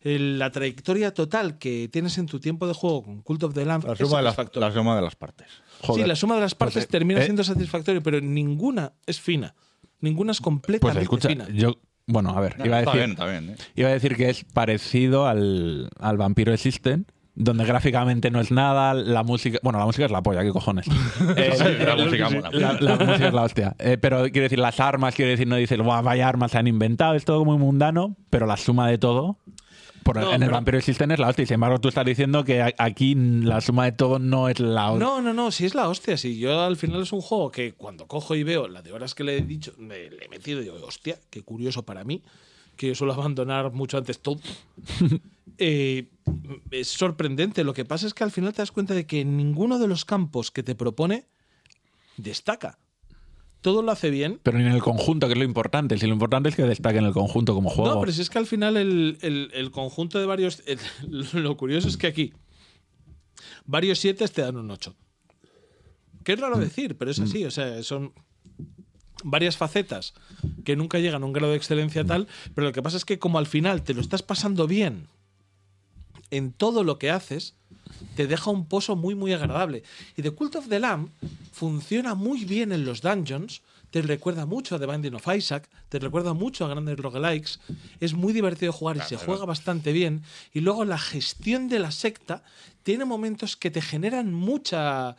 eh, la trayectoria total que tienes en tu tiempo de juego con Cult of the Lamb La es suma, de las, satisfactoria. la suma de las partes. Sí, la suma de las partes Pues, eh, termina eh. siendo satisfactoria, pero ninguna es fina. Ninguna es Pues completamente escucha, fina. yo. Bueno, a ver, No, iba, a está decir, bien, está bien. ¿eh? iba a decir que es parecido al, al Vampiro Existen, donde gráficamente no es nada, la música. Bueno, la música es la polla, qué cojones. Eh, Sí, la música mola. La, [LAUGHS] la música es la hostia. Eh, pero quiero decir, las armas, quiero decir, no dices, "Buah, vaya armas se han inventado, es todo muy mundano, pero la suma de todo. por- No, en el pero- Vampiro Existen es la hostia. Y sin embargo, tú estás diciendo que a- aquí la suma de todo no es la hostia. No, no, no, si es la hostia. Si yo al final es un juego que cuando cojo y veo la de horas que le he dicho, me, le he metido y digo, hostia, qué curioso para mí, que yo suelo abandonar mucho antes todo. Eh, es sorprendente. Lo que pasa es que al final te das cuenta de que ninguno de los campos que te propone destaca. Todo lo hace bien, Pero ni en el conjunto, que es lo importante. Si lo importante es que destaque en el conjunto como juego. No, pero si es que al final el, el- el conjunto de varios. el- [LAUGHS] lo curioso es que aquí. Varios 7 te dan un 8. Qué raro decir, pero es así. O sea, son varias facetas que nunca llegan a un grado de excelencia tal. Pero lo que pasa es que, como al final te lo estás pasando bien en todo lo que haces, te deja un pozo muy, muy agradable. Y The Cult of the Lamb funciona muy bien en los dungeons. Te recuerda mucho a The Binding of Isaac, te recuerda mucho a grandes roguelikes. Es muy divertido jugar y se juega bastante bien. Y luego la gestión de la secta tiene momentos que te generan mucha,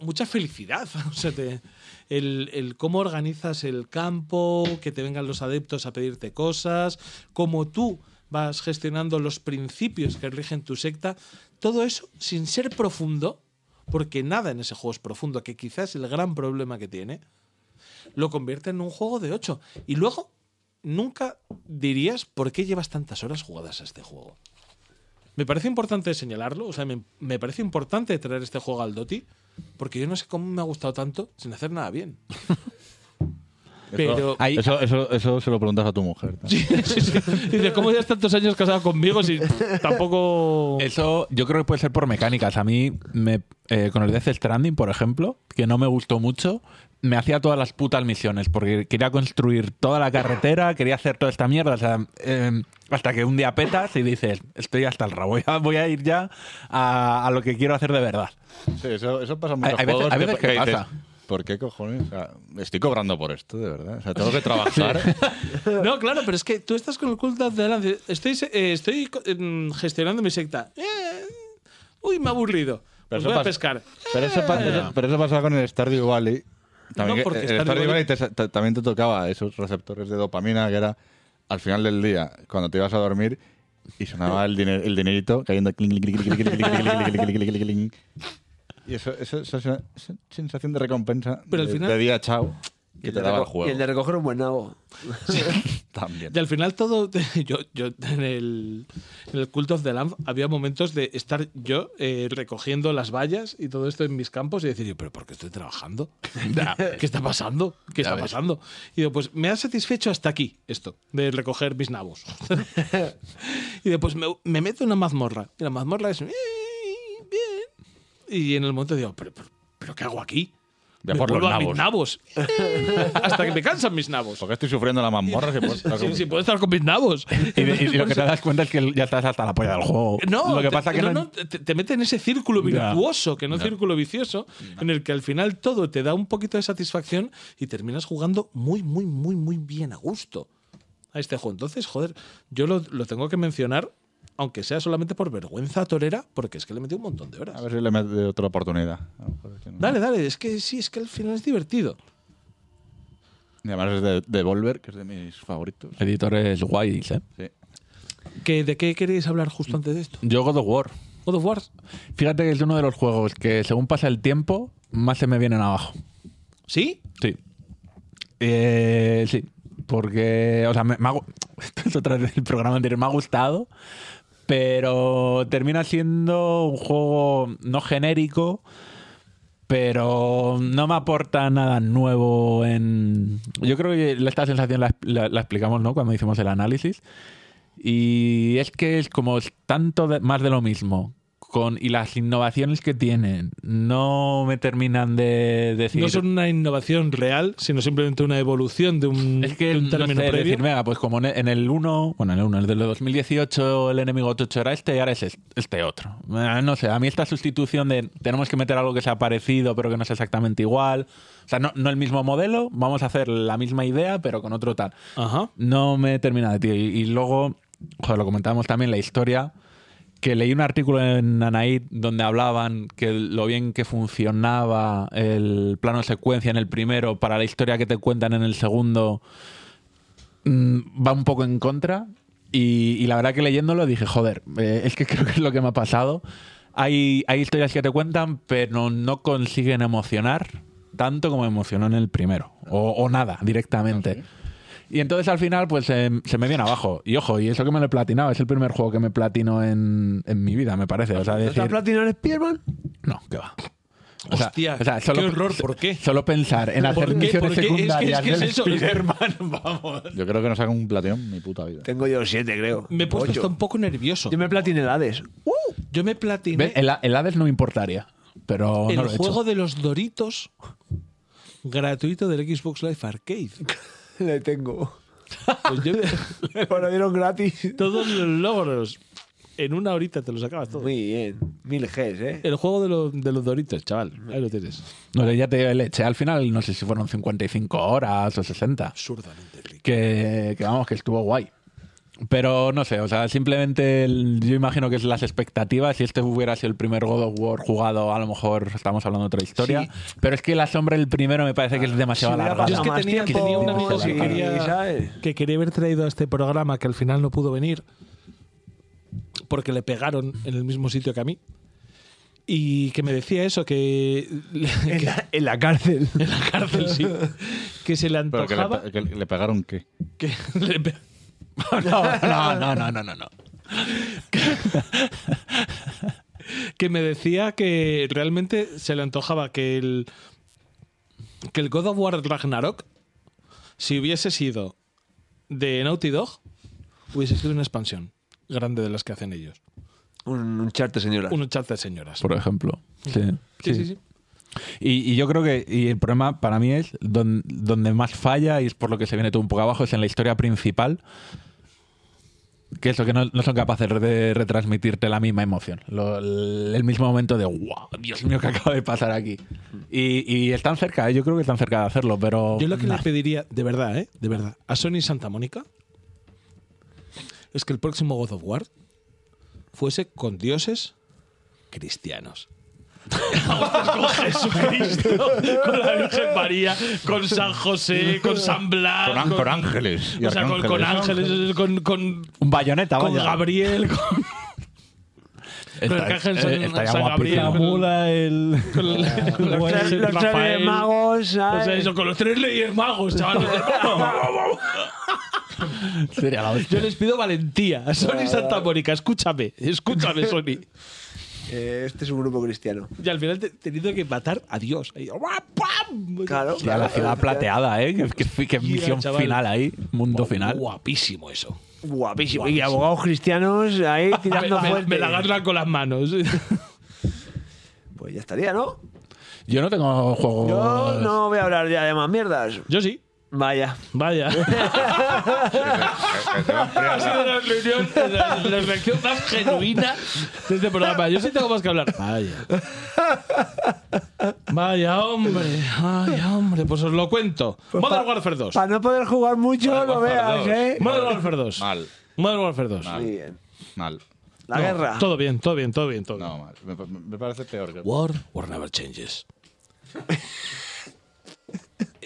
mucha felicidad. [LAUGHS] O sea, te- el, el cómo organizas el campo, que te vengan los adeptos a pedirte cosas, cómo tú vas gestionando los principios que rigen tu secta. Todo eso sin ser profundo, porque nada en ese juego es profundo, que quizás es el gran problema que tiene, lo convierte en un juego de 8. Y luego, nunca dirías por qué llevas tantas horas jugadas a este juego. Me parece importante señalarlo, o sea, me, me parece importante traer este juego al Doti, porque yo no sé cómo me ha gustado tanto sin hacer nada [LAUGHS] bien. Pero. Ahí- Eso, eso, eso se lo preguntas a tu mujer. [LAUGHS] ¿no? Sí, sí. Dice, ¿cómo llevas tantos años casado conmigo si tampoco. Eh, Eso yo creo que puede ser por mecánicas. A mí, me, eh, con el Death Stranding, por ejemplo, que no me gustó mucho, me hacía todas las putas misiones, porque quería construir toda la carretera, quería hacer toda esta mierda. o sea, eh, hasta que un día petas y dices, estoy hasta el rabo, ya voy a ir ya a, a lo que quiero hacer de verdad. Sí, eso, eso pasa en Hay- muchos hay veces- juegos hay veces que dices, pasa. ¿Por qué cojones? O sea, estoy cobrando por esto, de verdad. O sea, tengo que trabajar. No, claro, pero es que tú estás con el culto de lance. Estoy, se- eh, estoy co- em, gestionando mi secta. Eh, uy, me ha aburrido. Pero Pues eso voy a pasa- pescar. Pero eso, pa- eso- pero eso pasaba con el Stardew Valley. También No, que- porque el Stardew Stardew Valley- Valley te sa- ta- también te tocaba esos receptores de dopamina que era al final del día, cuando te ibas a dormir y sonaba el, diner- el dinerito cayendo. clink, clink, clink, clink, clink, clink, clink, clink, clink, clink, clink. Y eso, eso- eso es una esa sensación de recompensa Pero al de, final- de día chao Y que el te de daba el reco- juego. Y el de recoger un buen nabo. También. Y al final todo, [LAUGHS] yo, yo en el, en el Cult of the Lamb había momentos de estar yo eh, recogiendo las vallas y todo esto en mis campos y decir, yo, pero ¿por qué estoy trabajando? [LAUGHS] ¿Qué está pasando? ¿Qué está pasando? Y digo, pues me ha satisfecho hasta aquí esto, de recoger mis nabos. [LAUGHS] y después me, me meto en una mazmorra. Y la mazmorra es... "Eh, bien. Y en el momento digo, pero, pero, pero ¿qué hago aquí? Ve a Me por los vuelvo a mis nabos. [LAUGHS] Eh, hasta que me cansan mis nabos. Porque estoy sufriendo la mazmorra. Si puedo estar Sí, con- sí, puedo estar con mis nabos. Y, de- y lo que te das cuenta es que ya estás hasta la polla del juego. No, lo que te- pasa que no, no, no, te, te mete en ese círculo Ya. virtuoso, que no, círculo vicioso, en el que al final todo te da un poquito de satisfacción y terminas jugando muy, muy, muy, muy bien a gusto a este juego. Entonces, joder, yo lo, lo tengo que mencionar, aunque sea solamente por vergüenza torera, porque es que le metí un montón de horas. A ver si le meto otra oportunidad. A lo mejor es que no. Dale, dale, es que sí, es que al final es divertido. Y además es de Devolver, que es de mis favoritos. Editores guays, ¿eh? Sí. ¿Que, ¿De qué queréis hablar justo antes de esto? Yo God of War. God of War. Fíjate que es uno de los juegos que según pasa el tiempo, más se me vienen abajo. ¿Sí? Sí. Eh, sí. Porque, o sea, me, me ha gu- [LAUGHS] esto es otra vez el programa anterior, me ha gustado, pero termina siendo un juego no genérico, pero no me aporta nada nuevo en... Yo creo que esta sensación la, la- la explicamos, ¿no? Cuando hicimos el análisis. Y es que es como es tanto de- más de lo mismo, con y las innovaciones que tienen no me terminan de decir. No son una innovación real, sino simplemente una evolución de un, es que de Mm, un no término sé, previo. decir, venga, pues como en- en el 1, bueno, en el 1, el de 2018, el enemigo 8 era este y ahora es es- este otro. Ah, No sé, a mí esta sustitución de tenemos que meter algo que sea parecido, pero que no sea exactamente igual. O sea, no, no el mismo modelo, vamos a hacer la misma idea, pero con otro tal. Ajá. No me termina de tío. Y, y luego, joder, lo comentábamos también, la historia, que leí un artículo en Anaid donde hablaban que lo bien que funcionaba el plano secuencia en el primero para la historia que te cuentan en el segundo mm, va un poco en contra. Y, y la verdad que leyéndolo dije, joder, eh, es que creo que es lo que me ha pasado. Hay, hay historias que te cuentan, pero no consiguen emocionar tanto como emocionó en el primero. O, o nada, directamente. Y entonces al final, pues em, se me viene abajo. Y ojo, y eso que me lo he platinado, es el primer juego que me platino en, en mi vida, me parece. O sea, ¿No está decir, Platinum en Spiderman? no, que va. Hostia, qué horror, ¿por qué? Solo pensar en hacer ¿Por qué? ¿Por qué? misiones Es que- secundarias es que es del eso. [LAUGHS] Spider-Man, vamos. Yo creo que nos hagan un plateón mi puta vida. Tengo yo siete, creo. Me he puesto Ocho. hasta un poco nervioso. Yo me platiné [LAUGHS] el Hades. Yo me platiné Ve, El, el Hades no me importaría, pero el no lo he juego hecho. de los Doritos gratuito del Xbox Live Arcade. Le [LAUGHS] tengo. Pues yo- Me lo dieron gratis. [LAUGHS] todos los logros en una horita te los acabas todos. Muy bien. Mil Gs, ¿eh? El juego de los, de los Doritos, chaval. Ahí lo tienes. No sé, ya te digo, leche. Al final, no sé si fueron 55 horas o 60. Absurdamente rico. Que, que vamos, que estuvo guay. Pero no sé, o sea, simplemente el- yo imagino que es las expectativas. Si este hubiera sido el primer God of War jugado, a lo mejor estamos hablando de otra historia. Pero es que la sombra del primero me parece que es demasiado hubiera alargado. Yo es que más tenía, tiempo, tenía un amigo sí, que quería, ¿sabes? que quería haber traído a este programa que al final no pudo venir porque le pegaron en el mismo sitio que a mí. Y que me decía eso, que, [LAUGHS] que En la, en la cárcel. en la cárcel, [LAUGHS] sí, que se le Pero que le, antojaba. pe- que le pegaron qué. Que [LAUGHS] le pe- No, no, no, no, no, no. que me decía que realmente se le antojaba que el que el God of War Ragnarok si hubiese sido de Naughty Dog hubiese sido una expansión grande de las que hacen ellos Un, un charte, señora. un chat de señoras Por ejemplo. sí, sí, sí. Y, y yo creo que y el problema para mí es don- donde más falla, y es por lo que se viene todo un poco abajo, es en la historia principal. Que eso, que no, no son capaces de retransmitirte la misma emoción. Lo- el mismo momento de, wow, Dios mío, que acaba de pasar aquí. Y, y están cerca, ¿eh? yo creo que están cerca de hacerlo, pero. yo lo que nah. le pediría de verdad eh de verdad a Sony Santa Mónica es que el próximo God of War fuese con dioses cristianos con Jesucristo, con la Virgen María, con San José, Ah, con San Blas, Con, an- con ángeles. y o sea, con, con arcángeles. ángeles, con, con, Un Ah, bayoneta, con vaya. Gabriel, con, con el Está- arcángel eh, San, estaría San Gabriel, guapísimo. mula, el, con, el- con Los tres- el- los tres Pues Rafael, magos, o ¿sabes? sea, eso, con los tres reyes magos, chaval. [LAUGHS] [LAUGHS] Sería la hostia. Yo les pido valentía. [LAUGHS] Sony Santa Mónica, escúchame, escúchame, [LAUGHS] Sony. Eh, este es un grupo cristiano. Y al final te- tenido que matar a Dios. Ahí, ¡guau, pam! Claro. Hostia, la ciudad plateada, ¿eh? Que, que- que Mira, misión chaval. final ahí, mundo final. Guapísimo eso. Guapísimo. Y abogados cristianos ahí [LAUGHS] tirando Ah, me, me- fuerte. me la agarran con las manos. Pues ya estaría, ¿no? Yo no tengo juegos. Pues- Yo no voy a hablar ya de más mierdas. [LAUGHS] Yo sí. Vaya. [LAUGHS] Vaya. [LAUGHS] ha sido la reunión, la, la reacción más genuina de este programa. Yo sí tengo más que hablar. Vaya. Vaya, hombre. Ay, hombre. Pues os lo cuento. Modern Warfare 2. Para no poder jugar mucho, no veas, ¿eh? Modern Warfare 2. Mal, Modern Warfare 2. Mal. Muy bien. mal. La No, guerra. Todo bien, todo bien, todo bien, todo bien. No, mal. Me, pa- me parece peor que. War, War never changes. [LAUGHS]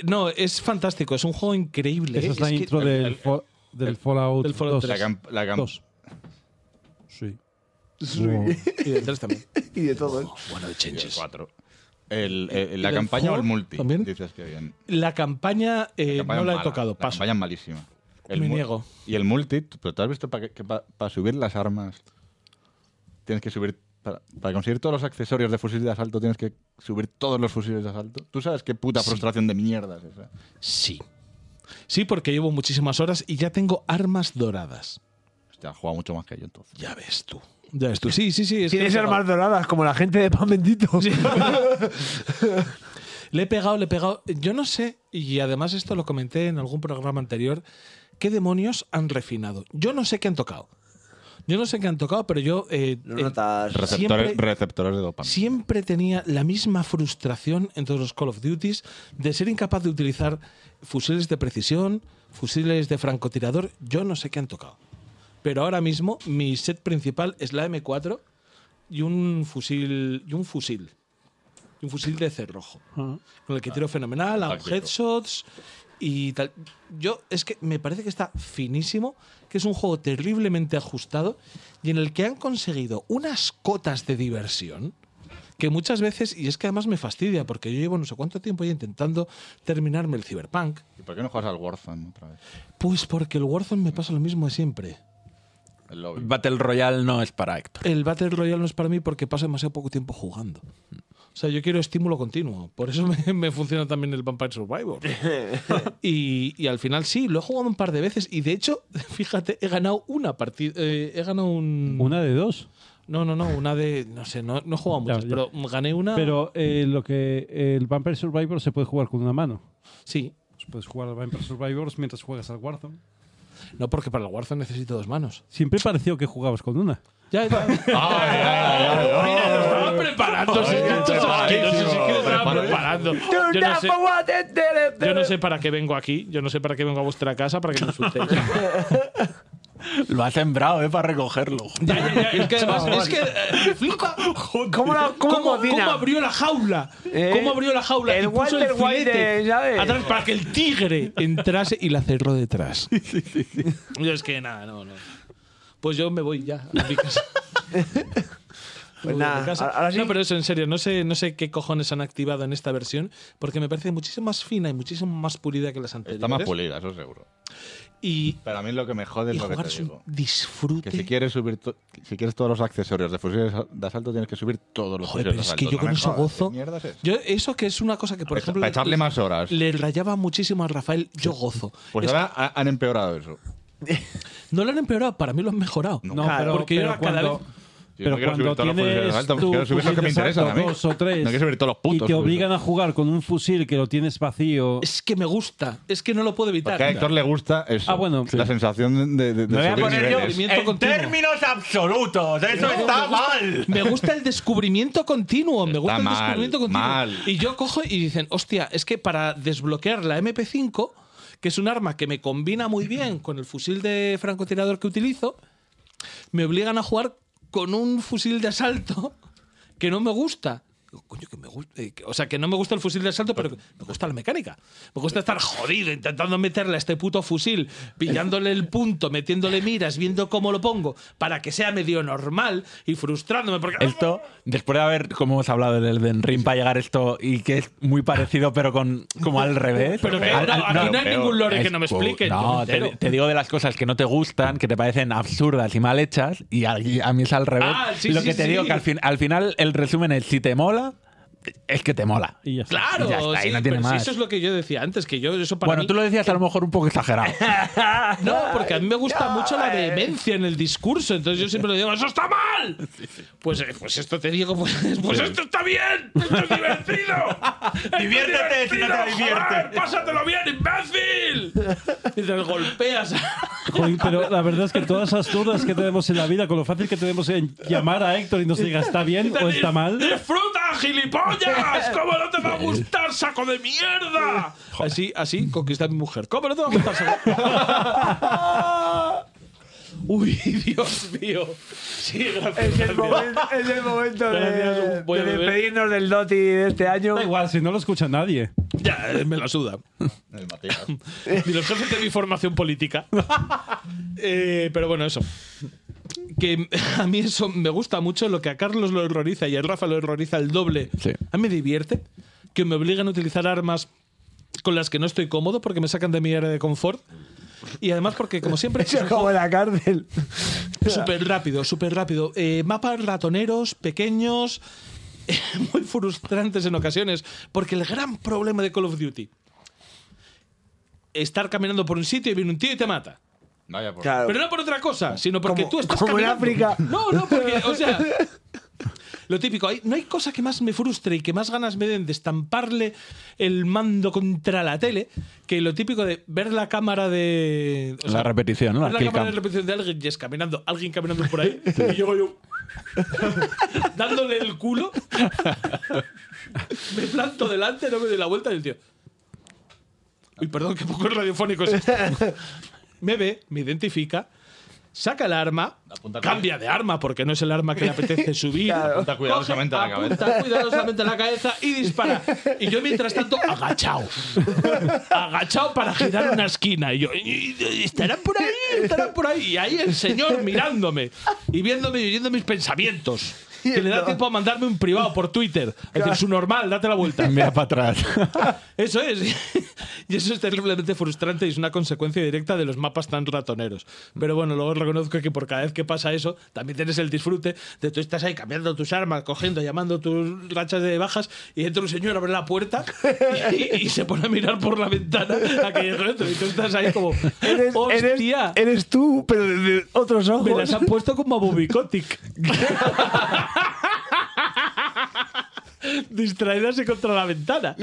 No, es fantástico, es un juego increíble. ¿eh? Esa es la Es que- [LAUGHS] intro el- del, el- fo- del Fallout, del Fallout 2. La, cam- la cam- Dos. Sí. Y del 3 también. Y de todo. ¿eh? War never y el changes. cuatro. El- el- ¿Y la del campaña o el four multi. también? Dices que bien. La campaña, eh, campaña no la he mala, tocado, paso. campaña malísima. Me mu- niego. Y el multi, t- pero ¿tú has visto para subir las armas tienes que subir... Para, para conseguir todos los accesorios de fusil de asalto tienes que subir todos los fusiles de asalto. ¿Tú sabes qué puta frustración de mierda es esa? Sí. Sí, porque llevo muchísimas horas y ya tengo armas doradas. Hostia, ha jugado mucho más que yo entonces. Ya ves tú. Ya ves tú. Sí, sí, sí. es que Tienes le he pegado. armas doradas como la gente de Pan Bendito. Le he pegado, le he pegado. Yo no sé, y además esto lo comenté en algún programa anterior, qué demonios han refinado. Yo no sé qué han tocado. Yo no sé qué han tocado, pero yo eh, Lo eh, notas. Receptores, Siempre- receptores de dopamina. siempre tenía la misma frustración en todos los Call of Duties de ser incapaz de utilizar fusiles de precisión, fusiles de francotirador. Yo no sé qué han tocado. Pero ahora mismo mi set principal es la M4 y un fusil. Y un fusil. Y un fusil de cerrojo. Con el que tiro fenomenal, hago Táctico. headshots y tal. Yo, es que me parece que está finísimo, que es un juego terriblemente ajustado y en el que han conseguido unas cotas de diversión que muchas veces, y es que además me fastidia, porque yo llevo no sé cuánto tiempo ya intentando terminarme el Cyberpunk, ¿Y por qué no juegas al Warzone otra vez? pues porque el Warzone me pasa lo mismo de siempre. El lobby. Battle Royale no es para Héctor. El Battle Royale no es para mí porque paso demasiado poco tiempo jugando. O sea, yo quiero estímulo continuo. Por eso me, me funciona también el Vampire Survivor. y, y al final sí, lo he jugado un par de veces. Y de hecho, fíjate, he ganado una partida. he ganado un. Una de dos. No, no, no, una de. No sé, no, no he jugado Ya, muchas, ya. pero gané una. Pero eh, lo que el Vampire Survivor se puede jugar con una mano. Sí. Puedes jugar al Vampire Survivors mientras juegas al Warzone. No, porque para el Warzone necesito dos manos. Siempre pareció que jugabas con una. Ya, ya. Mira, lo estaba preparando. sí, estos asquerosos, sí que lo estaba preparando. Yo no, sé, eh, yo no sé para qué vengo aquí. Yo no sé para qué vengo a vuestra casa para que me [LAUGHS] insultéis. Lo ha sembrado, ¿eh? Para recogerlo. Ya, ya, ya, Es que además, es que. eh, flipa. [LAUGHS] ¿Cómo, la, cómo, ¿Cómo, cocina? cómo abrió la jaula? Eh, ¿Cómo abrió la jaula? el y puso Walter el filete White de- ¿sabes? atrás para que el tigre entrase y la cerró [LAUGHS] detrás. Yo es que nada, no, no. Pues yo me voy ya a mi casa. [LAUGHS] Pues Uy, nada, de casa. ahora- ahora sí. No, pero eso, en serio, no sé, no sé qué cojones han activado en esta versión, porque me parece muchísimo más fina y muchísimo más pulida que las anteriores. Está más pulida, eso seguro. Y, Pero a mí lo que me jode y es lo que jugar te es un digo. disfrute. Que si quieres subir to- si quieres todos los accesorios de fusiles de asalto, tienes que subir todos los Joder, pero fusiles de es asalto. que yo No con me eso jodas, ¿qué gozo. mierda es eso? Yo, eso que es una cosa que, por Para ejemplo. echa- para le- echarle más horas. Le rayaba muchísimo a Rafael. Yo gozo. Pues Es- ahora ha- han empeorado eso. no lo han empeorado, para mí lo han mejorado. No, claro, porque yo pero era cada cuando- vez- Yo pero no quiero cuando subir todos los fusiles de tienes asalto, pues tu quiero subir lo fusil que de me interesa asalto, a mí. dos o tres, No quiero subir todos los putos. y te fusiles. obligan a jugar con un fusil que lo tienes vacío. Es que me gusta, es que no lo puedo evitar. Porque a Héctor le gusta eso. Ah, bueno. La sensación de, de, de Me voy a subir poner yo niveles. Movimiento en continuo. términos absolutos. Eso está mal. Me gusta el descubrimiento continuo, me gusta el mal, descubrimiento continuo. mal. Y yo cojo y dicen, hostia, es que para desbloquear la MP5, que es un arma que me combina muy bien con el fusil de francotirador que utilizo, me obligan a jugar con un fusil de asalto que no me gusta. Digo, coño, que me gusta. eh, que- O sea, que no me gusta el fusil de asalto, pero que me gusta la mecánica. Me gusta estar jodido intentando meterle a este puto fusil, pillándole el punto, metiéndole miras, viendo cómo lo pongo, para que sea medio normal y frustrándome. Porque Esto, después de haber, como hemos hablado del Elden Ring, para llegar a esto y que es muy parecido, pero con como al revés. Pero que Al- no, al- aquí no hay ningún lore que es no me cu- explique, yo me No, te, entero. te digo de las cosas que no te gustan, que te parecen absurdas y mal hechas, y a, y a mí es al revés. Ah, sí, Lo sí, que te sí. digo que al, fin- al final el resumen es: si te mola, es que te mola. Y ya está. Claro, Ya está, ahí sí, no tiene pero si más. eso es lo que yo decía antes, que yo eso para bueno, mí- tú lo decías a lo mejor un poco [LAUGHS] exagerado. No, porque a mí me gusta mucho la vehemencia en el discurso, entonces yo siempre le digo, ¡eso está [LAUGHS] mal! Pues, eh, pues esto te digo, pues, pues esto está bien, esto es divertido. [LAUGHS] Esto es Diviértete si no te divertido, diviertes. joder, ¡Pásatelo bien, imbécil! [LAUGHS] Y te golpeas. Jolín, pero la verdad es que todas las dudas que tenemos en la vida, con lo fácil que tenemos en llamar a Héctor y nos diga está bien o está mal. ¡Disfruta, gilipollas! ¿Cómo no [LAUGHS] te va a gustar, saco de mierda? Así, así conquista a mi mujer. ¿Cómo no te va a gustar, [LAUGHS] saco Uy, Dios mío. Sí, gracias. Es el momento, es el momento de, Gracias, voy a de beber. despedirnos del Doti de este año. Da igual, si no lo escucha nadie. Ya, eh, me la suda. El Matías. Ni los jefes de mi formación [LAUGHS] política. Eh, pero bueno, eso. Que a mí eso me gusta mucho, lo que a Carlos lo horroriza y a Rafa lo horroriza el doble. Sí. A mí me divierte que me obligan a utilizar armas con las que no estoy cómodo porque me sacan de mi área de confort. Y además porque, como siempre, Eso es [LAUGHS] como la cárcel. [LAUGHS] Súper rápido, súper rápido. Eh, mapas ratoneros, pequeños, [LAUGHS] muy frustrantes en ocasiones, porque el gran problema de Call of Duty, estar caminando por un sitio y viene un tío y te mata. Vaya, por Claro. Pero no por otra cosa, sino porque Como- tú estás como en caminando. África. No, no, porque, o sea. [LAUGHS] Lo típico, hay- no hay cosa que más me frustre y que más ganas me den de estamparle el mando contra la tele que lo típico de ver la cámara de. o sea, la repetición, ¿no? ver La la kill cámara de cam. repetición de alguien y es caminando, alguien caminando por ahí y yo [LAUGHS] voy un- dándole el culo. [LAUGHS] me planto delante, no me doy la vuelta y el tío. Uy, perdón, qué poco radiofónico es [LAUGHS] esto. Me ve, me identifica, saca el arma, Apunta con- cambia de arma porque no es el arma que le apetece subir. Apunta cuidadosamente a la apunta cabeza. cuidadosamente a la cabeza y dispara. Y yo, mientras tanto, agachado. Agachado para girar una esquina. Y yo, "Y- y- estarán por ahí, estarán por ahí. Y ahí el señor mirándome y viéndome y oyendo mis pensamientos. Que le da tiempo a mandarme un privado por Twitter. Es decir, su normal, date la vuelta. Mira para atrás. Eso es. [LAUGHS] Y eso es terriblemente frustrante y es una consecuencia directa de los mapas tan ratoneros. Pero bueno, luego reconozco que por cada vez que pasa eso, también tienes el disfrute de tú estás ahí cambiando tus armas, cogiendo, llamando tus rachas de bajas y entra un señor, abre la puerta y, y- y se pone a mirar por la ventana a que llegue otro. Y tú estás ahí como, [LAUGHS] Eres, eres, ¡hostia! eres tú, pero de, de otros ojos. Me las han puesto como a Bobicotic. [LAUGHS] Distraídas y contra la ventana.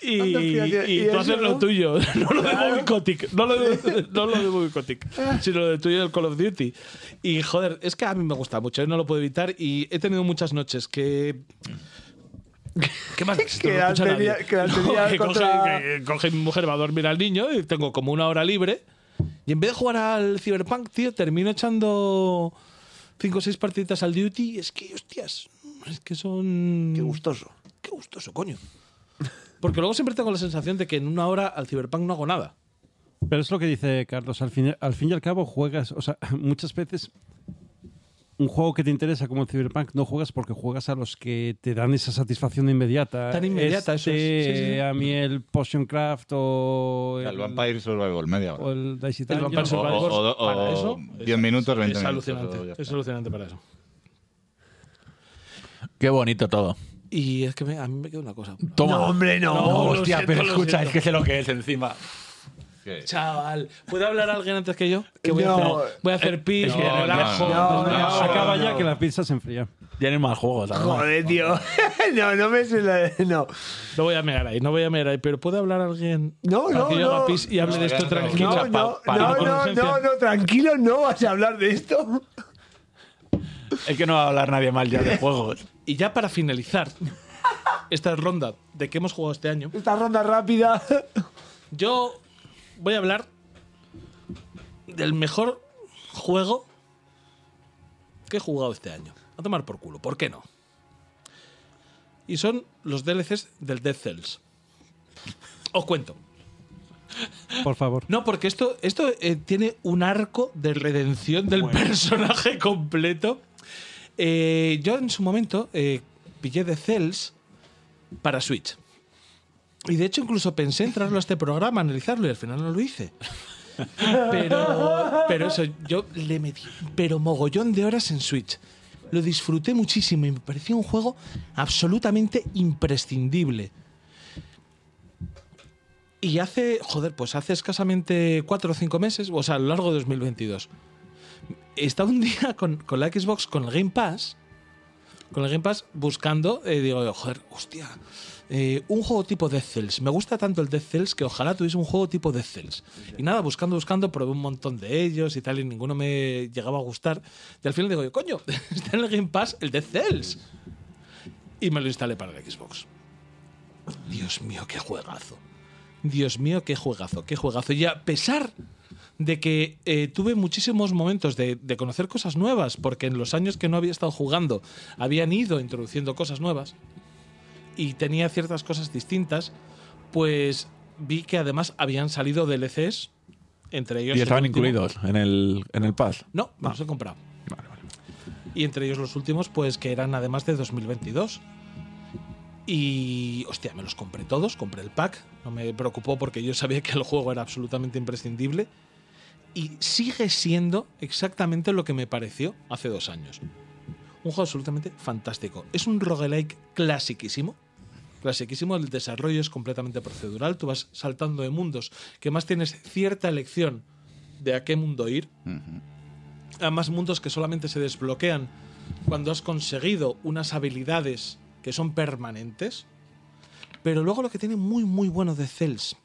y, Anda, fíjate, y ¿y tú eso, haces lo no? tuyo. [LAUGHS] No lo de Bobicotic. No lo [LAUGHS] de, no lo de Bobicotic. Sino lo de tuyo del Call of Duty. Y joder, es que a mí me gusta mucho. yo No lo puedo evitar. Y he tenido muchas noches que. ¿Qué más? Esto [LAUGHS] Que no la escucha nadie. tenía- que la No, tenía que coge- contra- que coge mi mujer, va a dormir al niño y tengo como una hora libre. Y en vez de jugar al Cyberpunk, tío, termino echando cinco o seis partiditas al Duty. y Es que, hostias, es que son... Qué gustoso. Qué gustoso, coño. Porque luego siempre tengo la sensación de que en una hora al Cyberpunk no hago nada. Pero es lo que dice Carlos, al fin, al fin y al cabo juegas, o sea, [LAUGHS] muchas veces un juego que te interesa como el Cyberpunk no juegas porque juegas a los que te dan esa satisfacción inmediata. Este, Tan inmediata, eso es. Sí, sí, sí. A mí el Potion Craft o el, El Vampire Survival, media o hora. el Dice El Dungeon. Vampire O- Survivor, o- o- o para eso, 10 minutos, 20 es minutos, alucinante. o ya está. Es alucinante para eso. Qué bonito todo. Y es que me- a mí me queda una cosa. Toma. No, hombre, no. No, lo hostia, siento, pero lo escucha, siento. es que sé lo que es encima. ¿Qué? Chaval, ¿puede hablar alguien antes que yo? Que voy, No. a hacer, voy a hacer pis, No, no, relajo. no, pues, no. Acaba no, ya no. que la pizza se enfría. Ya no hay más juegos. además. Joder, tío. [LAUGHS] no, no me sé la- No. No voy a mirar ahí, no voy a mirar ahí, pero ¿puede hablar alguien? No, para no, que yo haga no. pis y hable No, de esto ya no. tranquilo. No, pa- no, pa- no, pa- no, urgencia. no, no, tranquilo, no vas a hablar de esto. Es que no va a hablar nadie mal ya de juegos. Y ya para finalizar esta ronda de que hemos jugado este año, Esta ronda rápida. yo voy a hablar del mejor juego que he jugado este año. A tomar por culo, ¿por qué no? Y son los DLCs del Dead Cells. Os cuento. Por favor. No, porque esto, esto eh, tiene un arco de redención del personaje [LAUGHS] completo. Eh, yo en su momento eh, pillé The Cells para Switch. Y de hecho incluso pensé en traerlo a este programa, analizarlo, y al final no lo hice. Pero, pero eso, yo le metí pero mogollón de horas en Switch. Lo disfruté muchísimo y me pareció un juego absolutamente imprescindible. Y hace, joder, pues hace escasamente cuatro o cinco meses, o sea, a lo largo de 2022, estaba un día con, con la Xbox, con el Game Pass, con el Game Pass buscando, eh, digo, joder, hostia, eh, un juego tipo Death Cells. Me gusta tanto el Death Cells que ojalá tuviese un juego tipo Death Cells. Y nada, buscando, buscando, probé un montón de ellos y tal, y ninguno me llegaba a gustar. Y al final digo, yo, coño, [LAUGHS] está en el Game Pass el Death Cells. Y me lo instalé para la Xbox. Dios mío, qué juegazo. Dios mío, qué juegazo, qué juegazo. Y a pesar de que eh, tuve muchísimos momentos de, de conocer cosas nuevas, porque en los años que no había estado jugando habían ido introduciendo cosas nuevas y tenía ciertas cosas distintas, pues vi que además habían salido DLCs, entre ellos... Y el estaban último- incluidos en el, en el pass. No, me los he comprado. Y entre ellos los últimos, pues que eran además de 2022. Y hostia, me los compré todos, compré el pack, no me preocupó porque yo sabía que el juego era absolutamente imprescindible. Y sigue siendo exactamente lo que me pareció hace dos años. Un juego absolutamente fantástico. Es un roguelike clasiquísimo. clasiquísimo. El desarrollo es completamente procedural. Tú vas saltando de mundos, que más tienes cierta elección de a qué mundo ir. A más mundos que solamente se desbloquean cuando has conseguido unas habilidades que son permanentes. Pero luego lo que tiene muy, muy bueno de Cells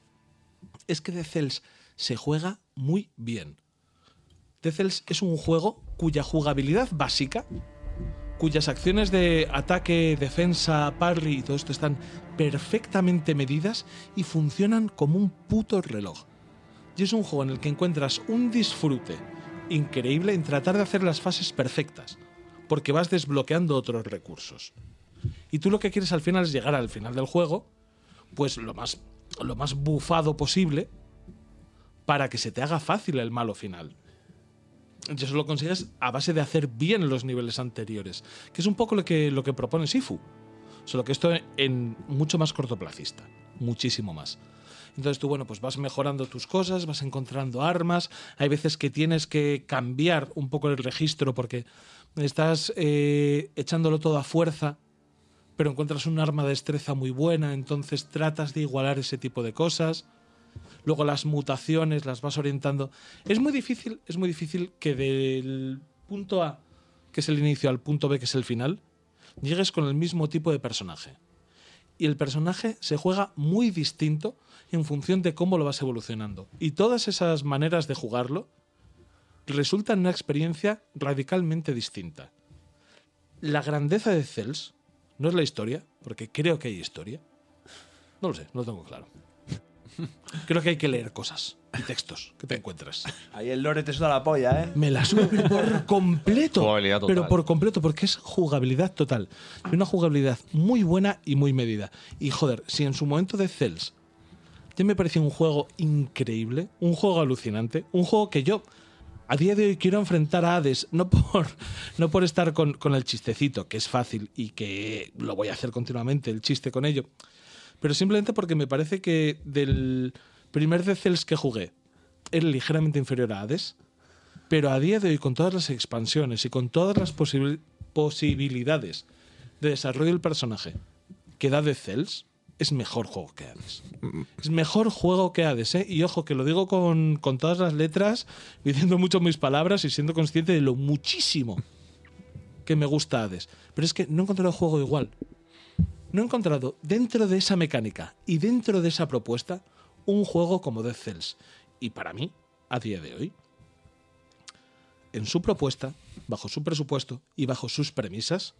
es que The Cells se juega muy bien. The Cells es un juego cuya jugabilidad básica, cuyas acciones de ataque, defensa, parry y todo esto están perfectamente medidas y funcionan como un puto reloj. Y es un juego en el que encuentras un disfrute increíble en tratar de hacer las fases perfectas, porque vas desbloqueando otros recursos. Y tú lo que quieres al final es llegar al final del juego, pues lo más, lo más bufado posible, para que se te haga fácil el malo final. Y eso lo consigues a base de hacer bien los niveles anteriores, que es un poco lo que, lo que propone Sifu. Solo que esto en mucho más cortoplacista, muchísimo más. Entonces tú, bueno, pues vas mejorando tus cosas, vas encontrando armas, hay veces que tienes que cambiar un poco el registro porque estás eh, echándolo todo a fuerza, pero encuentras un arma de destreza muy buena, entonces tratas de igualar ese tipo de cosas luego las mutaciones las vas orientando. Es muy difícil, es muy difícil que del punto A, que es el inicio, al punto B, que es el final, llegues con el mismo tipo de personaje. Y el personaje se juega muy distinto en función de cómo lo vas evolucionando. Y todas esas maneras de jugarlo resultan una experiencia radicalmente distinta. La grandeza de Cells no es la historia, porque creo que hay historia. No lo sé, no lo tengo claro. Creo que hay que leer cosas y textos que te encuentras. Ahí el lore te suda la polla, ¿eh? Me la sube [LAUGHS] por completo. Jugabilidad total. Pero por completo, porque es jugabilidad total. Y una jugabilidad muy buena y muy medida. Y joder, si en su momento de Cells ya me pareció un juego increíble, un juego alucinante, un juego que yo a día de hoy quiero enfrentar a Hades, no por, [LAUGHS] no por estar con, con el chistecito, que es fácil y que lo voy a hacer continuamente, el chiste con ello pero simplemente porque me parece que del primer de Cells que jugué era ligeramente inferior a Hades, pero a día de hoy con todas las expansiones y con todas las posibil- posibilidades de desarrollo del personaje que da de Cells, es mejor juego que Hades. Es mejor juego que Hades, ¿eh? Y ojo, que lo digo con, con todas las letras, [LAUGHS] diciendo mucho mis palabras y siendo consciente de lo muchísimo que me gusta Hades. Pero es que no he encontrado juego igual no he encontrado dentro de esa mecánica y dentro de esa propuesta un juego como Dead Cells. Y para mí, a día de hoy, en su propuesta, bajo su presupuesto y bajo sus premisas,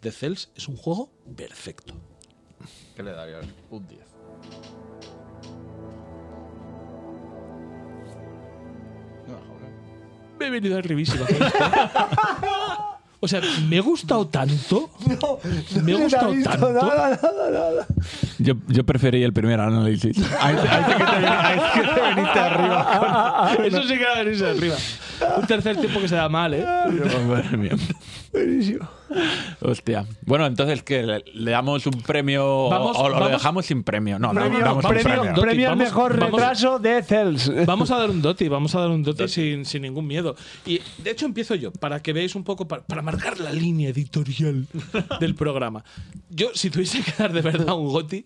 Dead Cells es un juego perfecto. ¿Qué le darías? Un 10. No, joder. Me he venido arribísima con esto. O sea, me he gustado tanto. me he gustado tanto. Yo, yo preferí el [LAUGHS] primer análisis. Ahí- [LAUGHS] ahí sí que te- ahí sí que te veniste arriba. Eso sí que era venirse arriba. Un tercer tiempo que se da mal, ¿eh? Madre mía. Hostia. Bueno, entonces, ¿qué? ¿Le, le damos un premio Vamos, o, o lo vamos. dejamos sin premio? No, Premio, no, damos un premio, premio. Doti, premio al vamos- mejor vamos- retraso de Cells. Vamos a dar un doti, vamos a dar un doti sin, sin ningún miedo. Y de hecho empiezo yo, para que veáis un poco, para, para marcar la línea editorial del programa. Yo, si tuviese que dar de verdad un goti,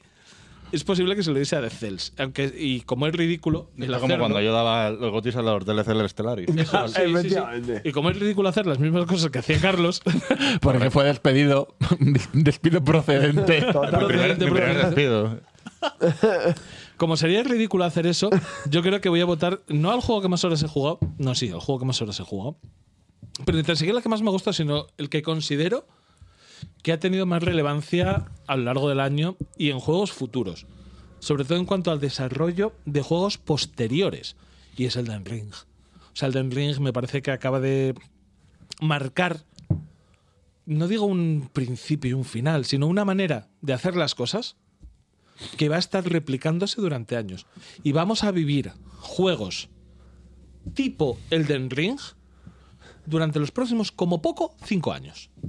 es posible que se lo diese a The Cells. Aunque, y como es ridículo... el Está como hacerlo- cuando yo daba los gotis a los DLC del Stellaris. Eso, sí, sí, sí. Efectivamente. Y como es ridículo hacer las mismas cosas que hacía Carlos, Porque fue despedido. [LAUGHS] Despido [LAUGHS] procedente. Mi primer, mi primer despido. como sería ridículo hacer eso, yo creo que voy a votar no al juego que más horas he jugado, no, sí, al juego que más horas he jugado, pero ni tan siquiera el que más me gusta, sino el que considero que ha tenido más relevancia a lo largo del año y en juegos futuros, sobre todo en cuanto al desarrollo de juegos posteriores, y es el Den Ring. O sea, el Den Ring me parece que acaba de marcar no digo un principio y un final, sino una manera de hacer las cosas que va a estar replicándose durante años. Y vamos a vivir juegos tipo Elden Ring durante los próximos, como poco, cinco años. [LAUGHS]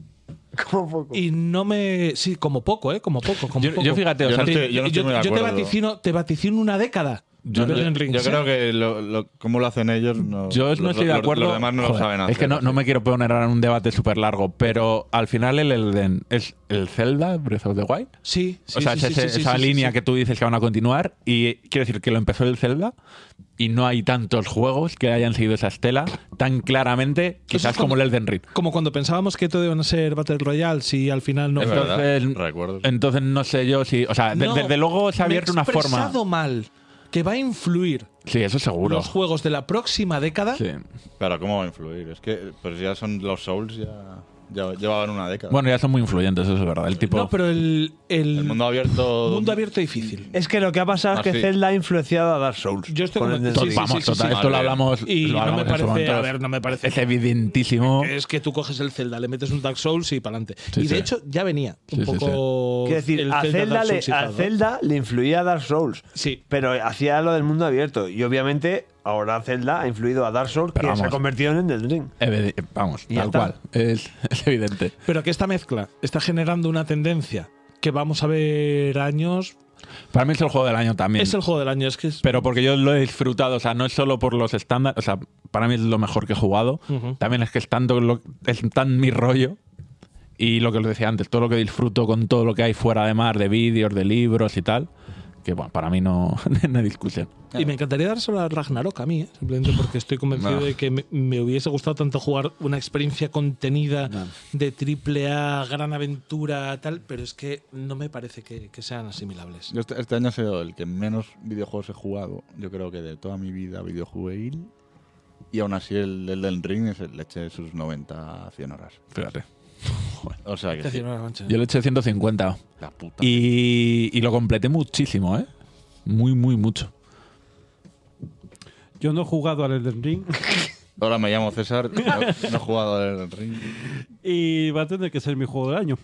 Como poco. Y no me... Sí, como poco, ¿eh? Como poco, como Yo, poco. yo fíjate, o Yo sea, no te- estoy- yo no estoy muy de yo te, acuerdo. vaticino, te vaticino una década Yo, Elden yo- Ring, yo sí. creo que lo, lo- cómo lo hacen ellos no. Yo los- no estoy de los- acuerdo. Los demás no Joder, lo saben hacer. Es que no, no me quiero poner ahora en un debate súper largo, pero al final el Elden es el Zelda, Breath of the Wild. Sí, sí, o sea, sí, sí, es ese- sí, sí, esa sí, línea sí. que tú dices que van a continuar. Y quiero decir que lo empezó el Zelda y no hay tantos juegos que hayan seguido esa estela tan Pues claramente, quizás cuando- como el Elden Ring. Como cuando pensábamos que todo iban a ser Battle Royale, si al final no Es fue. verdad, Entonces- recuerdo. Entonces no sé yo si. O sea, de- No, desde luego se ha me he abierto una forma. expresado mal, que va a influir Sí, eso seguro. los juegos de la próxima década. Sí. Claro, ¿cómo va a influir? Es que pues ya son los Souls, ya, ya llevaban una década. Bueno, ya son muy influyentes, eso es verdad. El tipo. No, pero el, el el mundo abierto. mundo abierto difícil. Es que lo que ha pasado Ah, es que sí. Zelda ha influenciado a Dark Souls. Yo estoy Con con- el Tot- sí, sí, vamos, sí, sí, total, sí. esto lo Vale. hablamos. Y lo no me hablamos en su parece, a momento. ver, no me parece Es evidentísimo. Es que tú coges el Zelda, le metes un Dark Souls y para adelante. Sí, y de sí. hecho ya venía un Sí, sí, poco. Quiero decir, el a Zelda, Dark le, Soulsizado. a Zelda le influía a Dark Souls. Sí. Pero hacía lo del mundo abierto. Y obviamente ahora Zelda ha influido a Dark Souls, Pero que se ha vamos. convertido en Elden Ring. Evide- Vamos, Y tal ya está. cual. Es, [LAUGHS] es evidente. Pero que esta mezcla está generando una tendencia que vamos a ver años. Para mí es el juego del año también. Es el juego del año, es que es. Pero porque yo lo he disfrutado, o sea, no es solo por los estándares, o sea, para mí es lo mejor que he jugado. Ujú. También es que es, tanto lo- es tan mi rollo. Y lo que os decía antes, todo lo que disfruto con todo lo que hay fuera de mar, de vídeos, de libros y tal, que bueno, para mí no, [LAUGHS] no hay discusión. Y me encantaría dárselo a Ragnarok a mí, ¿eh? simplemente porque estoy convencido No. de que me, me hubiese gustado tanto jugar una experiencia contenida de triple A, gran aventura, tal, pero es que no me parece que, que sean asimilables. Yo este, este año ha sido el que menos videojuegos he jugado, yo creo que de toda mi vida videojueguil. Y aún así el, el del Ring es el- le eché sus 90 a 100 horas. Fíjate. O sea que Es sí, decir, no, mancha. Yo le eché 150. la puta. Y, y lo completé muchísimo, ¿eh? Muy, muy, mucho. Yo no he jugado al Elden Ring Ahora me llamo César, no, no he jugado al Elden Ring. y va a tener que ser mi juego del año.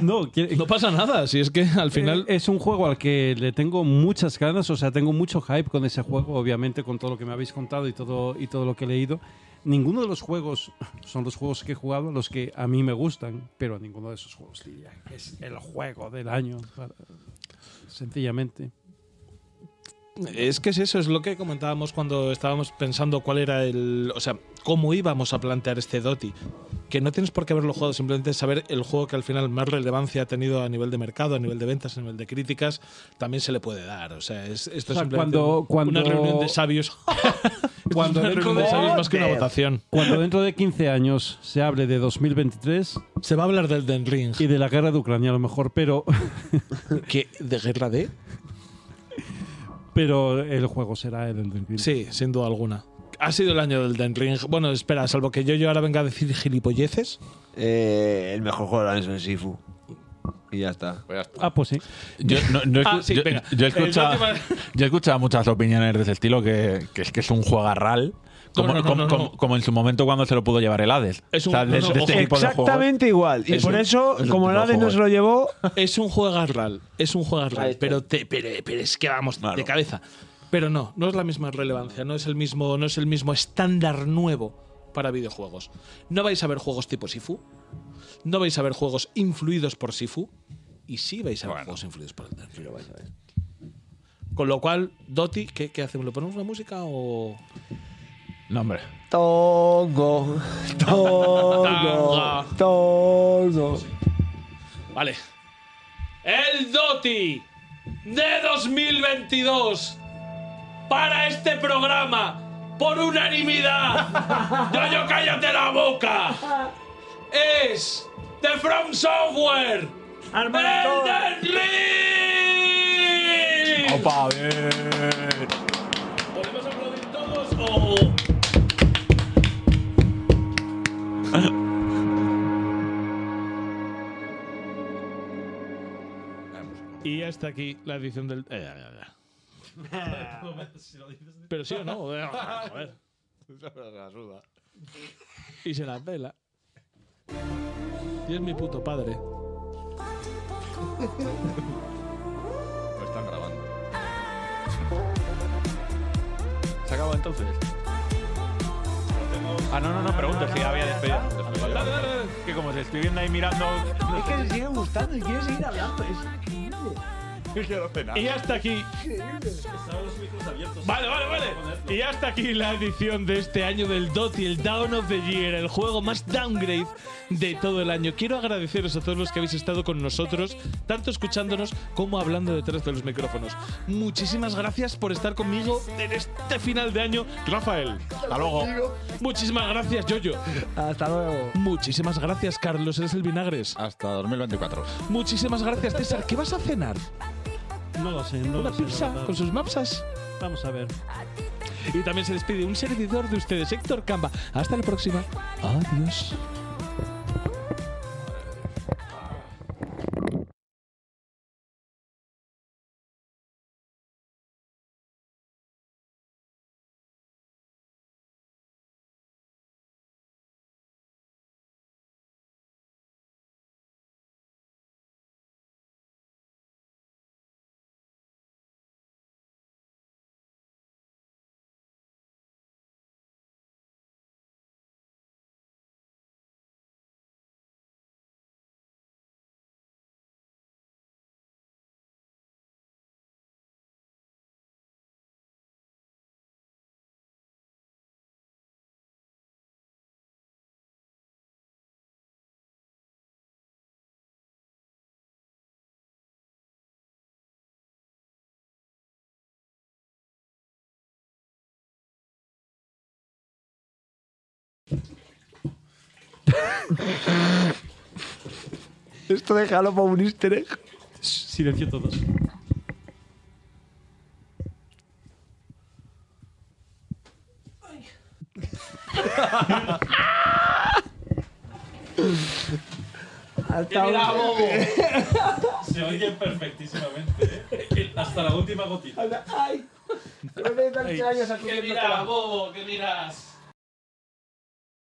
no, quiere- No pasa nada, si es que al final. Eh, es un juego al que le tengo muchas ganas, o sea, tengo mucho hype con ese juego, obviamente con todo lo que me habéis contado y todo y todo lo que he leído. Ninguno de los juegos [LAUGHS] son los juegos que he jugado, los que a mí me gustan, pero ninguno de esos juegos diría que es el juego del año, para- sencillamente. Es que es eso, es lo que comentábamos cuando estábamos pensando cuál era el. O sea, cómo íbamos a plantear este Doti. Que no tienes por qué haberlo jugado, simplemente saber el juego que al final más relevancia ha tenido a nivel de mercado, a nivel de ventas, a nivel de críticas, también se le puede dar. O sea, es, esto O sea, es simplemente cuando- un- cuando- una reunión de [LAUGHS] sabios. Cuando una dentro reunión de de- sabios más que una Joder. votación. Cuando dentro de 15 años se hable de 2023 Se va a hablar del Den Ring. y de la guerra de Ucrania a lo mejor, pero, ¿Qué? ¿De guerra de? pero el juego será el Elden Ring. Sí, sin duda alguna. Ha sido el año del Den Ring. Bueno, espera, salvo que yo, yo ahora venga a decir gilipolleces. Eh, el mejor juego del año es el Sifu. Y ya está. Pues ya está. Ah, pues sí. Yo, no- no he Ah, escu- sí, yo- venga. yo he escuchado, El último- yo he escuchado muchas opiniones de ese estilo que, que es que es un juegarral. Como, no, no, como, no, como- no. como en su momento cuando se lo pudo llevar el Hades. Es un- o sea, de, no, no, de este ojo. tipo de juegos. Exactamente igual. Y Es por un- eso, es un tipo como de el Hades no juego. se lo llevó, Es un juegarral, es un juegarral, pero, te, pero, pero es que vamos de cabeza. Pero no, no es la misma relevancia, no es el mismo, no es el mismo estándar nuevo para videojuegos. No vais a ver juegos tipo Sifu, no vais a ver juegos influidos por Sifu, y sí vais a ver juegos influidos por el Elden Ring. Con lo cual, Doti, ¿qué, qué hacemos? ¿Le ponemos la música o...? No, hombre. [LAUGHS] Tongo, tongo, Tanga. tongo. Vale. El Doti de 2022 para este programa por unanimidad. Yo, yo cállate la boca. Es de From Software. Elden Ring. Opa, bien. ¿Podemos aplaudir todos o.? Y hasta aquí la edición del. eh, eh, eh. Pero sí o no. eh, Joder. Y se la pela. Y es mi puto padre. Lo están grabando. ¿Se acabó entonces? Ah, no, no, no, pregunto si había despedido. Que como se estoy viendo ahí mirando. Es que se sigue gustando y quiere seguir hablando. Es increíble. Yo no sé nada. Y hasta aquí. Vale, vale, vale. Y hasta aquí la edición de este año del DOT y el Down of the Year, el juego más downgrade de todo el año. Quiero agradeceros a todos los que habéis estado con nosotros, tanto escuchándonos como hablando detrás de los micrófonos. Muchísimas gracias por estar conmigo en este final de año, Rafael. Hasta luego. Muchísimas gracias, Yoyo. Hasta luego. Muchísimas gracias, Carlos. Eres el vinagres. Hasta 2024. Muchísimas gracias, César. ¿Qué vas a cenar? No lo sé, no ¿Una lo sé, la pizza verdad. con sus mapsas? Vamos a ver. Y también se despide un servidor de ustedes, Héctor Camba. Hasta la próxima. Adiós. Esto déjalo para un easter egg. Silencio todos. Hasta luego. Se oye perfectísimamente, ¿eh? Hasta la última gotita. Ay, no me dan años aquí. bobo? ¿Qué miras?